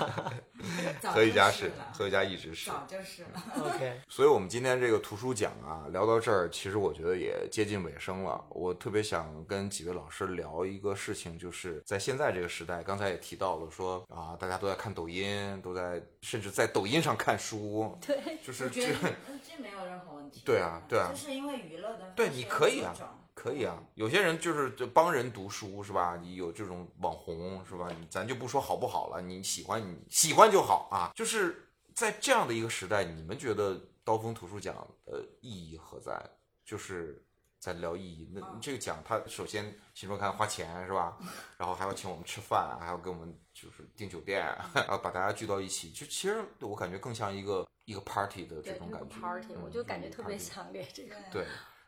[SPEAKER 5] 早
[SPEAKER 1] 何以
[SPEAKER 5] 就
[SPEAKER 1] 家
[SPEAKER 5] 啊是
[SPEAKER 1] 是
[SPEAKER 5] 了，
[SPEAKER 1] 何以家一直是。
[SPEAKER 5] 早就是了。
[SPEAKER 4] ？OK，
[SPEAKER 1] 所以，我们今天这个图书奖啊，聊到这儿，其实我觉得也接近尾声了。我特别想跟几位老师聊一个事情，就是在现在这个时代，刚才也提到了说啊，大家都在看抖音，都在甚至在抖音上看书，
[SPEAKER 3] 对，
[SPEAKER 1] 就是
[SPEAKER 5] 我
[SPEAKER 1] 这
[SPEAKER 5] 觉 得嗯这没有任何问题。
[SPEAKER 1] 对啊对啊
[SPEAKER 5] 就是因为娱乐的方式
[SPEAKER 1] 对你可以啊
[SPEAKER 5] 有各种
[SPEAKER 1] 可以啊。有些人就是就帮人读书是吧？你有这种网红是吧？你咱就不说好不好了，你喜欢你喜欢就好啊。就是在这样的一个时代，你们觉得刀锋图书奖的意义何在？就是在聊意义。那
[SPEAKER 5] 嗯
[SPEAKER 1] 这个奖，它首先新周刊花钱是吧？然后还要请我们吃饭，啊还要给我们就是订酒店，啊 然后把大家聚到一起。就其实我感觉更像一个一个 party 的这
[SPEAKER 3] 对，
[SPEAKER 1] 种
[SPEAKER 3] 那
[SPEAKER 1] 感
[SPEAKER 3] 个
[SPEAKER 1] 觉。
[SPEAKER 3] party，我
[SPEAKER 1] 嗯
[SPEAKER 3] 就感觉
[SPEAKER 1] 嗯
[SPEAKER 3] 特别
[SPEAKER 1] party
[SPEAKER 3] 强烈。这个
[SPEAKER 5] 对
[SPEAKER 1] 对，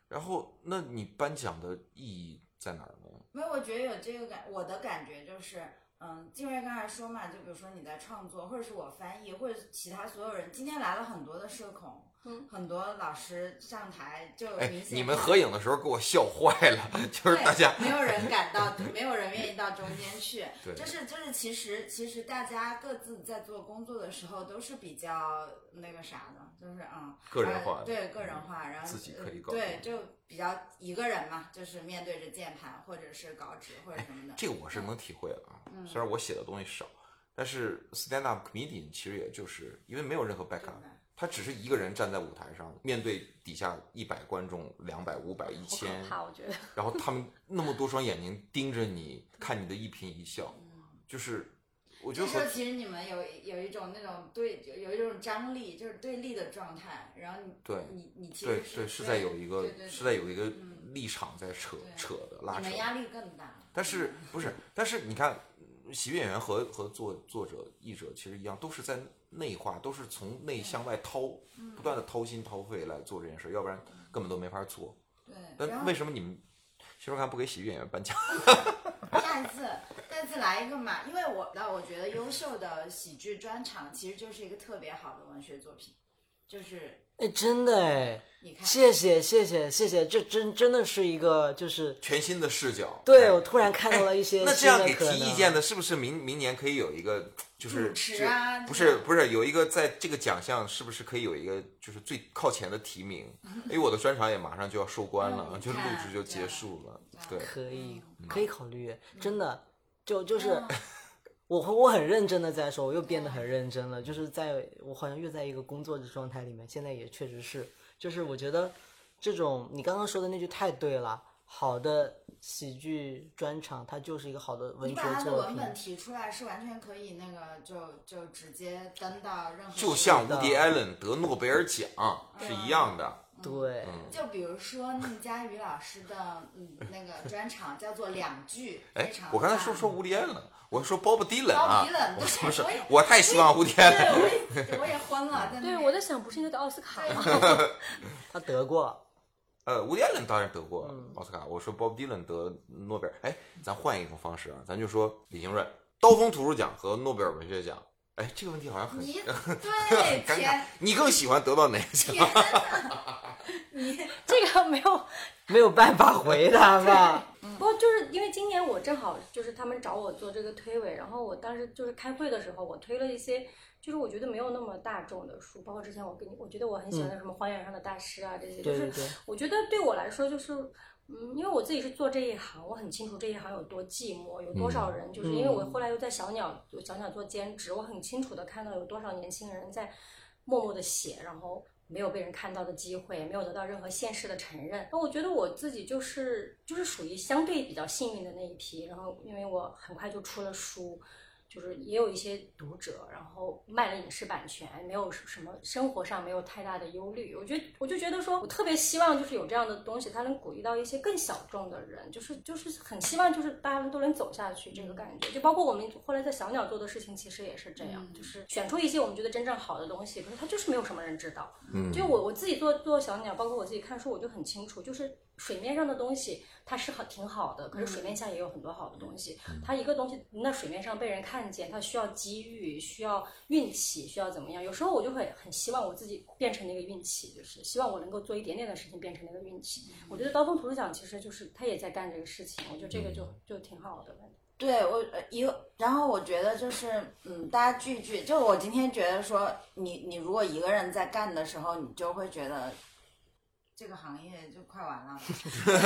[SPEAKER 1] 然后那你颁奖的意义在哪儿呢？
[SPEAKER 5] 没有，我觉得有这个感，我的感觉就是，嗯，静瑞刚才说嘛，就比如说你在创作，或者是我翻译，或者是其他所有人，今天来了很多的社恐，
[SPEAKER 3] 嗯
[SPEAKER 5] 很多老师上台就明
[SPEAKER 1] 哎，
[SPEAKER 5] 显
[SPEAKER 1] 你们合影的时候给我笑坏了，就是
[SPEAKER 5] 对
[SPEAKER 1] 大家
[SPEAKER 5] 没有人敢到，没有人愿意到中间去。
[SPEAKER 1] 对
[SPEAKER 5] 就是就是，其实其实大家各自在做工作的时候都是比较那个啥的，就是嗯，
[SPEAKER 1] 个人化嗯
[SPEAKER 5] 呃对个人化，然后
[SPEAKER 1] 自己可以搞
[SPEAKER 5] 对，就比较一个人嘛，就是面对着键盘或者是稿纸或者什么的。
[SPEAKER 1] 嗯这个我是能体会的啊。
[SPEAKER 5] 嗯
[SPEAKER 1] 虽然我写的东西少，但是 stand up comedian 其实也就是因为没有任何 backup，
[SPEAKER 5] 对
[SPEAKER 1] 他只是一个人站在舞台上，面对底下一百观众、两百、五百、一
[SPEAKER 3] 好
[SPEAKER 1] 千
[SPEAKER 3] 可，怕，
[SPEAKER 5] 哦
[SPEAKER 3] 我觉得。
[SPEAKER 1] 然后他们那么多双眼睛盯着你，看你的一颦一笑，就是我觉
[SPEAKER 5] 嗯这
[SPEAKER 1] 得
[SPEAKER 5] 时
[SPEAKER 1] 和
[SPEAKER 5] 候其实你们有有一种那种对，有一种张力，就是对立的状态，然后你
[SPEAKER 1] 对
[SPEAKER 5] 你你其
[SPEAKER 1] 对
[SPEAKER 5] 实
[SPEAKER 1] 对
[SPEAKER 5] 是
[SPEAKER 1] 是在有一个
[SPEAKER 5] 对对对
[SPEAKER 1] 是在有一个
[SPEAKER 5] 嗯
[SPEAKER 1] 立场在扯
[SPEAKER 5] 对
[SPEAKER 1] 扯的拉
[SPEAKER 5] 你
[SPEAKER 1] 扯
[SPEAKER 5] 们。压力更大。
[SPEAKER 1] 但是不是？但是你看，嗯喜剧演员和和作作者、译者其实一样，都是在内化，都是从内向外掏，
[SPEAKER 5] 嗯
[SPEAKER 1] 不断的掏心掏肺来做这件事，要不然根本都没法做。
[SPEAKER 5] 对，嗯然
[SPEAKER 1] 但
[SPEAKER 5] 后
[SPEAKER 1] 为什么你们徐若涵不给喜剧演员颁奖？
[SPEAKER 5] 下一次，下一次来一个嘛，因为我那我觉得优秀的喜剧专场其实就是一个特别好的文学作品，就是
[SPEAKER 4] 哎，真的哎，
[SPEAKER 5] 你看，
[SPEAKER 4] 谢谢谢谢谢谢，这真真的是一个就是，
[SPEAKER 1] 全新的视角。
[SPEAKER 4] 对
[SPEAKER 1] 哎
[SPEAKER 4] 我突然看到了一些
[SPEAKER 1] 那这
[SPEAKER 4] 新
[SPEAKER 1] 样
[SPEAKER 4] 的
[SPEAKER 1] 给
[SPEAKER 4] 可能。
[SPEAKER 1] 提意见的，是不是明明年可以有一个，就是
[SPEAKER 5] 主持
[SPEAKER 1] 就
[SPEAKER 5] 啊
[SPEAKER 1] 不
[SPEAKER 5] 这
[SPEAKER 1] 是
[SPEAKER 5] 种
[SPEAKER 1] 不是有一个在这个奖项，是不是可以有一个就是最靠前的提名？因为我的专场也马上就要收官了，
[SPEAKER 5] 嗯
[SPEAKER 1] 就录
[SPEAKER 5] 看
[SPEAKER 1] 制就
[SPEAKER 5] 对啊
[SPEAKER 1] 结束了。对，
[SPEAKER 4] 可以
[SPEAKER 5] 嗯
[SPEAKER 4] 可以考虑，真的就就是。 我会我很认真的在说，我又变得很认真了，就是在我好像又在一个工作的状态里面，现在也确实是，就是我觉得这种你刚刚说的那句太对了，好的喜剧专场它就是一个好的文
[SPEAKER 5] 你
[SPEAKER 4] 学
[SPEAKER 5] 把他的
[SPEAKER 4] 作
[SPEAKER 5] 文
[SPEAKER 4] 品，
[SPEAKER 5] 本嗯提出来是完全可以那个就就直接登到任何
[SPEAKER 1] 就像
[SPEAKER 4] 的
[SPEAKER 1] 伍迪·艾伦得诺贝尔奖
[SPEAKER 5] 啊
[SPEAKER 1] 是一样的。
[SPEAKER 4] 对，
[SPEAKER 5] 就比如说宁佳宇老师的嗯那个专场叫做两句，
[SPEAKER 1] 哎
[SPEAKER 5] 非常，
[SPEAKER 1] 我刚才
[SPEAKER 5] 棒
[SPEAKER 1] 说说伍迪·艾伦，我说 Bob Dylan 啊
[SPEAKER 5] Bob Dylan，，
[SPEAKER 1] 我
[SPEAKER 5] 对
[SPEAKER 1] 是不是
[SPEAKER 5] 我也？
[SPEAKER 1] 我太希望伍迪·艾伦。
[SPEAKER 5] 对，我也我也昏 了，在那
[SPEAKER 3] 对，
[SPEAKER 5] 边
[SPEAKER 3] 我在想，不是应该得奥斯卡
[SPEAKER 5] 哎
[SPEAKER 3] 吗？
[SPEAKER 4] 他得过，
[SPEAKER 1] 呃，伍迪·艾伦当然得过奥斯卡。我说 Bob Dylan 得诺贝尔。哎，咱换一种方式啊，咱就说李行润刀锋图书奖和诺贝尔文学奖。哎，这个问题好像很
[SPEAKER 5] 你
[SPEAKER 1] 很
[SPEAKER 5] 对
[SPEAKER 1] 尴尬
[SPEAKER 5] 天。
[SPEAKER 1] 你更喜欢得到哪个奖？
[SPEAKER 5] 天 哪，你
[SPEAKER 3] 这个没有，
[SPEAKER 4] 没有办法回答吧？
[SPEAKER 3] 不过就是因为今年我正好就是他们找我做这个推诿，然后我当时就是开会的时候，我推了一些就是我觉得没有那么大众的书，包括之前我跟你，我觉得我很喜欢的什么《荒野上的大师啊》这些，就
[SPEAKER 4] 嗯对
[SPEAKER 3] 是
[SPEAKER 4] 对对，
[SPEAKER 3] 我觉得对我来说就是。嗯，因为我自己是做这一行，我很清楚这一行有多寂寞，有多
[SPEAKER 4] 嗯
[SPEAKER 3] 少人，就是因为我后来又在小鸟，有小鸟做兼职，我很清楚的看到有多少年轻人在默默的写，然后没有被人看到的机会，没有得到任何现实的承认。那我觉得我自己就是就是属于相对比较幸运的那一批，然后因为我很快就出了书。就是也有一些读者，然后卖了影视版权，没有什么生活上没有太大的忧虑。我觉得我就觉得说，我特别希望就是有这样的东西，它能鼓励到一些更小众的人，就是就是很希望就是大家都能走下去这个感觉。就包括我们后来在小鸟做的事情，其实也是这样，就是选出一些我们觉得真正好的东西，可是它就是没有什么人知道。
[SPEAKER 1] 嗯
[SPEAKER 3] 就我我自己做做小鸟，包括我自己看书，我就很清楚，就是水面上的东西它是很挺好的，可是水面下也有很多好的东西。它一个东西那水面上被人看见，它需要机遇，需要运气，需要怎么样？有时候我就会很希望我自己变成那个运气，就是希望我能够做一点点的事情变成那个运气。我觉得刀锋图书奖其实就是他也在干这个事情，我觉得这个就就挺好的。
[SPEAKER 5] 对我呃一个，然后我觉得就是，嗯，大家聚一聚。就我今天觉得说，你你如果一个人在干的时候，你就会觉得这个行业就快 完了。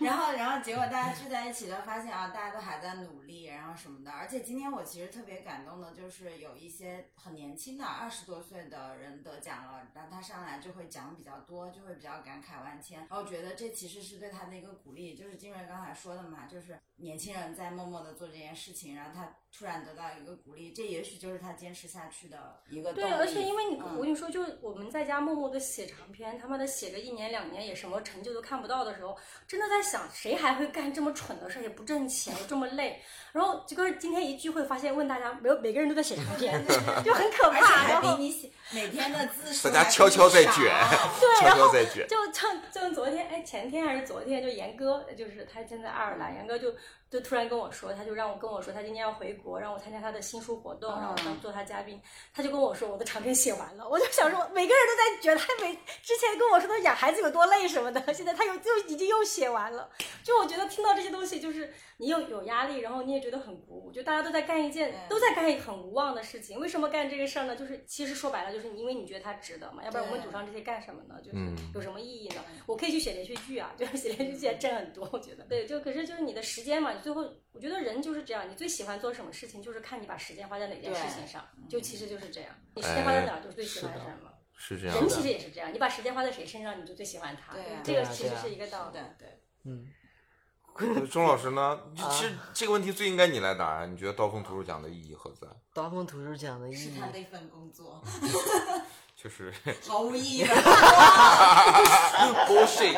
[SPEAKER 5] 然后然后结果大家聚在一起就发现啊，大家都还在努力，然后什么的。而且今天我其实特别感动的就是有一些很年轻的二十多岁的人得奖了，然后他上来就会讲比较多，就会比较感慨万千。然后我觉得这其实是对他的一个鼓励，就是金瑞刚才说的嘛，就是年轻人在默默的做这件事情，然后他突然得到一个鼓励，这也许就是他坚持下去的一个动
[SPEAKER 3] 对，
[SPEAKER 5] 力。
[SPEAKER 3] 而且因为你，
[SPEAKER 5] 嗯
[SPEAKER 3] 我跟你说，就是我们在家默默的写长篇，他妈的写个一年两年也什么成就都看不到的时候，真的在想谁还会干这么蠢的事，也不挣钱，又这么累。然后结果今天一聚会发现，问大家没有每个人都在写长 篇，就很可
[SPEAKER 5] 而且
[SPEAKER 3] 怕。
[SPEAKER 5] 还
[SPEAKER 3] 然
[SPEAKER 5] 比
[SPEAKER 3] 后
[SPEAKER 5] 你写嗯每天的字数
[SPEAKER 1] 大家
[SPEAKER 5] 还
[SPEAKER 1] 悄悄在
[SPEAKER 5] 比你
[SPEAKER 1] 卷，
[SPEAKER 5] 少
[SPEAKER 1] 悄
[SPEAKER 3] 然
[SPEAKER 1] 悄
[SPEAKER 3] 后
[SPEAKER 1] 在卷。
[SPEAKER 3] 就像就像昨天，哎，前天还是昨天，就严哥，就是他现在爱尔兰，严哥就就突然跟我说，他就让我跟我说，他今年要回国，让我参加他的新书活动，让我当做他嘉宾。他就跟我说我的长篇写完了，我就想说，每个人都在觉得他每之前跟我说他养孩子有多累什么的，现在他又就已经又写完了。就我觉得听到这些东西，就是你又有压力，然后你也觉得很鼓舞，就大家都在干一件
[SPEAKER 5] 对
[SPEAKER 3] 都在干一很无望的事情。为什么干这个事儿呢？就是其实说白了，就是因为你觉得它值得嘛，要不然我们
[SPEAKER 5] 对
[SPEAKER 3] 赌上这些干什么呢？就是
[SPEAKER 1] 嗯
[SPEAKER 3] 有什么意义呢？我可以去写连续剧啊，就是写连续剧还挣很多，我觉得。对，就可是就是你的时间嘛，你最后我觉得人就是这样，你最喜欢做什么事情，就是看你把时间花在哪件
[SPEAKER 5] 对
[SPEAKER 3] 事情上，就其实就是这样，你时
[SPEAKER 4] 哎
[SPEAKER 3] 间花在哪儿，就是最喜欢什么。
[SPEAKER 1] 是这
[SPEAKER 3] 人其实也是这样，你把时间花在谁身上，你就最喜欢他。
[SPEAKER 5] 对啊
[SPEAKER 3] 这
[SPEAKER 4] 对
[SPEAKER 3] 个
[SPEAKER 4] 啊
[SPEAKER 3] 其实
[SPEAKER 4] 对啊
[SPEAKER 3] 是一个道理
[SPEAKER 5] 是的。
[SPEAKER 3] 对，
[SPEAKER 4] 嗯，
[SPEAKER 1] 钟老师 呢？其实这个问题最应该你来答呀。啊你觉得刀锋图书奖的意义何在？
[SPEAKER 4] 刀锋图书奖的意
[SPEAKER 5] 是
[SPEAKER 4] 义
[SPEAKER 5] 他的一份工作，
[SPEAKER 1] 就是
[SPEAKER 5] 毫无意义的。
[SPEAKER 1] bullshit。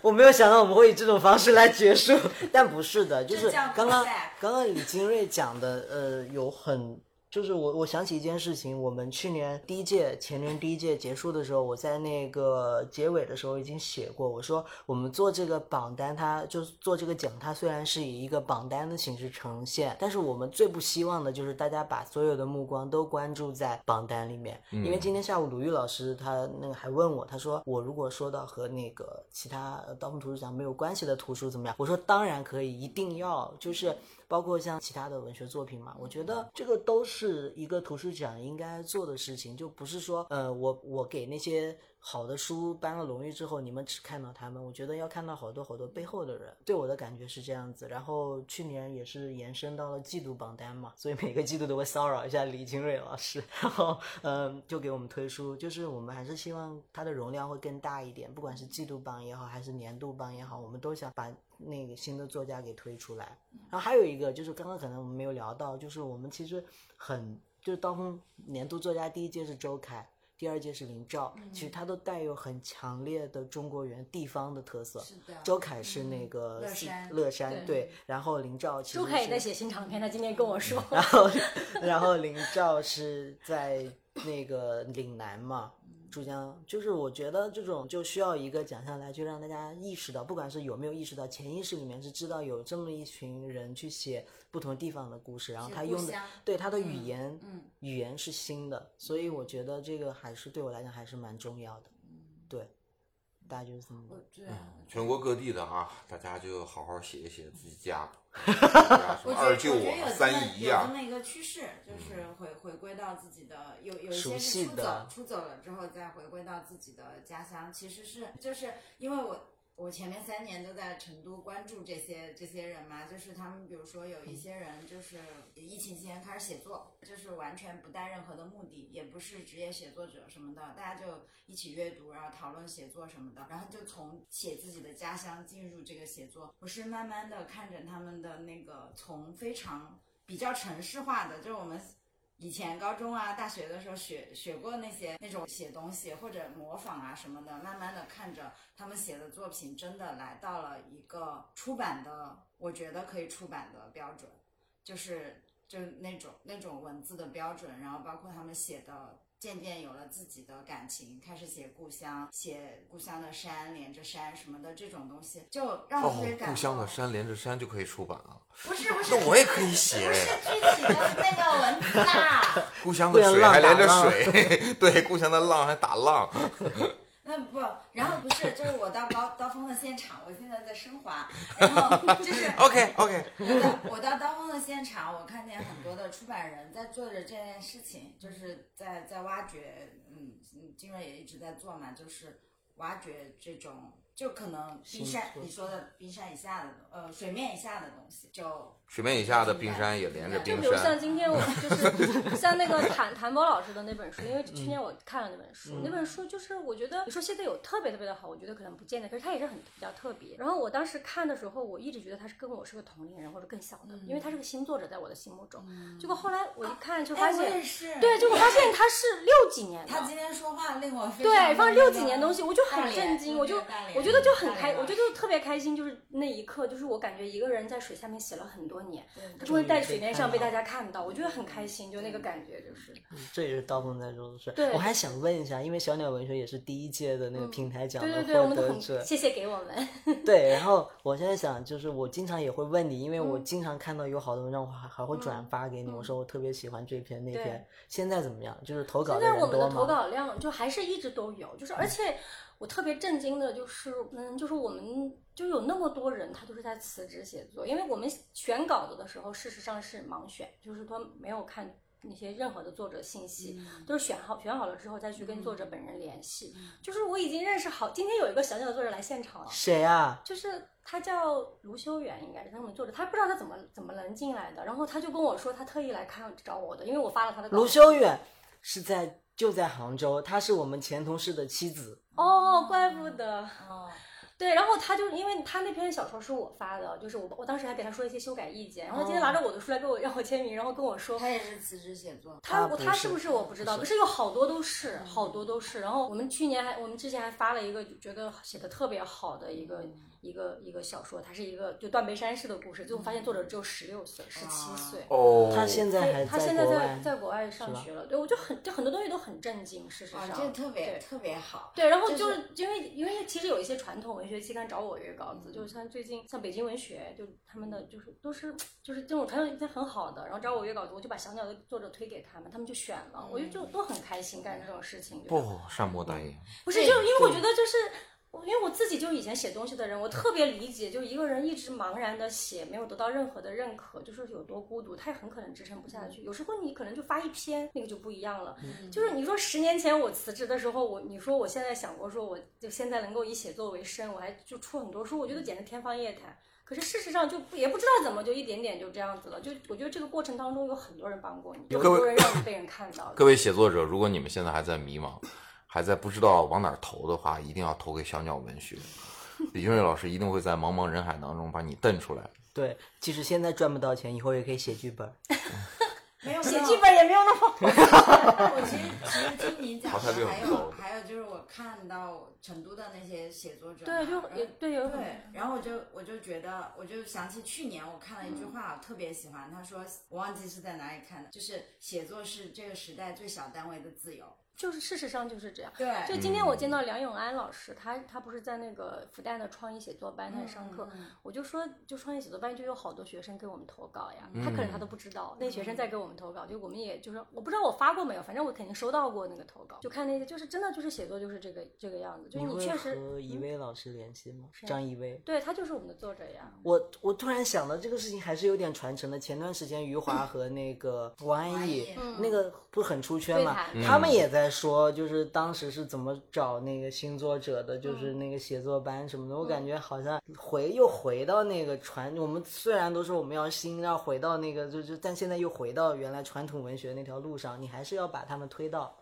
[SPEAKER 4] 我没有想到我们会以这种方式来结束， 但不是的，就是
[SPEAKER 5] 这叫
[SPEAKER 4] 刚刚
[SPEAKER 5] concept
[SPEAKER 4] 刚刚李金瑞讲的，呃，有很。就是我，我想起一件事情，我们去年第一届、前年第一届结束的时候，我在那个结尾的时候已经写过，我说我们做这个榜单它，就是做这个奖，它虽然是以一个榜单的形式呈现，但是我们最不希望的就是大家把所有的目光都关注在榜单里面，因为今天下午鲁豫老师他那个还问我，他说我如果说到和那个其他呃盗墓图书奖没有关系的图书怎么样？我说当然可以，一定要，就是包括像其他的文学作品嘛，我觉得这个都是一个图书奖应该做的事情，就不是说呃我我给那些。好的书颁了荣誉之后，你们只看到他们，我觉得要看到好多好多背后的人。对我的感觉是这样子。然后去年也是延伸到了季度榜单嘛，所以每个季度都会骚扰一下李金瑞老师， 然后嗯，就给我们推书，就是我们还是希望它的容量会更大一点，不管是季度榜也好，还是年度榜也好，我们都想把那个新的作家给推出来。然后还有一个就是刚刚可能我们没有聊到，就是我们其实很就是刀锋年度作家第一届是周凯，第二届是林兆，其实他都带有很强烈的中国原地方的特色。
[SPEAKER 5] 是的
[SPEAKER 4] 周凯是那个
[SPEAKER 5] 乐
[SPEAKER 4] 西
[SPEAKER 5] 山
[SPEAKER 4] 乐山对，然后林兆其实
[SPEAKER 3] 周凯也
[SPEAKER 4] 是
[SPEAKER 3] 在写新长篇，他今天跟 我说，
[SPEAKER 4] 然后然后林兆是在那个岭南嘛。珠江就是我觉得这种就需要一个奖项来去让大家意识到，不管是有没有意识到，潜意识里面是知道有这么一群人去写不同地方的故事，然后
[SPEAKER 5] 写
[SPEAKER 4] 他
[SPEAKER 5] 故
[SPEAKER 4] 用的
[SPEAKER 5] 乡
[SPEAKER 4] 对他的语言，
[SPEAKER 5] 嗯
[SPEAKER 4] 语言是新的，所以我觉得这个还是对我来讲还是蛮重要的。对，大家就是这么
[SPEAKER 5] 我对，
[SPEAKER 4] 嗯
[SPEAKER 7] 全国各地的啊，大家就好好写一写自己 家，啊什
[SPEAKER 5] 我
[SPEAKER 7] 么
[SPEAKER 5] 觉
[SPEAKER 7] 二
[SPEAKER 5] 得
[SPEAKER 7] 舅
[SPEAKER 5] 我觉得有
[SPEAKER 7] 啊、
[SPEAKER 5] 这
[SPEAKER 7] 三
[SPEAKER 5] 么
[SPEAKER 7] 姨
[SPEAKER 5] 有这
[SPEAKER 7] 啊，
[SPEAKER 5] 么一个趋势，就是回回归到自己的有有一
[SPEAKER 4] 嗯熟
[SPEAKER 5] 些
[SPEAKER 4] 悉
[SPEAKER 5] 是出
[SPEAKER 4] 的
[SPEAKER 5] 走出走了之后再回归到自己的家乡，其实是就是因为我。我前面三年都在成都关注这些这些人嘛，就是他们，比如说有一些人就是疫情期间开始写作，就是完全不带任何的目的，也不是职业写作者什么的，大家就一起阅读，然后讨论写作什么的，然后就从写自己的家乡进入这个写作。我是慢慢的看着他们的那个从非常比较城市化的，就是我们以前高中啊、大学的时候学学过那些那种写东西或者模仿啊什么的，慢慢的看着他们写的作品，真的来到了一个出版的，我觉得可以出版的标准，就是就是那种那种文字的标准，然后包括他们写的。渐渐有了自己的感情，开始写故乡，写故乡的山连着山什么的这种东西，就让我
[SPEAKER 7] 哦
[SPEAKER 5] 特别，感动。
[SPEAKER 7] 故乡的山连着山就可以出版啊，
[SPEAKER 5] 不是不是，
[SPEAKER 7] 那我也可以写
[SPEAKER 5] 不是具体的那个文字啊啦。
[SPEAKER 7] 故乡
[SPEAKER 4] 不
[SPEAKER 7] 的
[SPEAKER 4] 然
[SPEAKER 7] 水
[SPEAKER 4] 浪
[SPEAKER 7] 还连
[SPEAKER 4] 打
[SPEAKER 7] 着
[SPEAKER 4] 浪
[SPEAKER 7] 水，对，故乡的浪还打浪，
[SPEAKER 5] 那不，然后不是，就是我到高刀锋的现场，我现在在升华，然 后就是
[SPEAKER 7] OK OK，
[SPEAKER 5] 我到我到刀锋的现场，我看见很多的出版人在做着这件事情，就是在在挖掘，嗯，嗯金瑞也一直在做嘛，就是挖掘这种就可能冰山
[SPEAKER 4] 新出
[SPEAKER 5] 你说的冰山以下的呃水面以下的东西，就
[SPEAKER 7] 水面以下的冰山也连着
[SPEAKER 3] 就
[SPEAKER 7] 冰
[SPEAKER 3] 比如像
[SPEAKER 7] 山，
[SPEAKER 3] 今天我就是像那个谭谭博老师的那本书，因为去年我看了那本书，那本书就是我觉得你说现在有特别特别的好，我觉得可能不见得，可是它也是很比较特别。然后我当时看的时候，我一直觉得他是跟我是个同龄人或者更小
[SPEAKER 5] 嗯
[SPEAKER 3] 的，因为他是个新作者，在我的心目中。结果后来我一看就发
[SPEAKER 5] 哎，我
[SPEAKER 3] 现
[SPEAKER 5] 也，是，
[SPEAKER 3] 对，就我发现他是六几年的，
[SPEAKER 5] 他今天说话令我非常
[SPEAKER 3] 对，放六几
[SPEAKER 5] 那个
[SPEAKER 3] 年东西，我就
[SPEAKER 5] 大
[SPEAKER 3] 很
[SPEAKER 5] 连
[SPEAKER 3] 震惊，我就
[SPEAKER 5] 那个大连
[SPEAKER 3] 我觉得就很
[SPEAKER 5] 大
[SPEAKER 3] 开，
[SPEAKER 5] 连
[SPEAKER 3] 我觉得就特别开心，就是那一刻，就是我感觉一个人在水下面写了很多年，他终于在水面上被大家看到，我觉得很开心，就那个感觉就是，
[SPEAKER 4] 这也是刀锋在做的事。
[SPEAKER 3] 对
[SPEAKER 4] 我还想问一下，因为小鸟文学也是第一届的那个平台奖
[SPEAKER 3] 对
[SPEAKER 4] 的
[SPEAKER 3] 对对，我
[SPEAKER 4] 获
[SPEAKER 3] 们都
[SPEAKER 4] 得
[SPEAKER 3] 很
[SPEAKER 4] 者，
[SPEAKER 3] 谢谢给我们，
[SPEAKER 4] 对，然后我现在想，就是我经常也会问你，因为
[SPEAKER 3] 嗯
[SPEAKER 4] 我经常看到有好的文章，我还还会转发给你，我说我特别喜欢这篇那
[SPEAKER 3] 对
[SPEAKER 4] 篇。现在怎么样？就是投稿
[SPEAKER 3] 现
[SPEAKER 4] 的
[SPEAKER 3] 在
[SPEAKER 4] 人
[SPEAKER 3] 我们的
[SPEAKER 4] 多吗？
[SPEAKER 3] 投稿量就还是一直都有，就是而且我特别震惊的就是，嗯，就是我们就有那么多人他就是在辞职写作，因为我们选稿子的时候，事实上是盲选，就是说没有看那些任何的作者信
[SPEAKER 5] 嗯
[SPEAKER 3] 息，都是选好选好了之后再去跟作
[SPEAKER 4] 嗯
[SPEAKER 3] 者本人联系。就是我已经认识好，今天有一个小小的作者来现场了，
[SPEAKER 4] 谁啊？
[SPEAKER 3] 就是他叫卢修远，应该是他们作者，他不知道他怎么怎么能进来的，然后他就跟我说他特意来看找我的，因为我发了他的稿
[SPEAKER 4] 卢
[SPEAKER 3] 子
[SPEAKER 4] 修远是在就在杭州，她是我们前同事的妻子。
[SPEAKER 3] 哦，怪不得。
[SPEAKER 5] 哦，
[SPEAKER 3] 对，然后他就因为他那篇小说是我发的，就是我我当时还给他说一些修改意见，然后他今天
[SPEAKER 4] 哦
[SPEAKER 3] 拿着我的书来给我让我签名，然后跟我说
[SPEAKER 5] 他也是辞职写作，
[SPEAKER 4] 他
[SPEAKER 3] 他我
[SPEAKER 4] 啊不
[SPEAKER 3] 他
[SPEAKER 4] 是
[SPEAKER 3] 是不是我不知道，
[SPEAKER 4] 不
[SPEAKER 3] 可
[SPEAKER 4] 是嗯
[SPEAKER 3] 是有好多都是，好多都是。然后我们去年还我们之前还发了一个觉得写的特别好的一
[SPEAKER 4] 嗯
[SPEAKER 3] 个一个一个小说，它是一个就断背山式的故事，最后发现作者只有十六岁、十七岁。
[SPEAKER 1] 哦，
[SPEAKER 4] 他嗯啊现在还
[SPEAKER 3] 他现在
[SPEAKER 4] 国
[SPEAKER 3] 在
[SPEAKER 4] 外，
[SPEAKER 3] 在国外上
[SPEAKER 4] 是吧
[SPEAKER 3] 学了，对我就很就很多东西都很震惊，事实
[SPEAKER 5] 啊
[SPEAKER 3] 上，，
[SPEAKER 5] 这个特别
[SPEAKER 3] 对
[SPEAKER 5] 特别好。
[SPEAKER 3] 对，然后
[SPEAKER 5] 就
[SPEAKER 3] 就是
[SPEAKER 5] 是
[SPEAKER 3] 因为因为其实有一些传统文学期刊找我约稿子，就是像最近像北京文学，就他们的就是都是就是这种很有一些很好的，然后找我约稿子，我就把小鸟的作者推给他们，他们就选了，我就
[SPEAKER 5] 嗯
[SPEAKER 3] 就都很开心干这种事情。就是
[SPEAKER 1] 不哦善莫大焉。
[SPEAKER 3] 不是，
[SPEAKER 5] 对
[SPEAKER 3] 就是因为我觉得就是。我因为我自己就是以前写东西的人，我特别理解，就一个人一直茫然的写，没有得到任何的认可，就是有多孤独，他也很可能支撑不
[SPEAKER 5] 嗯
[SPEAKER 3] 下去。有时候你可能就发一篇，那个就不一样了。就是你说十年前我辞职的时候，我你说我现在想过说我就现在能够以写作为生，我还就出很多书，我觉得简直天方夜谭。可是事实上就不也不知道怎么就一点点就这样子了。就我觉得这个过程当中有很多人帮过你，有很
[SPEAKER 1] 各位
[SPEAKER 3] 多人让你被人看到了。
[SPEAKER 1] 各位写作者，如果你们现在还在迷茫，还在不知道往哪儿投的话，一定要投给小鸟文学。李俊瑞老师一定会在茫茫人海当中把你瞪出来。
[SPEAKER 4] 对，即使现在赚不到钱，以后也可以写剧本。
[SPEAKER 3] 哎
[SPEAKER 5] 没有
[SPEAKER 3] 写剧，本也没有那么
[SPEAKER 5] 我其实其实听你讲
[SPEAKER 1] 淘汰率
[SPEAKER 5] 的，
[SPEAKER 1] 很
[SPEAKER 5] 还
[SPEAKER 1] 高
[SPEAKER 5] 有还有就是我看到成都的那些写作者嘛，
[SPEAKER 3] 对，就
[SPEAKER 5] 然后
[SPEAKER 3] 也嗯对，有可能
[SPEAKER 5] 对，然后我就我就觉得，我就想起去年我看了一句话，我特别喜欢，他说我忘记是在哪里看的，就是写作是这个时代最小单位的自由。
[SPEAKER 3] 就是事实上就是这样。
[SPEAKER 5] 对，
[SPEAKER 3] 就今天我
[SPEAKER 4] 嗯
[SPEAKER 3] 见到梁永安老师，他他不是在那个复旦的创意写作班，他也上课，我就说，就创意写作班就有好多学生给我们投稿呀，
[SPEAKER 4] 嗯
[SPEAKER 3] 他可能他都不知道，那学生在给我们投稿，就我们也就是我不知道我发过没有，反正我肯定收到过那个投稿，就看那些就是真的就是写作就是这个这个样子，就是
[SPEAKER 4] 会
[SPEAKER 3] 确实嗯啊
[SPEAKER 4] 和一威老师联系吗？
[SPEAKER 3] 谁
[SPEAKER 4] 张一威。
[SPEAKER 3] 对他就是我们的作者呀，
[SPEAKER 4] 我我突然想到这个事情还是有点传承的。前段时间余华和那个王安忆
[SPEAKER 5] 王
[SPEAKER 3] 安忆
[SPEAKER 4] 那个不是很出圈嘛
[SPEAKER 3] 对，
[SPEAKER 4] 他们也在说，就是当时是怎么找那个新作者的，就是
[SPEAKER 3] 嗯
[SPEAKER 4] 那个写作班什么的。我感觉好像回又回到那个传，我们虽然都说我们要新，要回到那个就就，但现在又回到原来传统文学那条路上，你还是要把他们推到。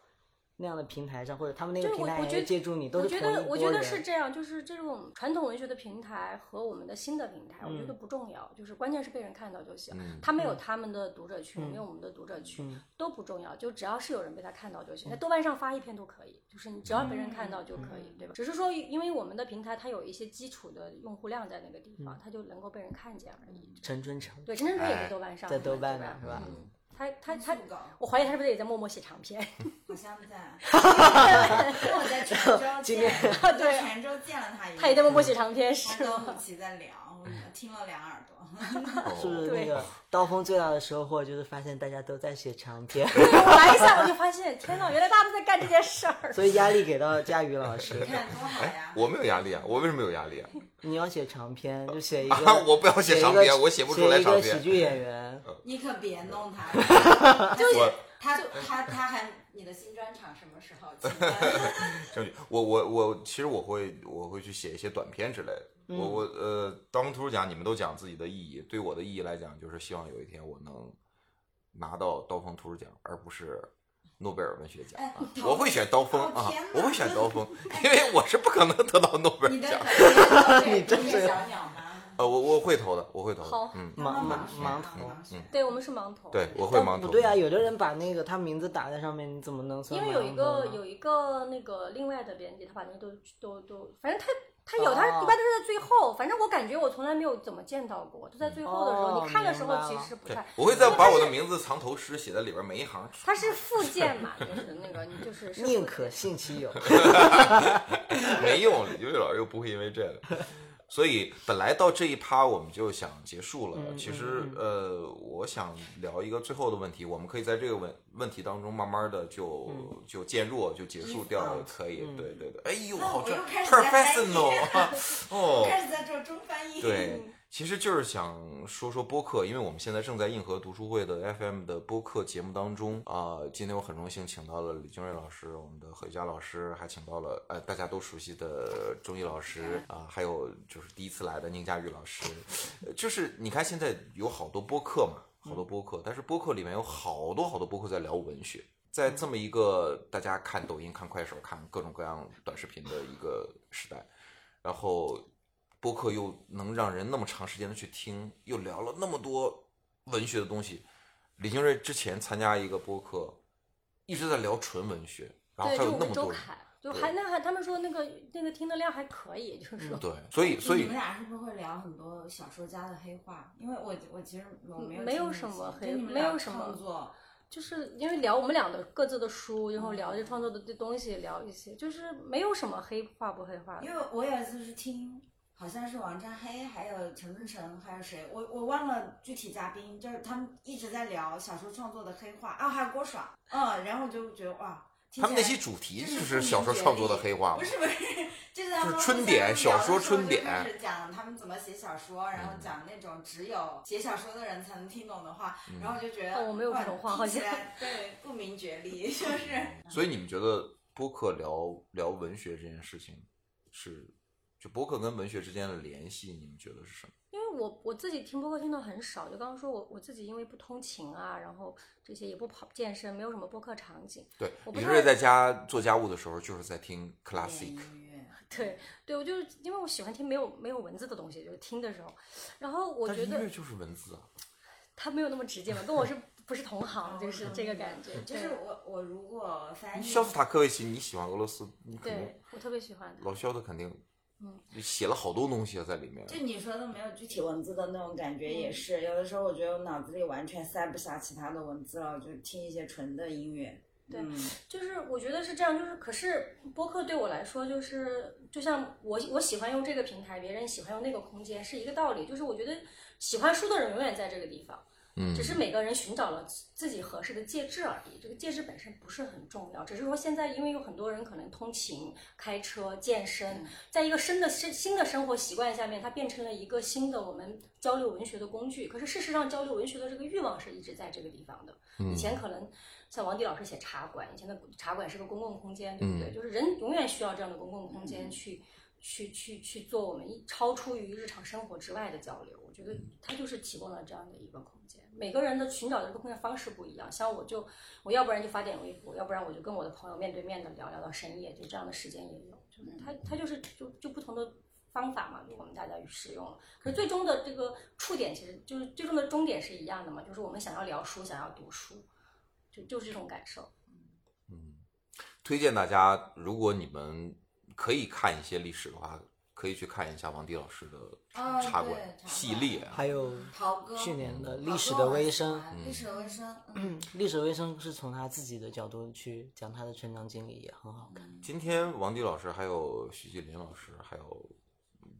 [SPEAKER 4] 那样的平台上，或者他们那个
[SPEAKER 3] 就是
[SPEAKER 4] 平
[SPEAKER 3] 我
[SPEAKER 4] 台
[SPEAKER 3] 我
[SPEAKER 4] 还
[SPEAKER 3] 觉
[SPEAKER 4] 是
[SPEAKER 3] 得
[SPEAKER 4] 借助你，都
[SPEAKER 3] 我
[SPEAKER 4] 是
[SPEAKER 3] 觉
[SPEAKER 4] 同一
[SPEAKER 3] 得，我
[SPEAKER 4] 拨
[SPEAKER 3] 觉得
[SPEAKER 4] 人
[SPEAKER 3] 是这样，就是这种传统文学的平台和我们的新的平台，我觉
[SPEAKER 4] 嗯
[SPEAKER 3] 得不重要，就是关键是被人看到就行。他们有他们的读者群，我
[SPEAKER 4] 嗯
[SPEAKER 3] 们有我们的读者群，都不重要，就只要是有人被他看到就
[SPEAKER 4] 嗯
[SPEAKER 3] 行。在豆瓣上发一篇都可以，就是你只要被人看到就可以，对吧？只是说，因为我们的平台它有一些基础的用户量在那个地
[SPEAKER 4] 嗯
[SPEAKER 3] 方，它就能够被人看见而已。
[SPEAKER 4] 陈春成
[SPEAKER 3] 对，陈晨春也
[SPEAKER 1] 哎
[SPEAKER 3] 是豆瓣上的
[SPEAKER 4] 嗯在
[SPEAKER 3] 嘛，
[SPEAKER 4] 豆瓣
[SPEAKER 3] 对
[SPEAKER 4] 上
[SPEAKER 3] 吧
[SPEAKER 4] 是吧？
[SPEAKER 3] 他他他
[SPEAKER 5] 通俗稿，
[SPEAKER 3] 我怀疑他是不是也在默默写长篇？
[SPEAKER 5] 好像在，因为我在泉州
[SPEAKER 4] 今
[SPEAKER 5] 见
[SPEAKER 4] 天
[SPEAKER 5] 了，我在泉州见了他一面，
[SPEAKER 3] 他也在默默写长篇，
[SPEAKER 5] 他
[SPEAKER 3] 是
[SPEAKER 5] 跟
[SPEAKER 3] 吗
[SPEAKER 5] 武？奇在聊，我听了两耳朵。
[SPEAKER 4] 是不是
[SPEAKER 3] 对
[SPEAKER 4] 那个刀锋最大的收获就是发现大家都在写长 篇，
[SPEAKER 3] 我来一下，我就发现，天呐，原来大家都在干这件事儿。
[SPEAKER 4] 所以压力给到佳宇老师
[SPEAKER 5] 你。看多好呀！
[SPEAKER 1] 我没有压力啊，我为什么有压力啊？
[SPEAKER 4] 你要写长篇就写一
[SPEAKER 1] 啊
[SPEAKER 4] 个，
[SPEAKER 1] 我不要写长篇
[SPEAKER 4] 一个
[SPEAKER 1] 我写不出来长篇
[SPEAKER 4] 写一个喜剧演员，
[SPEAKER 5] 你可别弄 他了，就是
[SPEAKER 1] 我
[SPEAKER 5] 他他他还你的新专场什么时候？请
[SPEAKER 1] 证据，我我我，其实我会我会去写一些短篇之类的。我我呃，当图书奖你们都讲自己的意义，对我的意义来讲，就是希望有一天我能拿到刀锋图书奖，而不是诺贝尔文学奖
[SPEAKER 5] 哎
[SPEAKER 1] 啊
[SPEAKER 5] 刀。锋
[SPEAKER 1] 我会选刀锋
[SPEAKER 5] 哦
[SPEAKER 1] 啊
[SPEAKER 5] 天
[SPEAKER 1] 我
[SPEAKER 5] 哪，
[SPEAKER 1] 会选刀 锋，因为我是不可能得到诺贝
[SPEAKER 5] 你
[SPEAKER 1] 尔
[SPEAKER 5] 的
[SPEAKER 1] 奖。
[SPEAKER 5] 可
[SPEAKER 4] 你真
[SPEAKER 5] 你
[SPEAKER 4] 是
[SPEAKER 5] 是小鸟吗？
[SPEAKER 1] 呃，我我会投的，我会投的
[SPEAKER 3] 好。
[SPEAKER 1] 嗯，
[SPEAKER 4] 盲盲
[SPEAKER 5] 盲
[SPEAKER 4] 盲头。
[SPEAKER 3] 对我们是盲投，
[SPEAKER 1] 对，我会盲
[SPEAKER 4] 但
[SPEAKER 1] 投。
[SPEAKER 4] 不对啊，有的人把那个他名字打在上面，你怎么能算
[SPEAKER 3] 因
[SPEAKER 4] 盲头
[SPEAKER 3] 为
[SPEAKER 4] 呢？
[SPEAKER 3] 有一个有一个那个另外的编辑，他把那些都都都，反正他他有，
[SPEAKER 4] 哦
[SPEAKER 3] 他一般都是在最后。反正我感觉我从来没有怎么见到过，就在最后的时候，
[SPEAKER 4] 哦
[SPEAKER 3] 你看的时候
[SPEAKER 4] 明白
[SPEAKER 3] 其
[SPEAKER 4] 了
[SPEAKER 3] 实不
[SPEAKER 1] 对
[SPEAKER 3] 太。，
[SPEAKER 1] 我会再把我的名字藏头诗写在里边每一行。
[SPEAKER 3] 它是附件嘛，就是那个你就是是
[SPEAKER 4] 宁
[SPEAKER 3] 附
[SPEAKER 4] 可
[SPEAKER 3] 件
[SPEAKER 4] 信 其有，
[SPEAKER 1] 没用，李俊老师又不会因为这个。所以本来到这一趴我们就想结束了。
[SPEAKER 5] 嗯
[SPEAKER 1] 其实呃，我想聊一个最后的问题，我们可以在这个问问题当中慢慢的就、
[SPEAKER 5] 嗯
[SPEAKER 1] 就渐弱，就结束掉了，可以。对对对，哎呦，
[SPEAKER 5] 那我
[SPEAKER 1] 好
[SPEAKER 5] 又
[SPEAKER 1] 专
[SPEAKER 5] 开始在翻译
[SPEAKER 1] professional 啊哦，
[SPEAKER 5] 开始在做中翻译。
[SPEAKER 1] 对，其实就是想说说播客，因为我们现在正在硬核读书会的 FM 的播客节目当中啊、今天我很荣幸请到了李金瑞老师，我们的何瑜佳老师，还请到了呃大家都熟悉的钟毅老师啊、还有就是第一次来的宁佳宇老师。呃就是你看现在有好多播客嘛，好多播客，但是播客里面有好多好多播客在聊文学。在这么一个大家看抖音、看快手、看各种各样短视频的一个时代，然后播客又能让人那么长时间的去听，又聊了那么多文学的东西。李金瑞之前参加一个播客，一直在聊纯文学，然后
[SPEAKER 3] 对，
[SPEAKER 1] 还
[SPEAKER 3] 就
[SPEAKER 1] 有那
[SPEAKER 3] 我
[SPEAKER 1] 么
[SPEAKER 3] 周
[SPEAKER 1] 多人，
[SPEAKER 3] 凯，就还那还他们说那个那个听的量还可以，就是说
[SPEAKER 1] 对，所
[SPEAKER 3] 哦
[SPEAKER 1] 以所
[SPEAKER 5] 你
[SPEAKER 1] 以
[SPEAKER 5] 们俩是不是会聊很多小说家的黑话？因为我我其实我没有
[SPEAKER 3] 没有
[SPEAKER 5] 听
[SPEAKER 3] 什
[SPEAKER 5] 那些
[SPEAKER 3] 么黑
[SPEAKER 5] 就你们
[SPEAKER 3] 没有
[SPEAKER 5] 俩
[SPEAKER 3] 什么
[SPEAKER 5] 创作，
[SPEAKER 3] 就是因为聊我们俩的各自的书，然后聊这创作的这东西，聊一些就是没有什么黑话不黑话的
[SPEAKER 5] 因。为我有一次是听，好像是王占黑，还有陈春成，还有谁，我我忘了具体嘉宾，就是他们一直在聊小说创作的黑话啊，还有郭爽，嗯，然后我就觉得哇，听
[SPEAKER 1] 他们那
[SPEAKER 5] 起来
[SPEAKER 1] 期主题
[SPEAKER 5] 真
[SPEAKER 1] 就是是
[SPEAKER 5] 不
[SPEAKER 1] 小说
[SPEAKER 5] 明
[SPEAKER 1] 创
[SPEAKER 5] 觉
[SPEAKER 1] 作的
[SPEAKER 5] 厉
[SPEAKER 1] 黑话嘛
[SPEAKER 5] 不，是不是，就是他
[SPEAKER 1] 就是
[SPEAKER 5] 们
[SPEAKER 1] 春
[SPEAKER 5] 互相
[SPEAKER 1] 典小
[SPEAKER 5] 聊的
[SPEAKER 1] 说
[SPEAKER 5] 时候
[SPEAKER 1] 春嗯
[SPEAKER 5] 就
[SPEAKER 1] 典
[SPEAKER 5] 开始讲他们怎么写小说，然后讲那种只有写小说的人才能听懂的话，
[SPEAKER 1] 嗯
[SPEAKER 5] 然后我就觉得
[SPEAKER 3] 哦我没有
[SPEAKER 5] 哇
[SPEAKER 3] 这种话
[SPEAKER 5] 听
[SPEAKER 3] 好
[SPEAKER 5] 起
[SPEAKER 3] 像
[SPEAKER 5] 来对不明觉厉，就是
[SPEAKER 1] 所以你们觉得播客聊聊文学这件事情是，就播客跟文学之间的联系，你们觉得是什么？
[SPEAKER 3] 因为我我自己听播客听的很少，就刚刚说我我自己因为不通勤啊，然后这些也不跑健身，没有什么播客场景。
[SPEAKER 1] 对，
[SPEAKER 3] 我不
[SPEAKER 1] 李
[SPEAKER 3] 太
[SPEAKER 1] 瑞在家做家务的时候就是在听 classic，
[SPEAKER 5] 音乐。
[SPEAKER 3] 对对，我就是因为我喜欢听没有没有文字的东西，就是听的时候，然后我
[SPEAKER 1] 但是
[SPEAKER 3] 觉
[SPEAKER 1] 音乐
[SPEAKER 3] 得
[SPEAKER 1] 就是文字啊。
[SPEAKER 3] 他没有那么直接嘛，跟我是不是同行，就
[SPEAKER 5] 我
[SPEAKER 3] 是
[SPEAKER 5] 懂
[SPEAKER 3] 这个
[SPEAKER 5] 你的
[SPEAKER 3] 感觉，
[SPEAKER 5] 就是我我如果翻译
[SPEAKER 1] 肖斯塔科维奇，你喜欢俄罗斯，你
[SPEAKER 3] 对
[SPEAKER 1] 肯定
[SPEAKER 3] 对我特别喜欢他。
[SPEAKER 1] 老肖他肯定，
[SPEAKER 3] 嗯，
[SPEAKER 1] 写了好多东西啊在里面。
[SPEAKER 5] 就你说的没有具体嗯文字的那种感觉，也是有的时候我觉得我脑子里完全塞不下其他的文字了，我就听一些纯的音乐。
[SPEAKER 3] 对
[SPEAKER 5] 嗯
[SPEAKER 3] 就是我觉得是这样，就是可是播客对我来说，就是就像我我喜欢用这个平台，别人喜欢用那个空间是一个道理。就是我觉得喜欢书的人永远在这个地方，
[SPEAKER 1] 嗯
[SPEAKER 3] 只是每个人寻找了自己合适的介质而已。这个介质本身不是很重要，只是说现在因为有很多人可能通勤、开车、健身，在一个新的新新的生活习惯下面，它变成了一个新的我们交流文学的工具。可是事实上，交流文学的这个欲望是一直在这个地方的。以前可能像王迪老师写茶馆，以前的茶馆是个公共空间，对不对？就是人永远需要这样的公共空间去、去去去做我们一超出于日常生活之外的交流。我觉得它就是提供了这样的一个空间。每个人的寻找的这个空间方式不一样，像我就我要不然就发点微博，要不然我就跟我的朋友面对面的聊聊到深夜，就这样的时间也有。就是它它就是就就不同的。方法嘛，就我们大家使用了。可是最终的这个触点，其实就是最终的终点是一样的嘛，就是我们想要聊书，想要读书，就就是这种感受。
[SPEAKER 1] 推荐大家，如果你们可以看一些历史的话，可以去看一下王迪老师的茶
[SPEAKER 5] 哦
[SPEAKER 1] 茶
[SPEAKER 5] 对
[SPEAKER 1] 馆
[SPEAKER 5] 茶
[SPEAKER 1] 系
[SPEAKER 5] 馆
[SPEAKER 1] 列啊。
[SPEAKER 4] 还有
[SPEAKER 5] 陶哥，
[SPEAKER 4] 去年的
[SPEAKER 5] 陶
[SPEAKER 4] 历史
[SPEAKER 5] 哥
[SPEAKER 4] 的
[SPEAKER 5] 我很
[SPEAKER 4] 微
[SPEAKER 5] 喜
[SPEAKER 4] 声，
[SPEAKER 5] 欢历史的微声，嗯，
[SPEAKER 4] 嗯历史的微声是从他自己的角度去讲他的成长经历，也很好看。
[SPEAKER 1] 今天王迪老师、还有徐继林老师、还有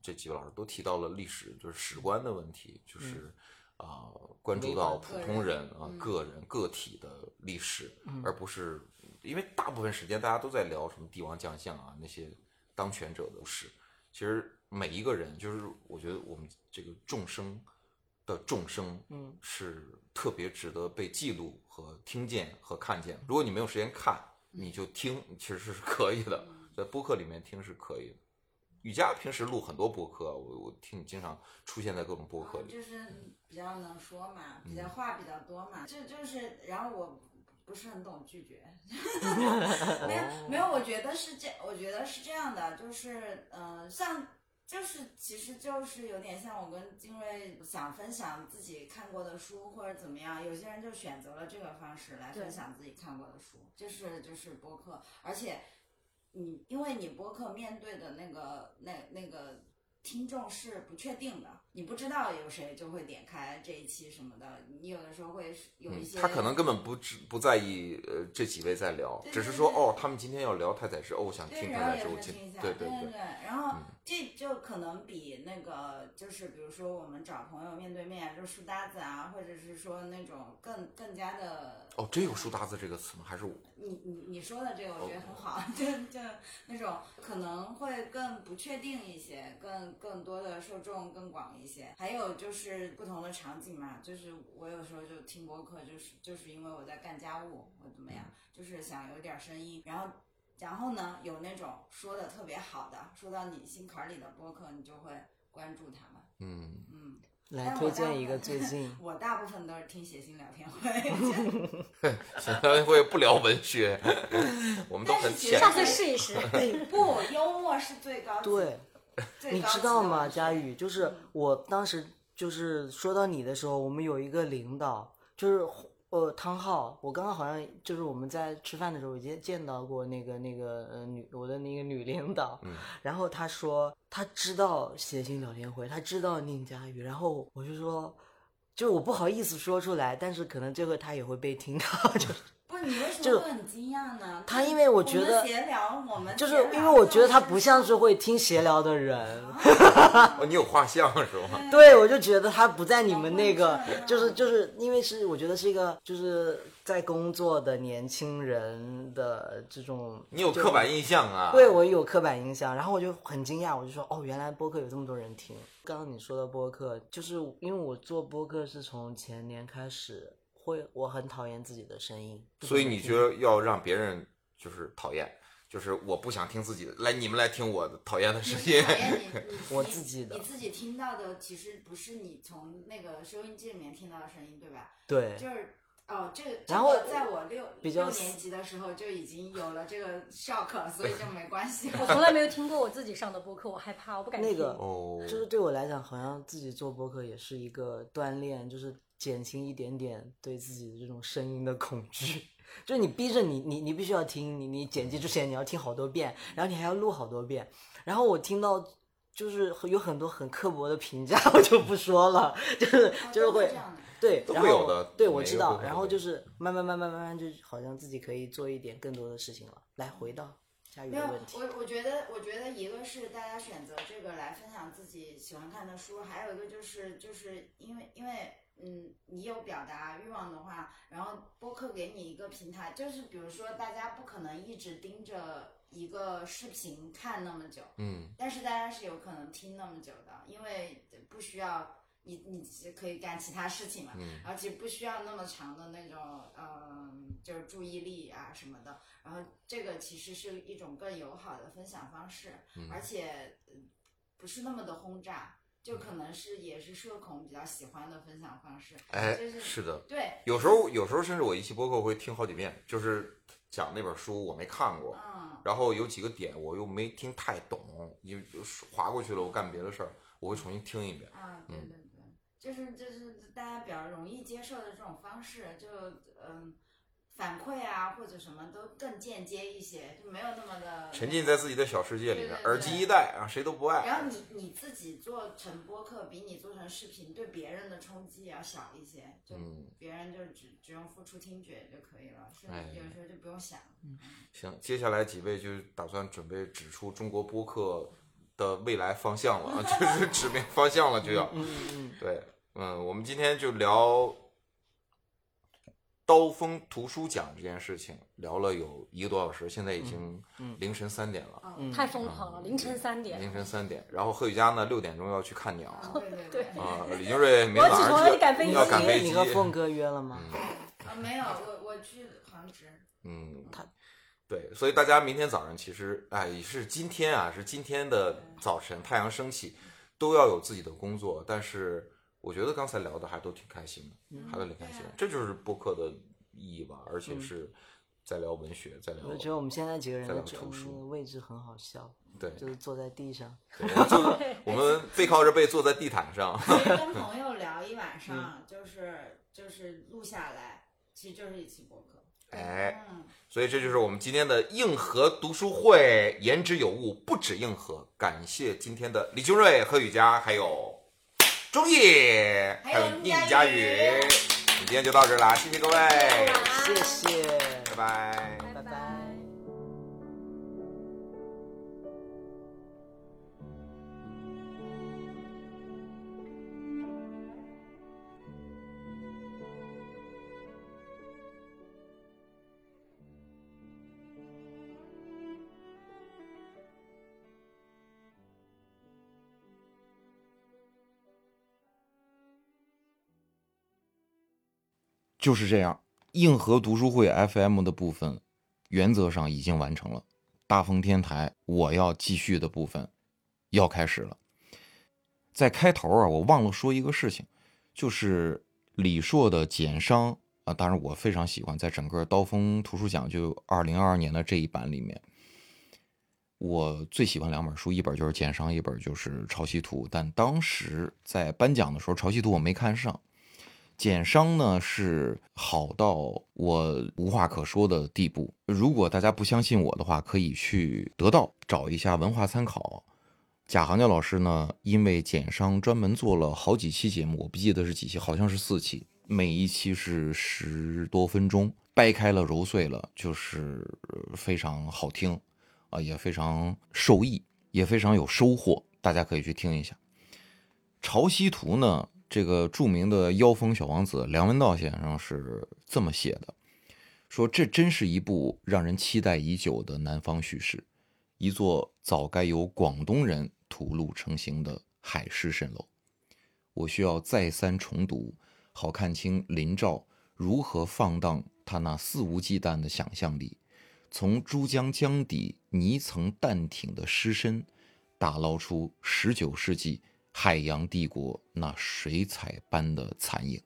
[SPEAKER 1] 这几位老师都提到了历史，就是史观的问题，就是啊、关注到普通人啊、个人个体的历史，而不是因为大部分时间大家都在聊什么帝王将相啊那些当权者的故事。其实每一个人，就是我觉得我们这个众生的众生，
[SPEAKER 4] 嗯，
[SPEAKER 1] 是特别值得被记录和听见和看见。如果你没有时间看，你就听，其实是 可以的，
[SPEAKER 5] 嗯
[SPEAKER 1] 在播客里面听是可以的。雨佳平时录很多播客，啊我我听你经常出现在各种播客里。
[SPEAKER 5] 就是比较能说嘛，比较话比较多嘛，这就是，然后我不是很懂拒绝，没有没有，我觉得是这，我觉得是这样的，就是嗯、呃像就是其实就是有点像我跟金瑞想分享自己看过的书或者怎么样，有些人就选择了这个方式来
[SPEAKER 3] 对
[SPEAKER 5] 分享自己看过的书，就是就是播客，而且你因为你播客面对的那个那那个听众是不确定的，你不知道有谁就会点开这一期什么的，你有的时候会有一
[SPEAKER 1] 嗯
[SPEAKER 5] 些、，
[SPEAKER 1] 他可能根本不知不在意，呃，这几位在聊，
[SPEAKER 5] 对
[SPEAKER 1] 只是
[SPEAKER 5] 对
[SPEAKER 1] 说
[SPEAKER 5] 对
[SPEAKER 1] 哦，他们今天要聊太宰治，哦，我想
[SPEAKER 5] 对，
[SPEAKER 1] 听
[SPEAKER 5] 然
[SPEAKER 1] 太
[SPEAKER 5] 后
[SPEAKER 1] 宰
[SPEAKER 5] 也
[SPEAKER 1] 治，我
[SPEAKER 5] 会
[SPEAKER 1] 今
[SPEAKER 5] 听一下，
[SPEAKER 1] 对
[SPEAKER 5] 对
[SPEAKER 1] 对，
[SPEAKER 5] 然后
[SPEAKER 1] 嗯
[SPEAKER 5] 这就可能比那个就是比如说我们找朋友面对面，就是书搭子啊，或者是说那种更更加的
[SPEAKER 1] 哦，真有“书搭子”这个词吗？还是我
[SPEAKER 5] 你你你说的这个我觉得很
[SPEAKER 4] 哦
[SPEAKER 5] 好， 就就那种可能会更不确定一些，更更多的受众更广一些。还有就是不同的场景嘛，就是我有时候就听播客，就是就是因为我在干家务或怎么样，
[SPEAKER 4] 嗯
[SPEAKER 5] 就是想有点声音，然后。然后呢，有那种说的特别好的，说到你心坎儿里的播客，你就会关注他们。
[SPEAKER 1] 嗯，
[SPEAKER 5] 嗯，
[SPEAKER 4] 来
[SPEAKER 5] 但我
[SPEAKER 4] 推
[SPEAKER 5] 大部
[SPEAKER 4] 荐一个
[SPEAKER 5] 分
[SPEAKER 4] 最近
[SPEAKER 5] 我大部分都是听写信聊天会，
[SPEAKER 1] 相 当会不聊文学，我们都很
[SPEAKER 5] 但是其实
[SPEAKER 1] 浅
[SPEAKER 3] 下次试一试。
[SPEAKER 5] 不，幽默是最高级的
[SPEAKER 4] 对，
[SPEAKER 5] 最
[SPEAKER 4] 你
[SPEAKER 5] 高
[SPEAKER 4] 知
[SPEAKER 5] 级
[SPEAKER 4] 道
[SPEAKER 5] 的嗯
[SPEAKER 4] 吗，
[SPEAKER 5] 文学
[SPEAKER 4] 佳宇？就是我当时就是说到你的时候，我们有一个领导，就是呃汤浩，我刚刚好像就是我们在吃饭的时候，我见见到过那个那个呃女我的那个女领导，
[SPEAKER 1] 嗯
[SPEAKER 4] 然后她说她知道谐星聊天会，她知道宁佳宇，然后我就说。就是我不好意思说出来，但是可能最后她也会被听到， 就是
[SPEAKER 5] 不是你为什
[SPEAKER 4] 就
[SPEAKER 5] 么会很惊讶呢？
[SPEAKER 4] 他因为我觉得
[SPEAKER 5] 们闲聊，我们
[SPEAKER 4] 就是
[SPEAKER 5] 闲聊
[SPEAKER 4] 因为我觉得她
[SPEAKER 5] 这种
[SPEAKER 4] 不像是会听闲聊的人，
[SPEAKER 1] 哦，你有画像是吗？
[SPEAKER 4] 对，我就觉得他不在你们那
[SPEAKER 5] 哦
[SPEAKER 4] 个
[SPEAKER 5] 这样，
[SPEAKER 4] 就是就是因为是我觉得是一个就是在工作的年轻人的这种，
[SPEAKER 1] 你有刻板印象啊？
[SPEAKER 4] 对我有刻板印象，然后我就很惊讶，我就说哦，原来播客有这么多人听。刚刚你说的播客，就是因为我做播客是从前年开始，会我很讨厌自己的声音，不
[SPEAKER 1] 所以
[SPEAKER 4] 怎么
[SPEAKER 1] 你
[SPEAKER 4] 听
[SPEAKER 1] 觉得要让别人就是讨厌，就是我不想听自己的，来你们来听我的讨厌的声音。
[SPEAKER 5] 讨厌你你
[SPEAKER 4] 我
[SPEAKER 5] 你
[SPEAKER 4] 自己的
[SPEAKER 5] 你自己听到的其实不是你从那个收音机里面听到的声音，对吧？
[SPEAKER 4] 对
[SPEAKER 5] 就是哦，这个
[SPEAKER 4] 然后
[SPEAKER 5] 这个在我六
[SPEAKER 4] 比较
[SPEAKER 5] 六年级的时候就已经有了这个 shock，所以就没关系
[SPEAKER 3] 我
[SPEAKER 5] 了。哦
[SPEAKER 3] 从来没有听过我自己上的播客，我害怕，我不敢
[SPEAKER 4] 那
[SPEAKER 3] 听。
[SPEAKER 4] 个
[SPEAKER 1] 哦，
[SPEAKER 4] 就是对我来讲，好像自己做播客也是一个锻炼，就是减轻一点点对自己的这种声音的恐惧。 就是你逼着你，你你必须要听，你你剪辑之前你要听好多遍，然后你还要录好多遍。然后我听到就是有很多很刻薄的评价， 我就不说了， 就是
[SPEAKER 5] 哦
[SPEAKER 4] 就是
[SPEAKER 5] 都
[SPEAKER 4] 会
[SPEAKER 5] 这。样的
[SPEAKER 4] 对，
[SPEAKER 1] 都
[SPEAKER 4] 然
[SPEAKER 1] 会有
[SPEAKER 4] 后
[SPEAKER 1] 的
[SPEAKER 4] 对，
[SPEAKER 1] 每
[SPEAKER 4] 我
[SPEAKER 1] 一
[SPEAKER 4] 知
[SPEAKER 1] 个播
[SPEAKER 4] 道。
[SPEAKER 1] 客
[SPEAKER 4] 然
[SPEAKER 1] 都
[SPEAKER 4] 后
[SPEAKER 1] 会
[SPEAKER 4] 就
[SPEAKER 1] 有
[SPEAKER 4] 是慢慢慢慢慢慢，就好像自己可以做一点更多的事情了。来，回到佳宇
[SPEAKER 5] 没
[SPEAKER 4] 的
[SPEAKER 5] 有
[SPEAKER 4] 问，题，
[SPEAKER 5] 我我觉得，我觉得一个是大家选择这个来分享自己喜欢看的书，还有一个就是就是因为因为嗯，你有表达欲望的话，然后播客给你一个平台，就是比如说大家不可能一直盯着一个视频看那么久，
[SPEAKER 1] 嗯，
[SPEAKER 5] 但是大家是有可能听那么久的，因为不需要你你可以干其他事情嘛，
[SPEAKER 1] 嗯
[SPEAKER 5] 而且不需要那么长的那种嗯，就是注意力啊什么的。然后这个其实是一种更友好的分享方式，
[SPEAKER 1] 嗯
[SPEAKER 5] 而且呃不是那么的轰炸，就可能是也是社恐比较喜欢的分享方式。
[SPEAKER 1] 哎
[SPEAKER 5] 就，是
[SPEAKER 1] 是的，
[SPEAKER 5] 对，
[SPEAKER 1] 有时候有时候甚至我一期播客我会听好几遍，就是讲那本书我没看过，
[SPEAKER 5] 嗯，
[SPEAKER 1] 然后有几个点我又没听太懂，就就是划过去了，我干别的事儿，我会重新听一遍。
[SPEAKER 5] 啊，
[SPEAKER 1] 嗯
[SPEAKER 5] 对对对，就是就是大家比较容易接受的这种方式，就嗯反馈啊或者什么都更间接一些，就没有那么的
[SPEAKER 1] 沉浸在自己的小世界里
[SPEAKER 5] 对
[SPEAKER 1] 面
[SPEAKER 5] 对，对
[SPEAKER 1] 耳机一戴啊，谁都不爱。
[SPEAKER 5] 然后你你自己做成播客，比你做成视频对别人的冲击也要小一些，就
[SPEAKER 1] 嗯
[SPEAKER 5] 别人就只只用付出听觉就可以了，是
[SPEAKER 1] 哎嗯
[SPEAKER 5] 有时候就不用想。
[SPEAKER 1] 行，接下来几位就打算准备指出中国播客的未来方向了，啊，就是指明方向了，就要。
[SPEAKER 4] 嗯嗯嗯，
[SPEAKER 1] 对，嗯，我们今天就聊刀锋图书奖这件事情，聊了有一个多小时，现在已经
[SPEAKER 4] 嗯嗯
[SPEAKER 1] 凌晨三点了，
[SPEAKER 5] 哦，
[SPEAKER 3] 太疯狂了，凌晨三
[SPEAKER 4] 嗯
[SPEAKER 3] 点，
[SPEAKER 1] 凌晨三点。然后贺雨佳呢，六点钟要去看鸟
[SPEAKER 5] 啊
[SPEAKER 1] 啊、
[SPEAKER 5] 对对对，
[SPEAKER 1] 李金瑞明天晚
[SPEAKER 3] 我要起床
[SPEAKER 1] 上
[SPEAKER 3] 了赶飞
[SPEAKER 1] 就
[SPEAKER 3] 机
[SPEAKER 1] 要赶飞
[SPEAKER 4] 你
[SPEAKER 1] 机
[SPEAKER 4] 和，凤哥约了吗？
[SPEAKER 5] 啊没有，我我去杭州，
[SPEAKER 1] 嗯，
[SPEAKER 4] 他
[SPEAKER 1] 对，所以大家明天早上其实，哎，是今天啊，是今天的早晨太阳升起，都要有自己的工作。但是我觉得刚才聊的还都挺开心的，
[SPEAKER 4] 嗯
[SPEAKER 1] 还都挺开心的
[SPEAKER 5] 对啊
[SPEAKER 1] 这就是播客的意义吧，而且是在聊文学，在聊
[SPEAKER 4] 我觉得我们现在几个人
[SPEAKER 1] 哦在
[SPEAKER 4] 的
[SPEAKER 1] 聊
[SPEAKER 4] 这
[SPEAKER 1] 图书
[SPEAKER 4] 那个位置很好笑，
[SPEAKER 1] 对，
[SPEAKER 4] 就是坐在地上。
[SPEAKER 1] 对就 我们背靠着背坐在地毯上，
[SPEAKER 5] 所以跟朋友聊一晚上，就是就是录下来，其实就是一期播客。
[SPEAKER 1] 哎，
[SPEAKER 5] 嗯，
[SPEAKER 1] 所以这就是我们今天的硬核读书会，言之有物，不止硬核。感谢今天的李金瑞、何雨佳，还有钟毅，还
[SPEAKER 5] 还有
[SPEAKER 1] 有宁
[SPEAKER 5] 宁
[SPEAKER 1] 佳
[SPEAKER 5] 佳
[SPEAKER 1] 宇。
[SPEAKER 5] 宇
[SPEAKER 1] 我们今天就到这儿啦，谢谢各位，
[SPEAKER 4] 谢谢，
[SPEAKER 1] 拜拜。
[SPEAKER 4] 拜
[SPEAKER 3] 拜
[SPEAKER 4] 拜
[SPEAKER 3] 拜。
[SPEAKER 8] 就是这样，硬核读书会 FM 的部分原则上已经完成了，大风天台我要继续的部分要开始了。在开头啊，我忘了说一个事情，就是李硕的简商啊，当然我非常喜欢，在整个刀锋图书奖就2022年的这一版里面，
[SPEAKER 1] 我最喜欢两本书，一本就是《简商》，一本就是《潮汐图》。但当时在颁奖的时候，《潮汐图》我没看上，《简商》呢是好到我无话可说的地步。如果大家不相信我的话，可以去得到找一下文化参考。贾行家老师呢，因为简商专门做了好几期节目，我不记得是几期，好像是四期，每一期是十多分钟，掰开了揉碎了，就是呃非常好听，啊，也非常受益，也非常有收获，大家可以去听一下。《潮汐图》呢，这个著名的妖风小王子梁文道先生是这么写的，说这真是一部让人期待已久的南方叙事。一座早该由广东人吐露成形的海市蜃楼。我需要再三重读，好看清林兆如何放荡他那肆无忌惮的想象力，从珠江江底泥层淡挺的尸身，打捞出十九世纪海洋帝国那水彩般的残影。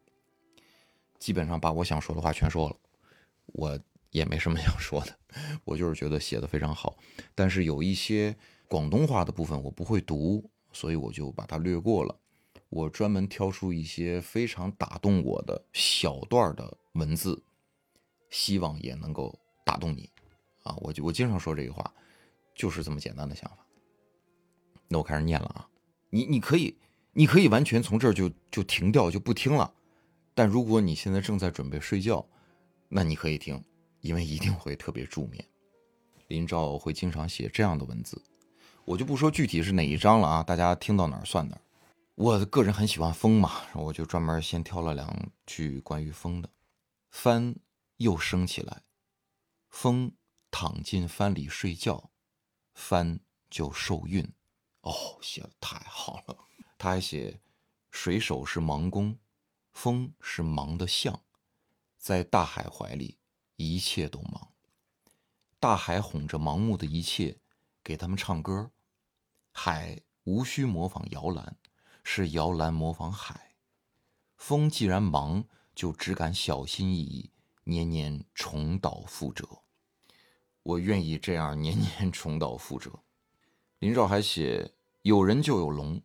[SPEAKER 1] 基本上把我想说的话全说了，我也没什么想说的，我就是觉得写的非常好。但是有一些广东话的部分我不会读，所以我就把它略过了。我专门挑出一些非常打动我的小段儿的文字，希望也能够打动你。啊，我就我经常说这个话，就是这么简单的想法。那我开始念了啊，你你可以你可以完全从这儿就就停掉就不听了，但如果你现在正在准备睡觉，那你可以听，因为一定会特别助眠。林兆会经常写这样的文字，我就不说具体是哪一章了啊，大家听到哪儿算哪儿。我个人很喜欢风嘛，我就专门先挑了两句关于风的。帆又升起来，风躺进帆里睡觉，帆就受孕。哦，写的太好了。他还写，水手是盲公，风是盲的象，在大海怀里，一切都盲。大海哄着盲目的一切，给他们唱歌。海无需模仿摇篮，是摇篮模仿海。风既然忙，就只敢小心翼翼，年年重蹈覆辙。我愿意这样年年重蹈覆辙。 林兆还写：有人就有笼，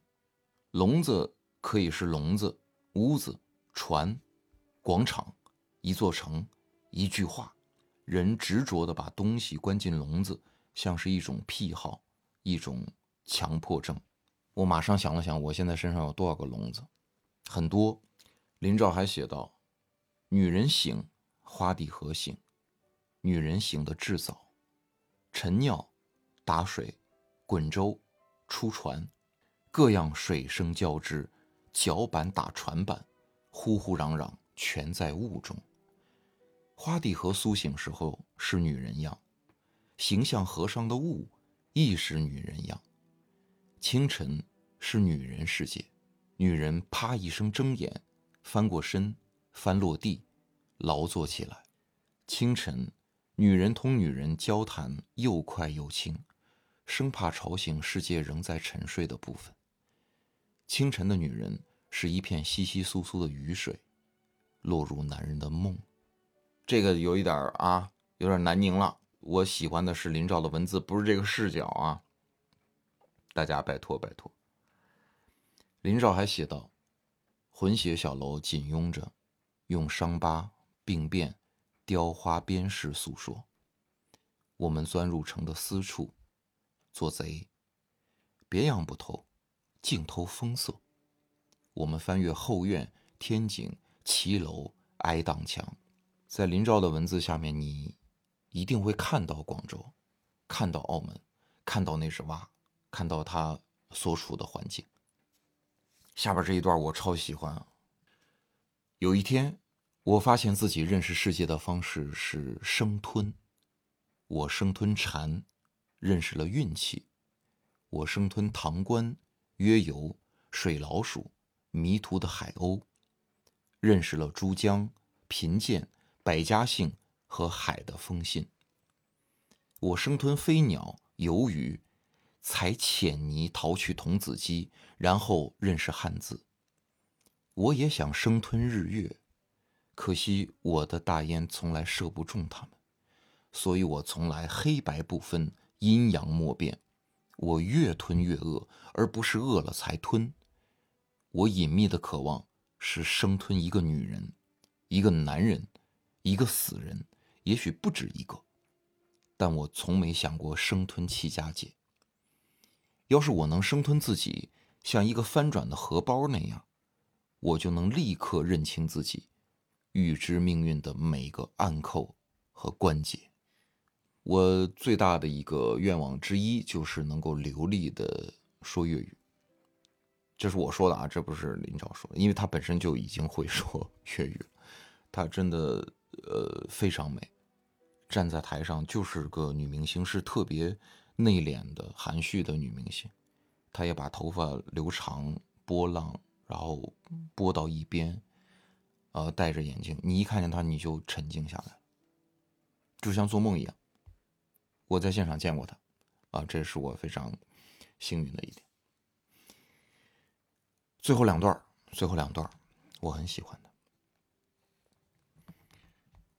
[SPEAKER 1] 笼子可以是笼子、屋子、船、广场、一座城、一句话。人执着地把东西关进笼子，像是一种癖好，一种强迫症。我马上想了想，我现在身上有多少个笼子？很多。林兆还写道：“女人醒，花地河醒；女人醒得至早，晨尿、打水、滚舟、出船，各样水声交织，脚板打船板，呼呼嚷嚷，全在雾中。”花地河苏醒时候是女人样，形象河上的雾亦是女人样。清晨是女人世界，女人啪一声睁眼，翻过身，翻落地，劳作起来。清晨，女人同女人交谈，又快又轻，生怕吵醒世界仍在沉睡的部分。清晨的女人是一片稀稀疏疏的雨水，落入男人的梦。这个有一点儿啊，有点难拧了。我喜欢的是林兆的文字，不是这个视角啊。大家拜托拜托。林兆还写道：“混血小楼紧拥着，用伤疤、病变、雕花边饰诉说。我们钻入城的私处，做贼，别样不偷，净偷风色。我们翻越后院、天井、骑楼、挨挡墙。”在林兆的文字下面，你一定会看到广州，看到澳门，看到内什洼，看到它所处的环境。下边这一段我超喜欢啊。有一天，我发现自己认识世界的方式是生吞，我生吞蝉，认识了运气；我生吞唐官、约游、水老鼠、迷途的海鸥。认识了珠江、贫贱、百家姓和海的风信。我生吞飞鸟、游鱼，才潜泥淘去童子鸡，然后认识汉字。我也想生吞日月，可惜我的大烟从来射不中它们，所以我从来黑白不分，阴阳莫辨。我越吞越饿，而不是饿了才吞。我隐秘的渴望是生吞一个女人，一个男人，一个死人，也许不止一个。但我从没想过生吞戚家姐。要是我能生吞自己，像一个翻转的荷包那样，我就能立刻认清自己，预知命运的每个暗扣和关节。我最大的一个愿望之一就是能够流利的说粤语，这是我说的啊，这不是林超说的，因为他本身就已经会说粤语了，他真的呃非常美，站在台上就是个女明星，是特别内敛的、含蓄的女明星，她也把头发留长、波浪，然后拨到一边，呃，戴着眼镜，你一看见她你就沉静下来，就像做梦一样。我在现场见过他，啊，这是我非常幸运的一点。最后两段儿，最后两段儿，我很喜欢的。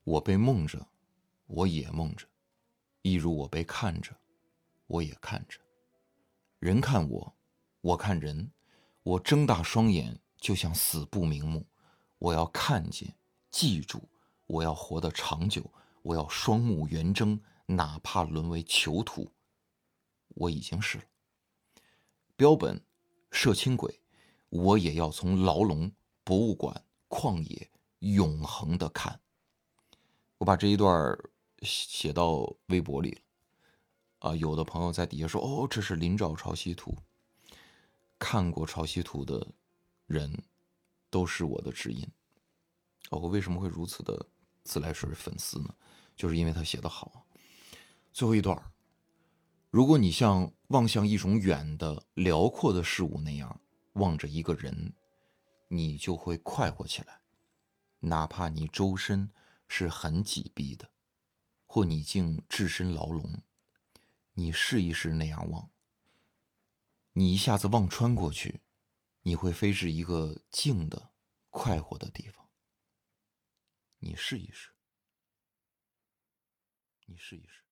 [SPEAKER 1] 我被梦着，我也梦着，一如我被看着，我也看着。人看我，我看人，我睁大双眼，就像死不瞑目。我要看见，记住，我要活得长久，我要双目圆睁，哪怕沦为囚徒，我已经是了。标本、射轻轨，我也要从牢笼、博物馆、旷野永恒的看。我把这一段儿写写到微博里了，啊、有的朋友在底下说：“哦，这是林兆潮汐图。”看过潮汐图的人，都是我的知音。哦，我为什么会如此的自来水粉丝呢？就是因为他写的好啊。最后一段儿，如果你像望向一种远的、辽阔的事物那样望着一个人，你就会快活起来，哪怕你周身是很紧闭的，或你竟置身牢笼，你试一试那样望，你一下子望穿过去，你会飞至一个静的、快活的地方。你试一试，你试一试。